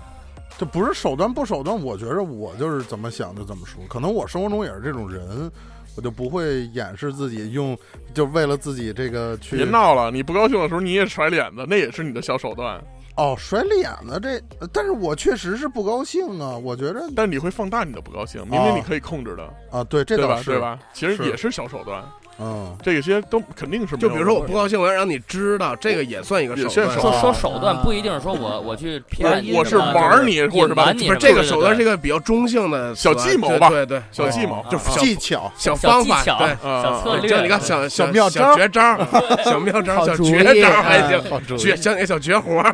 [SPEAKER 5] 这不是手段不手段，我觉着我就是怎么想就怎么说，可能我生活中也是这种人。我就不会掩饰自己用，就为了自己这个去
[SPEAKER 2] 别闹了，你不高兴的时候你也甩脸子，那也是你的小手段，
[SPEAKER 5] 哦，甩脸子这，呃但是我确实是不高兴啊，我觉着
[SPEAKER 2] 但你会放大你的不高兴，明明你可以控制的，
[SPEAKER 5] 啊，对，这
[SPEAKER 2] 对
[SPEAKER 5] 倒
[SPEAKER 2] 吧？
[SPEAKER 5] 是
[SPEAKER 2] 对？吧？其实
[SPEAKER 5] 是
[SPEAKER 2] 也是小手段，
[SPEAKER 5] 嗯，
[SPEAKER 2] 这些都肯定是没有
[SPEAKER 4] 就比如说我不高兴，我要让你知道，这个也算一个
[SPEAKER 2] 也
[SPEAKER 4] 手
[SPEAKER 2] 算
[SPEAKER 4] 段。
[SPEAKER 2] 手
[SPEAKER 6] 说
[SPEAKER 2] 段
[SPEAKER 3] 哦
[SPEAKER 6] 说手段不一定是说我 我去骗你，
[SPEAKER 2] 我是
[SPEAKER 6] 吧
[SPEAKER 2] 玩儿你或者什么
[SPEAKER 6] 啊隐瞒你
[SPEAKER 4] 不
[SPEAKER 6] 什
[SPEAKER 4] 是
[SPEAKER 6] 么
[SPEAKER 4] 这个
[SPEAKER 6] 对对
[SPEAKER 4] 手段是一
[SPEAKER 6] 对
[SPEAKER 4] 个比较中性的
[SPEAKER 2] 小
[SPEAKER 4] 手段
[SPEAKER 2] 计谋吧
[SPEAKER 4] 对对对，
[SPEAKER 2] 小计谋
[SPEAKER 6] 哦，
[SPEAKER 2] 就
[SPEAKER 6] 就
[SPEAKER 2] 小
[SPEAKER 5] 技巧
[SPEAKER 4] 小
[SPEAKER 6] 小
[SPEAKER 4] 方
[SPEAKER 6] 技
[SPEAKER 4] 法，
[SPEAKER 6] 巧
[SPEAKER 4] 对，啊
[SPEAKER 6] 小策略
[SPEAKER 4] 就你看小
[SPEAKER 5] 小妙招
[SPEAKER 4] 小绝招儿， 小妙招儿，
[SPEAKER 3] 好
[SPEAKER 4] 小
[SPEAKER 3] 主
[SPEAKER 4] 绝
[SPEAKER 3] 意
[SPEAKER 6] 啊
[SPEAKER 4] 招儿还
[SPEAKER 3] 哎
[SPEAKER 4] 行，绝像那小绝活 儿，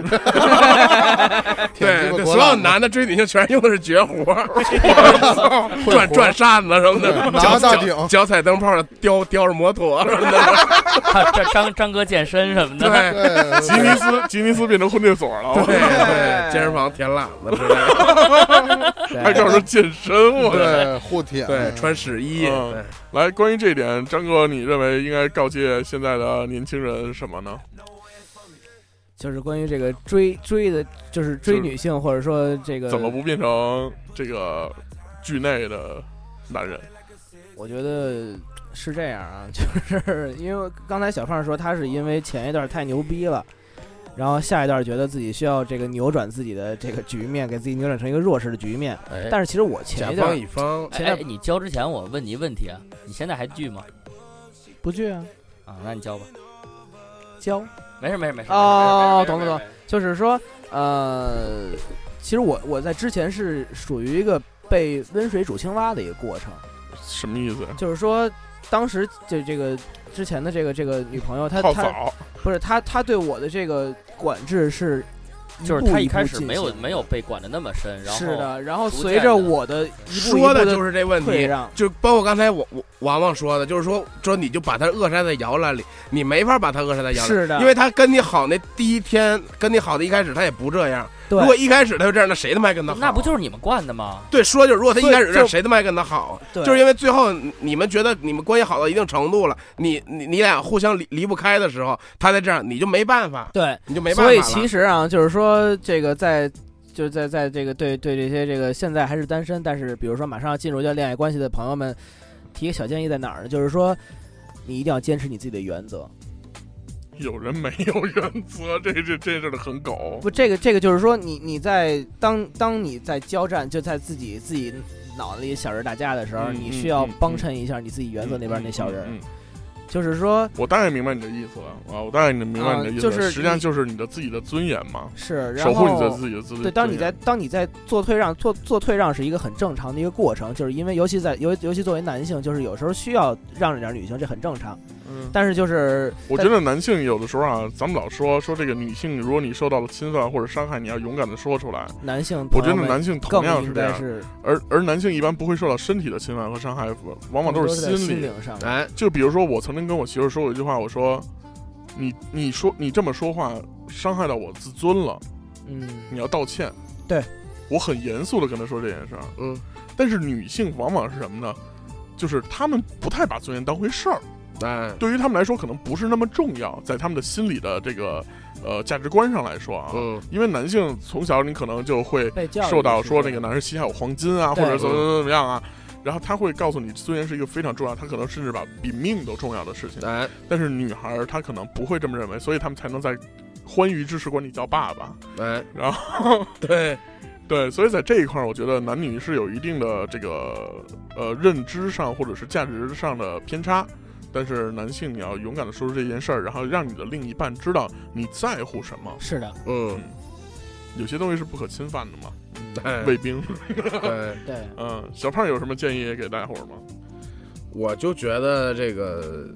[SPEAKER 4] 对
[SPEAKER 5] 舔鸡巴
[SPEAKER 4] 对，
[SPEAKER 5] 国
[SPEAKER 4] 所有
[SPEAKER 5] 浪
[SPEAKER 4] 男的追女性全用的是绝活 儿，转转扇子什么的，
[SPEAKER 5] 对拿
[SPEAKER 4] 脚脚
[SPEAKER 5] 大顶
[SPEAKER 4] 脚踩灯泡儿叼叼是摩托，
[SPEAKER 6] 张张张哥健身什么的，
[SPEAKER 4] 对
[SPEAKER 5] 对，
[SPEAKER 2] 吉尼斯 吉尼斯变成婚介所了，哦
[SPEAKER 4] 对对，健身房填辣子之类的，
[SPEAKER 2] 还告诉健身，我
[SPEAKER 5] 对护体，
[SPEAKER 4] 对，穿屎衣，
[SPEAKER 2] 嗯
[SPEAKER 4] 对
[SPEAKER 2] 来，关于这一点，张哥，你认为应该告诫现在的年轻人什么呢？
[SPEAKER 3] 就是关于这个追追的，就是追
[SPEAKER 2] 就是
[SPEAKER 3] 女性，或者说这个
[SPEAKER 2] 怎么不变成这个剧内的男人？
[SPEAKER 3] 我觉得是这样啊， 就是因为刚才小胖说他是因为前一段太牛逼了，然后下一段觉得自己需要这个扭转自己的这个局面，给自己扭转成一个弱势的局面。
[SPEAKER 6] 哎
[SPEAKER 3] 但是其实我
[SPEAKER 4] 甲
[SPEAKER 3] 前一
[SPEAKER 4] 方
[SPEAKER 3] 段
[SPEAKER 4] 乙方，
[SPEAKER 3] 前
[SPEAKER 6] 哎，
[SPEAKER 3] 段
[SPEAKER 6] 你交之前我问你一问题啊，你现在还聚吗？
[SPEAKER 3] 不去啊，
[SPEAKER 6] 啊，那你交吧，
[SPEAKER 3] 交
[SPEAKER 6] 没事没事没 事。
[SPEAKER 3] 哦，懂懂懂，就是说呃，其实我我在之前是属于一个被温水煮青蛙的一个过程。
[SPEAKER 2] 什么意思？
[SPEAKER 3] 就是说，当时就这个之前的这个这个女朋友，她
[SPEAKER 2] 泡
[SPEAKER 3] 她
[SPEAKER 2] 澡，
[SPEAKER 3] 不是她她对我的这个管制是步步进行的，
[SPEAKER 6] 就是他一开始没有没有被管的那么深，然后
[SPEAKER 3] 是的，然后
[SPEAKER 6] 逐
[SPEAKER 3] 随
[SPEAKER 6] 渐
[SPEAKER 3] 着
[SPEAKER 6] 地
[SPEAKER 3] 我的一步一
[SPEAKER 4] 说
[SPEAKER 3] 步
[SPEAKER 4] 的
[SPEAKER 3] 的
[SPEAKER 4] 就是这问
[SPEAKER 3] 退
[SPEAKER 4] 题。
[SPEAKER 3] 让，
[SPEAKER 4] 就包括刚才我我王王说的，就是说说你就把他扼杀在摇篮里，你没法把他扼杀在摇篮里，
[SPEAKER 3] 是的
[SPEAKER 4] 因为他跟你好那第一天，跟你好的一开始他也不这样。如果
[SPEAKER 3] 对
[SPEAKER 4] 一开始他就这样，那谁他妈还跟他好？啊
[SPEAKER 6] 那不就是你们惯 的吗？
[SPEAKER 4] 对，说就是如果他一开始
[SPEAKER 3] 所以
[SPEAKER 4] 这
[SPEAKER 3] 就
[SPEAKER 4] 样，谁他妈还跟他好啊？
[SPEAKER 3] 对，
[SPEAKER 4] 就是因为最后你们觉得你们关系好到一定程度了，你你你俩互相离离不开的时候，他再这样，你就没办法，
[SPEAKER 3] 对，
[SPEAKER 4] 你就没办法
[SPEAKER 3] 所
[SPEAKER 4] 了。
[SPEAKER 3] 以其实啊，就是说这个在就是在在这个对对这些这个现在还是单身，但是比如说马上要进入到恋爱关系的朋友们，提个小建议在哪儿呢？就是说，你一定要坚持你自己的原则。
[SPEAKER 2] 有人没有原则， 这这这真的很狗。
[SPEAKER 3] 不，这个这个就是说你，你在当当你在交战，就在自己自己脑子里小人打架的时候，
[SPEAKER 2] 嗯
[SPEAKER 3] 你
[SPEAKER 2] 嗯
[SPEAKER 3] 需要
[SPEAKER 2] 嗯
[SPEAKER 3] 帮
[SPEAKER 2] 嗯
[SPEAKER 3] 衬一下你自己原则那边那小人，
[SPEAKER 2] 嗯嗯嗯
[SPEAKER 3] 就是说，
[SPEAKER 2] 我大概明白你的意思了啊，我大概能明白你的意思了，
[SPEAKER 3] 啊就是
[SPEAKER 2] 实际上
[SPEAKER 3] 你
[SPEAKER 2] 就是你的自己的尊严嘛，
[SPEAKER 3] 是然
[SPEAKER 2] 守护你的
[SPEAKER 3] 后
[SPEAKER 2] 自己的自
[SPEAKER 3] 对，当你在
[SPEAKER 2] 尊
[SPEAKER 3] 当你在做退让做做退让是一个很正常的一个过程，就是因为尤其在尤尤其作为男性，就是有时候需要让着点女性，这很正常。
[SPEAKER 2] 严嗯，
[SPEAKER 3] 但是就是
[SPEAKER 2] 我觉得男性有的时候啊，咱们老说说这个女性，如果你受到了侵犯或者伤害，你要勇敢的说出来。
[SPEAKER 3] 男性
[SPEAKER 2] 我
[SPEAKER 3] 朋
[SPEAKER 2] 觉得
[SPEAKER 3] 友们
[SPEAKER 2] 男性同
[SPEAKER 3] 更
[SPEAKER 2] 样
[SPEAKER 3] 应
[SPEAKER 2] 是这
[SPEAKER 3] 该
[SPEAKER 2] 样，
[SPEAKER 3] 是
[SPEAKER 2] 而而男性一般不会受到身体的侵犯和伤害，往往都
[SPEAKER 3] 都
[SPEAKER 2] 是
[SPEAKER 3] 在心
[SPEAKER 2] 理。
[SPEAKER 3] 灵上面
[SPEAKER 4] 哎，
[SPEAKER 2] 就比如说，我曾经跟我媳妇说过一句话，我说：“你你说你这么说话，伤害到我自尊了，
[SPEAKER 3] 嗯，
[SPEAKER 2] 你要道歉。”
[SPEAKER 3] 对，
[SPEAKER 2] 我很严肃的跟她说这件事儿。
[SPEAKER 4] 嗯，
[SPEAKER 2] 但是女性往往是什么呢？就是她们不太把尊严当回事儿，
[SPEAKER 4] 哎，
[SPEAKER 2] 对于她们来说可能不是那么重要，在她们的心理的这个呃价值观上来说啊，
[SPEAKER 4] 嗯，
[SPEAKER 2] 因为男性从小你可能就会
[SPEAKER 3] 被教育
[SPEAKER 2] 受到
[SPEAKER 3] 是
[SPEAKER 2] 说
[SPEAKER 3] 这
[SPEAKER 2] 那个
[SPEAKER 3] 样
[SPEAKER 2] 男人膝下有黄金啊，或
[SPEAKER 3] 对
[SPEAKER 2] 者怎么怎么怎么样啊，然后他会告诉你尊严是一个非常重要，他可能甚至把比命都重要的事情。
[SPEAKER 4] 哎，
[SPEAKER 2] 但是女孩儿她可能不会这么认为，所以他们才能在欢愉之时管你叫爸爸。
[SPEAKER 4] 哎，
[SPEAKER 2] 然后
[SPEAKER 4] 对，
[SPEAKER 2] 对，所以在这一块儿，我觉得男女是有一定的这个呃认知上或者是价值上的偏差。但是男性，你要勇敢的说出这件事儿，然后让你的另一半知道你在乎什么。
[SPEAKER 3] 是的，
[SPEAKER 4] 嗯，
[SPEAKER 2] 有些东西是不可侵犯的嘛，
[SPEAKER 4] 哎，
[SPEAKER 2] 卫兵。
[SPEAKER 4] 哎
[SPEAKER 3] 对，
[SPEAKER 2] 嗯，小胖有什么建议给大伙儿吗？
[SPEAKER 4] 我就觉得这个，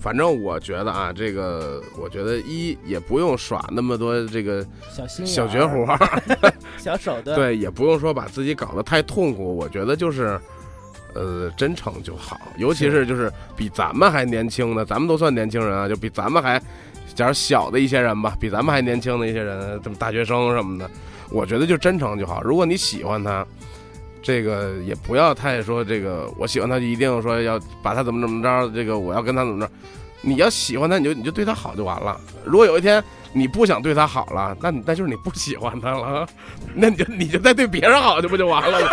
[SPEAKER 4] 反正我觉得啊，这个，我觉得一也不用耍那么多这个
[SPEAKER 3] 小心眼
[SPEAKER 4] 小
[SPEAKER 3] 儿
[SPEAKER 4] 绝活儿，
[SPEAKER 3] 小手段，
[SPEAKER 4] 对，也不用说把自己搞得太痛苦。我觉得就是，呃，真诚就好。尤其是就是比咱们还年轻的，咱们都算年轻人啊，就比咱们还，假如小的一些人吧，比咱们还年轻的一些人，这么大学生什么的，我觉得就真诚就好。如果你喜欢他。这个也不要太说这个，我喜欢他就一定说要把他怎么怎么着，这个我要跟他怎么着。你要喜欢他，你就你就对他好就完了。如果有一天你不想对他好了，那你那就是你不喜欢他了。 那你就你就再对别人好，这不就完了吗？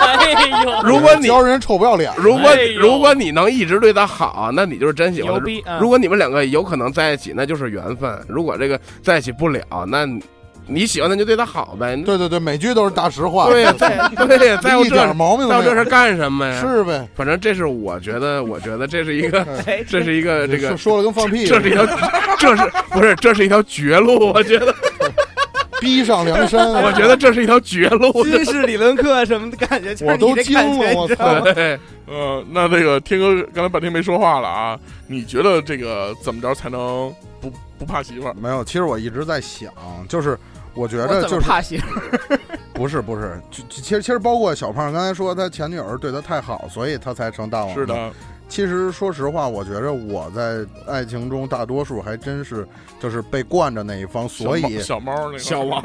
[SPEAKER 6] 哎 呦，
[SPEAKER 4] 如果你
[SPEAKER 5] 教人臭不要脸，
[SPEAKER 4] 如果
[SPEAKER 6] 哎呦
[SPEAKER 4] 如果你能一直对他好，那你就是真喜欢
[SPEAKER 6] 牛
[SPEAKER 4] 他。
[SPEAKER 6] 逼
[SPEAKER 3] 嗯
[SPEAKER 6] 啊！
[SPEAKER 4] 如果你们两个有可能在一起，那就是缘分；如果这个在一起不了，那你你喜欢他就对他啊好呗。
[SPEAKER 5] 对对对，每句都是大实话，
[SPEAKER 4] 对呀， 对呀，在乎
[SPEAKER 5] 一
[SPEAKER 4] 这
[SPEAKER 5] 点
[SPEAKER 4] 在
[SPEAKER 5] 毛病都
[SPEAKER 4] 乎
[SPEAKER 5] 没
[SPEAKER 4] 这事
[SPEAKER 5] 有，
[SPEAKER 4] 干什么呀？
[SPEAKER 5] 是呗？
[SPEAKER 4] 反正这是我觉得，我觉得这是一 个，
[SPEAKER 3] 哎，
[SPEAKER 4] 这是一个 这个
[SPEAKER 5] 说，说了跟放屁，
[SPEAKER 4] 这是一条，这是不是这是一条绝路？我觉得，
[SPEAKER 5] 逼上梁山，啊
[SPEAKER 4] 我觉得这 是一条绝路。
[SPEAKER 3] 军事理论课什么的感觉，就是
[SPEAKER 5] 我都
[SPEAKER 3] 你这
[SPEAKER 5] 惊
[SPEAKER 3] 感觉
[SPEAKER 5] 了，我操！
[SPEAKER 4] 对，
[SPEAKER 2] 呃，那这个天哥刚才半天没说话了啊，你觉得这个怎么着才能不不怕媳妇儿？
[SPEAKER 5] 没有，其实我一直在想，就是我觉
[SPEAKER 3] 我
[SPEAKER 5] 得
[SPEAKER 3] 怎
[SPEAKER 5] 就
[SPEAKER 3] 么
[SPEAKER 5] 是
[SPEAKER 3] 怕媳妇儿？
[SPEAKER 5] 不是不是，就就其实其实包括小胖刚才说他前女友对他太好，所以他才成大王。
[SPEAKER 2] 是，的，
[SPEAKER 5] 其实说实话，我觉着我在爱情中大多数还真是就是被惯着那一方，所以
[SPEAKER 2] 小猫那个
[SPEAKER 7] 小王，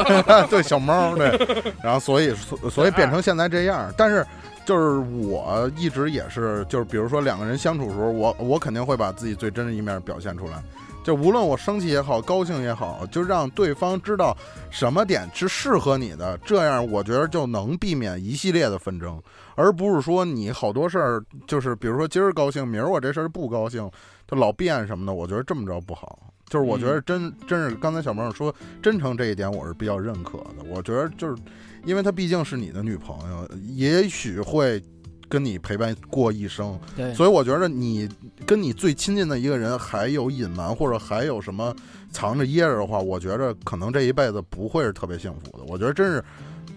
[SPEAKER 5] 对小猫对，然后所以所所以变成现在这样，但是。就是我一直也是，就是比如说两个人相处的时候，我我肯定会把自己最真的一面表现出来，就无论我生气也好，高兴也好，就让对方知道什么点是适合你的，这样我觉得就能避免一系列的纷争，而不是说你好多事儿就是比如说今儿高兴，明儿我这事儿不高兴，就老变什么的，我觉得这么着不好。就是我觉得真、真是刚才小萌说真诚这一点，我是比较认可的。我觉得就是因为她毕竟是你的女朋友，也许会跟你陪伴过一生，
[SPEAKER 3] 对，
[SPEAKER 5] 所以我觉得你跟你最亲近的一个人还有隐瞒或者还有什么藏着掖着的话，我觉着可能这一辈子不会是特别幸福的。我觉得真是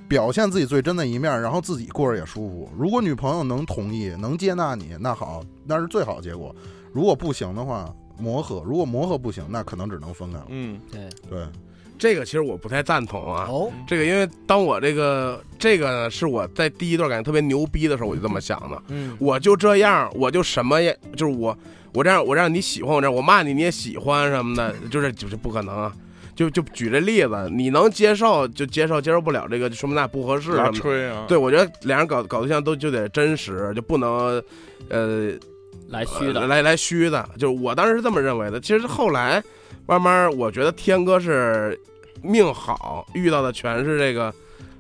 [SPEAKER 5] 表现自己最真的一面，然后自己过着也舒服。如果女朋友能同意、能接纳你，那好，那是最好的结果。如果不行的话，磨合；如果磨合不行，那可能只能分开了。
[SPEAKER 2] 嗯，
[SPEAKER 5] 对，
[SPEAKER 4] 这个其实我不太赞同啊。
[SPEAKER 3] 哦，
[SPEAKER 4] 这个因为当我这个这个呢，是我在第一段感觉特别牛逼的时候，我就这么想的。
[SPEAKER 3] 嗯，
[SPEAKER 4] 我就这样，我就什么也就是我，我这样，我让你喜欢我这样，我骂你你也喜欢什么的，就是就是不可能啊。就就举这例子，你能接受就接受，接受不了这个就说明咱俩不合适什
[SPEAKER 2] 拉
[SPEAKER 4] 么的。
[SPEAKER 2] 吹啊，
[SPEAKER 4] 对，我觉得俩人搞搞对象都就得真实，就不能，呃，
[SPEAKER 6] 来虚
[SPEAKER 4] 呃
[SPEAKER 6] 的，
[SPEAKER 4] 来来虚的，就是我当时是这么认为的。其实后来慢慢，我觉得天哥是命好，遇到的全是这个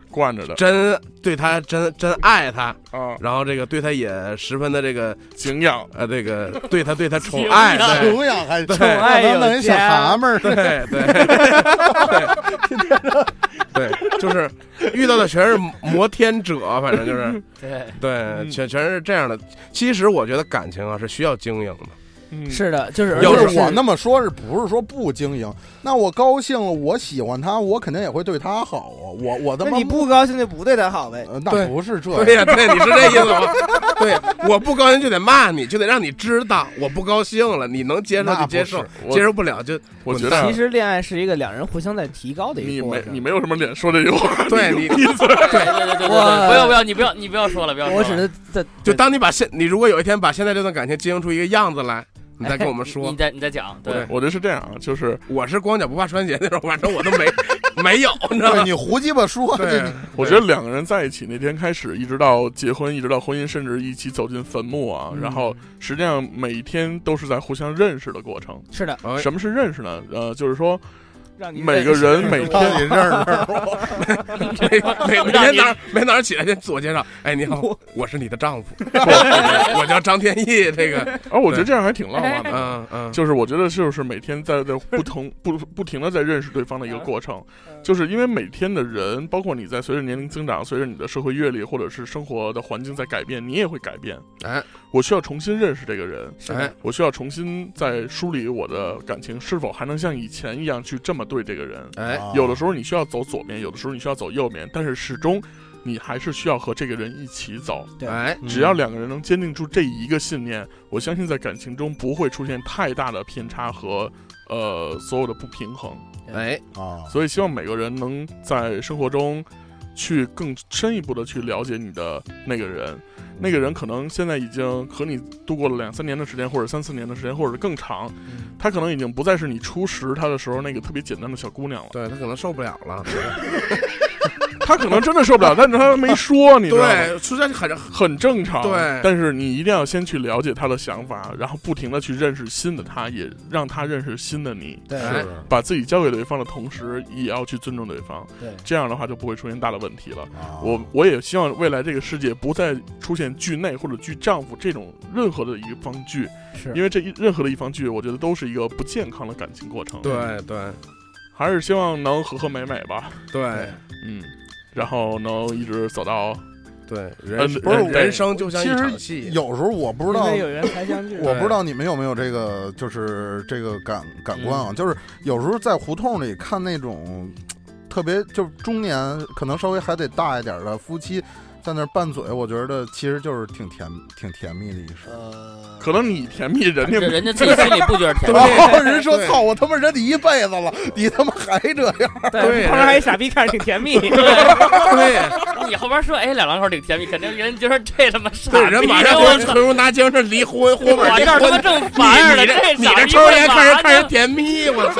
[SPEAKER 2] 惯着的
[SPEAKER 4] 真对他真真爱他，
[SPEAKER 2] 啊，
[SPEAKER 4] 然后这个对他也十分的这个
[SPEAKER 2] 敬仰。
[SPEAKER 4] 呃，这个对他对他宠爱，对
[SPEAKER 5] 穷养还
[SPEAKER 4] 对
[SPEAKER 5] 让他
[SPEAKER 3] 哎呦
[SPEAKER 5] 弄一小
[SPEAKER 3] 天
[SPEAKER 5] 蛤蟆儿，
[SPEAKER 4] 对对对，对，就是遇到的全是摩天者，反正就是
[SPEAKER 6] 对，
[SPEAKER 4] 对，全全是这样的。其实我觉得感情啊是需要经营的。
[SPEAKER 2] 嗯，
[SPEAKER 3] 是的，就是
[SPEAKER 4] 要
[SPEAKER 5] 要
[SPEAKER 4] 是
[SPEAKER 5] 是我那么说，是不是说不经营？那我高兴了，我喜欢他，我肯定也会对他好啊。我我他
[SPEAKER 3] 那
[SPEAKER 5] 妈
[SPEAKER 3] 你不高兴就不对他好呗。
[SPEAKER 5] 呃
[SPEAKER 4] 对
[SPEAKER 5] 那不是这样，
[SPEAKER 4] 对呀、对，你是这意思吗？对，我不高兴就得骂你，就得让你知道我不高兴了，你能接受就
[SPEAKER 5] 那
[SPEAKER 4] 接
[SPEAKER 5] 不是
[SPEAKER 4] 受，
[SPEAKER 2] 我
[SPEAKER 4] 接受不了就
[SPEAKER 2] 嗯我觉
[SPEAKER 4] 对
[SPEAKER 2] 得
[SPEAKER 3] 其实恋爱是一个两人互相在提高的
[SPEAKER 2] 啊
[SPEAKER 3] 一
[SPEAKER 2] 你
[SPEAKER 3] 个过
[SPEAKER 2] 没
[SPEAKER 3] 程。
[SPEAKER 2] 你没有什么脸说这句话，
[SPEAKER 4] 对 你，
[SPEAKER 6] 对对对对对，
[SPEAKER 3] 我
[SPEAKER 6] 不要不要，你不要你不要说了，不要说了。
[SPEAKER 3] 我只是在
[SPEAKER 4] 就当你把现你如果有一天把现在这段感情经营出一个样子来，你再跟 我们
[SPEAKER 6] 你
[SPEAKER 4] 说
[SPEAKER 6] 你。再你再讲，对，
[SPEAKER 2] 我这是这样啊，就是
[SPEAKER 4] 我是光脚不怕穿鞋那种，反正我都没 没有，你知道
[SPEAKER 5] 对
[SPEAKER 4] 吗？
[SPEAKER 5] 你胡鸡巴 说，
[SPEAKER 4] 对
[SPEAKER 5] 这，
[SPEAKER 2] 我觉得两个人在一起那天开始，一直到结婚，一直到婚姻，甚至一起走进坟墓啊，然后实际上每一天都是在互相认识的过程。
[SPEAKER 3] 是的，
[SPEAKER 4] 哎
[SPEAKER 2] 什么是认识呢？呃，就是说
[SPEAKER 3] 让你
[SPEAKER 2] 每个人每
[SPEAKER 5] 到
[SPEAKER 2] 天
[SPEAKER 5] 底 认识认识？
[SPEAKER 4] 每每每天早上每天早上起来先自我介绍，哎，你好，我是你的丈夫，我我叫张天翼，这 个，
[SPEAKER 2] 啊，我觉得这样还挺浪漫
[SPEAKER 3] 哎
[SPEAKER 2] 的。
[SPEAKER 4] 嗯嗯，
[SPEAKER 2] 就是我觉得就是每天在在不同 不不停的在认识对方的一个
[SPEAKER 3] 嗯
[SPEAKER 2] 过程，就是因为每天的人，包括你在随着年龄增长，随着你的社会阅历或者是生活的环境在改变，你也会改变。
[SPEAKER 4] 哎，
[SPEAKER 2] 我需要重新认识这个人，
[SPEAKER 3] 是
[SPEAKER 4] 哎
[SPEAKER 3] 的，
[SPEAKER 2] 我需要重新再梳理我的感情，是否还能像以前一样去这么对这个人？
[SPEAKER 4] 哎，
[SPEAKER 2] 有的时候你需要走左边，有的时候你需要走右边，但是始终你还是需要和这个人一起走。
[SPEAKER 3] 对
[SPEAKER 4] 哎，
[SPEAKER 2] 只要两个人能坚定住这一个信念，我相信在感情中不会出现太大的偏差和呃所有的不平衡。
[SPEAKER 4] 哎，
[SPEAKER 5] 啊，
[SPEAKER 2] 所以希望每个人能在生活中去更深一步的去了解你的那个人，那个人可能现在已经和你度过了两三年的时间，或者三四年的时间，或者更长，他可能已经不再是你初识他的时候那个特别简单的小姑娘了，
[SPEAKER 4] 对他可能受不了了。
[SPEAKER 2] 他可能真的受不了，但是他没说，你知 道吗？
[SPEAKER 4] 对，出现很
[SPEAKER 2] 很正常，
[SPEAKER 4] 对
[SPEAKER 2] 但是你一定要先去了解他的想法，然后不停的去认识新的他，也让他认识新的你。
[SPEAKER 3] 对
[SPEAKER 4] 哎
[SPEAKER 2] 把自己交给对方的同时，也要去尊重对方，
[SPEAKER 3] 对
[SPEAKER 2] 这样的话就不会出现大的问题了。
[SPEAKER 5] 啊
[SPEAKER 2] 我我也希望未来这个世界不再出现剧内或者剧丈夫这种任何的一方剧，
[SPEAKER 3] 是
[SPEAKER 2] 因为这一任何的一方剧，我觉得都是一个不健康的感情过程。，
[SPEAKER 4] 对对
[SPEAKER 2] 还是希望能和和美美吧，
[SPEAKER 4] 对
[SPEAKER 2] 嗯，然后能一直走到
[SPEAKER 4] 对，
[SPEAKER 2] 呃
[SPEAKER 4] 人
[SPEAKER 2] 不是
[SPEAKER 4] 人
[SPEAKER 2] 我
[SPEAKER 4] 人生就像一
[SPEAKER 5] 其
[SPEAKER 4] 场
[SPEAKER 5] 实
[SPEAKER 4] 戏，
[SPEAKER 5] 有时候我不知
[SPEAKER 3] 因
[SPEAKER 5] 道
[SPEAKER 3] 为有缘才相 聚。
[SPEAKER 5] 我不知道你们有没有这个，就是这个感感官
[SPEAKER 4] 嗯
[SPEAKER 5] 啊，就是有时候在胡同里看那种特别就是中年，可能稍微还得大一点的夫妻，在那儿拌嘴，我觉得其实就是挺甜挺甜蜜的一事。
[SPEAKER 3] 呃，
[SPEAKER 2] 可能你甜蜜，人家
[SPEAKER 6] 这
[SPEAKER 2] 不
[SPEAKER 6] 人家自己心里不觉得甜
[SPEAKER 5] 然
[SPEAKER 6] 蜜，
[SPEAKER 5] 后人说
[SPEAKER 4] 对
[SPEAKER 5] 操我他妈忍你一辈子了，你他妈还这样，
[SPEAKER 4] 对
[SPEAKER 3] 旁边还一傻逼看着挺甜蜜，
[SPEAKER 4] 对
[SPEAKER 6] 你后边说哎两两口挺甜蜜，肯定人觉得这他妈傻 逼，
[SPEAKER 4] 对，人马上
[SPEAKER 6] 我
[SPEAKER 4] 就
[SPEAKER 6] 操
[SPEAKER 4] 纯如拿精神离婚，婚
[SPEAKER 6] 我
[SPEAKER 4] 本
[SPEAKER 6] 这
[SPEAKER 4] 结
[SPEAKER 6] 儿他妈
[SPEAKER 4] 婚。
[SPEAKER 6] 正烦着
[SPEAKER 4] 你
[SPEAKER 6] 呢，
[SPEAKER 4] 你这你
[SPEAKER 6] 傻
[SPEAKER 4] 这
[SPEAKER 6] 逼
[SPEAKER 4] 抽着烟
[SPEAKER 6] 干
[SPEAKER 4] 看人
[SPEAKER 6] 嘛
[SPEAKER 4] 看人
[SPEAKER 6] 呢
[SPEAKER 4] 甜蜜，我操！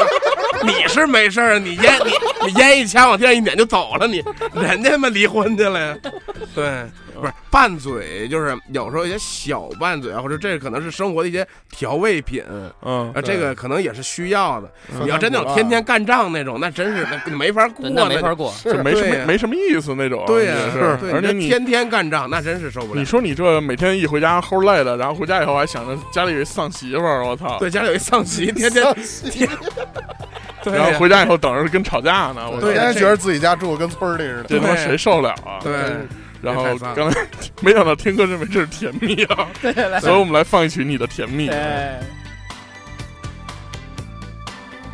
[SPEAKER 4] 你是没事儿，你烟你你烟一掐往地上一撵就走了，你人家他妈离婚去了呀？对，不是拌嘴，就是有时候一些小拌嘴啊，或者这可能是生活的一些调味品啊，
[SPEAKER 2] 嗯，
[SPEAKER 4] 这个可能也是需要的。
[SPEAKER 2] 嗯
[SPEAKER 4] 你要真那
[SPEAKER 5] 啊
[SPEAKER 4] 种天天干仗那种，那真是那没法过
[SPEAKER 6] 对，
[SPEAKER 4] 呢，
[SPEAKER 6] 那没法过。
[SPEAKER 2] 就没什
[SPEAKER 4] 对
[SPEAKER 2] 么
[SPEAKER 4] 呀
[SPEAKER 2] 没什么意思那种，
[SPEAKER 4] 对呀、
[SPEAKER 2] 呀，
[SPEAKER 4] 对
[SPEAKER 2] 是，而且
[SPEAKER 4] 你
[SPEAKER 2] 你。
[SPEAKER 4] 天天干仗，那真是受不了
[SPEAKER 2] 你。说你这每天一回家齁累的，然后回家以后还想着家里有一丧媳妇儿，我操！
[SPEAKER 4] 对，家里有一丧媳，天天天，对
[SPEAKER 2] 然后
[SPEAKER 4] 呀
[SPEAKER 2] 回家以后等着跟吵架呢，我操
[SPEAKER 4] 对啊
[SPEAKER 5] 天
[SPEAKER 4] 呀
[SPEAKER 5] 天觉得自己家住跟村儿里似的。
[SPEAKER 2] 这他妈
[SPEAKER 4] 对
[SPEAKER 2] 谁受得了啊？
[SPEAKER 4] 对，
[SPEAKER 2] 然后
[SPEAKER 4] 太丧了
[SPEAKER 2] 刚才 没想到天哥认为这是甜蜜 啊，
[SPEAKER 3] 对来
[SPEAKER 2] 所以我们来放一曲你的甜蜜，
[SPEAKER 3] 对，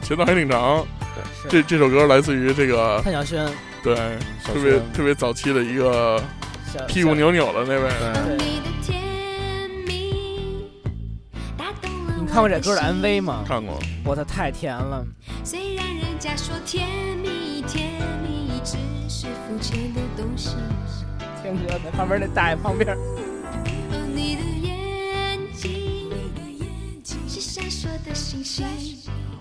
[SPEAKER 2] 前段还挺长。
[SPEAKER 3] 是
[SPEAKER 2] 这这首歌来自于这个
[SPEAKER 3] 潘晓萱
[SPEAKER 2] 对
[SPEAKER 6] 小
[SPEAKER 2] 特别
[SPEAKER 6] 轩
[SPEAKER 2] 特别早期的一个
[SPEAKER 3] 小
[SPEAKER 2] 屁股
[SPEAKER 3] 小
[SPEAKER 2] 扭扭的那位，
[SPEAKER 5] 对
[SPEAKER 7] 你的甜蜜打动了
[SPEAKER 3] 你
[SPEAKER 7] 我
[SPEAKER 3] 看过这歌的
[SPEAKER 7] 心
[SPEAKER 3] MV 吗？
[SPEAKER 2] 看过
[SPEAKER 3] 我操，太甜了！
[SPEAKER 7] 虽然人家说甜蜜甜蜜只是肤浅的东西，
[SPEAKER 3] 听觉在旁边那大爷旁边，
[SPEAKER 7] 哦，你的眼睛是闪烁的星星。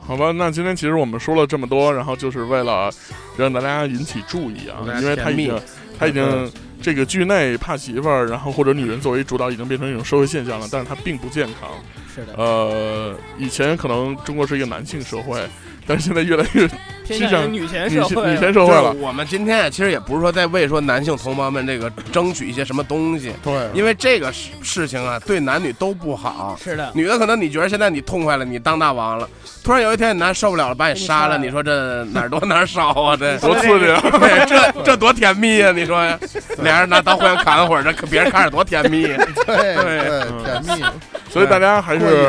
[SPEAKER 2] 好吧，那今天其实我们说了这么多，然后就是为了让大家引起注意啊
[SPEAKER 4] 让大，家
[SPEAKER 2] 因为他已
[SPEAKER 4] 甜蜜
[SPEAKER 2] 经他已经
[SPEAKER 4] 嗯
[SPEAKER 2] 这个剧内怕媳妇儿，然后或者女人作为主导已经变成一种社会现象了，但是它并不健康。
[SPEAKER 3] 是的，
[SPEAKER 2] 呃，以前可能中国是一个男性社会，但是现在越来越 是
[SPEAKER 3] 偏向
[SPEAKER 2] 这样
[SPEAKER 3] 于女权
[SPEAKER 2] 女
[SPEAKER 3] 社
[SPEAKER 2] 性
[SPEAKER 3] 会
[SPEAKER 2] 女
[SPEAKER 3] 了，
[SPEAKER 2] 权社会
[SPEAKER 4] 就是
[SPEAKER 2] 了。
[SPEAKER 4] 我们今天啊，其实也不是说在为说男性同胞们这个争取一些什么东西，
[SPEAKER 5] 对，
[SPEAKER 4] 因为这个事事情啊，对男女都不好。
[SPEAKER 3] 是的，
[SPEAKER 4] 女的可能你觉得现在你痛快了，你当大王了，突然有一天你男受不了了，把你杀了，
[SPEAKER 3] 给
[SPEAKER 4] 你
[SPEAKER 3] 你
[SPEAKER 4] 说这哪儿多哪儿少啊？这
[SPEAKER 2] 多刺激啊！
[SPEAKER 4] 对这这多甜蜜啊呀、你 说呀，俩人拿刀互相砍会儿，这可别人看着多甜蜜啊呀、
[SPEAKER 5] 对
[SPEAKER 2] 嗯
[SPEAKER 5] 对，甜蜜，
[SPEAKER 2] 所以大家还
[SPEAKER 5] 过
[SPEAKER 2] 是
[SPEAKER 5] 瘾。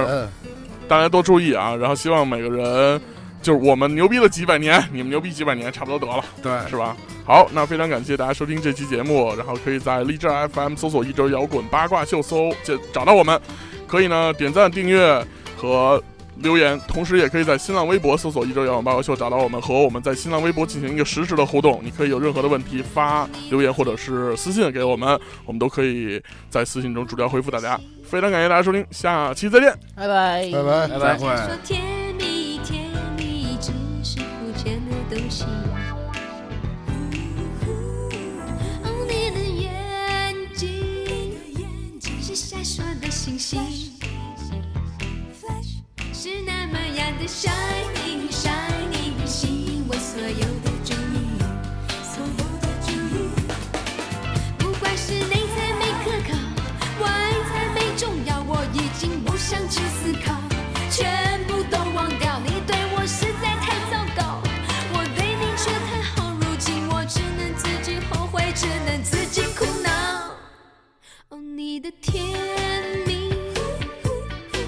[SPEAKER 2] 大家多注意啊，然后希望每个人就是我们牛逼了几百年，你们牛逼几百年，差不多得了，
[SPEAKER 4] 对。
[SPEAKER 2] 是吧？好，那非常感谢大家收听这期节目，然后可以在荔枝 FM 搜索“一周摇滚八卦秀”搜就找到我们，可以呢点赞、订阅和。留言，同时也可以在新浪微博搜索“一周摇滚八卦秀”找到我们，和我们在新浪微博进行一个实时的互动。你可以有任何的问题发留言或者是私信给我们，我们都可以在私信中逐条回复大家。非常感谢大家收听，下期再见。
[SPEAKER 3] 拜拜
[SPEAKER 5] 拜拜。
[SPEAKER 6] 拜
[SPEAKER 4] 再
[SPEAKER 6] 拜。
[SPEAKER 4] 会。
[SPEAKER 7] 说甜蜜甜蜜只是肤浅的东西。哦，你的眼睛是闪烁的星星，是那么样的 shining shining，吸引我所有的注意，所有的注意。不管是内在美可靠，外在美重要，我已经不想去思考，全部都忘掉。你对我实在太糟糕，我对你却太好，如今我只能自己后悔，只能自己苦恼。哦，你的甜蜜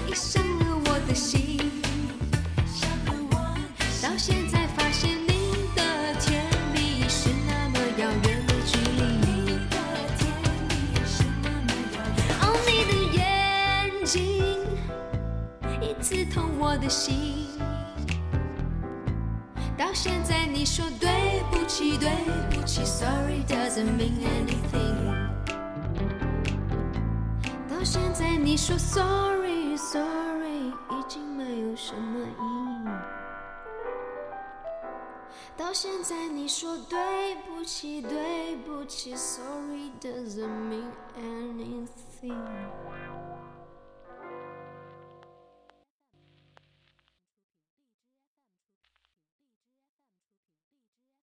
[SPEAKER 7] 已伤了我的心，到现在发现你的甜蜜是那么遥远的距离。哦，你的眼睛已刺痛我的心，到现在你说对不起，对不起，Sorry doesn't mean anything。到现在你说 sorry sorry 已经没有什么意义。到现在你说对不起对不起，sorry doesn't mean anything。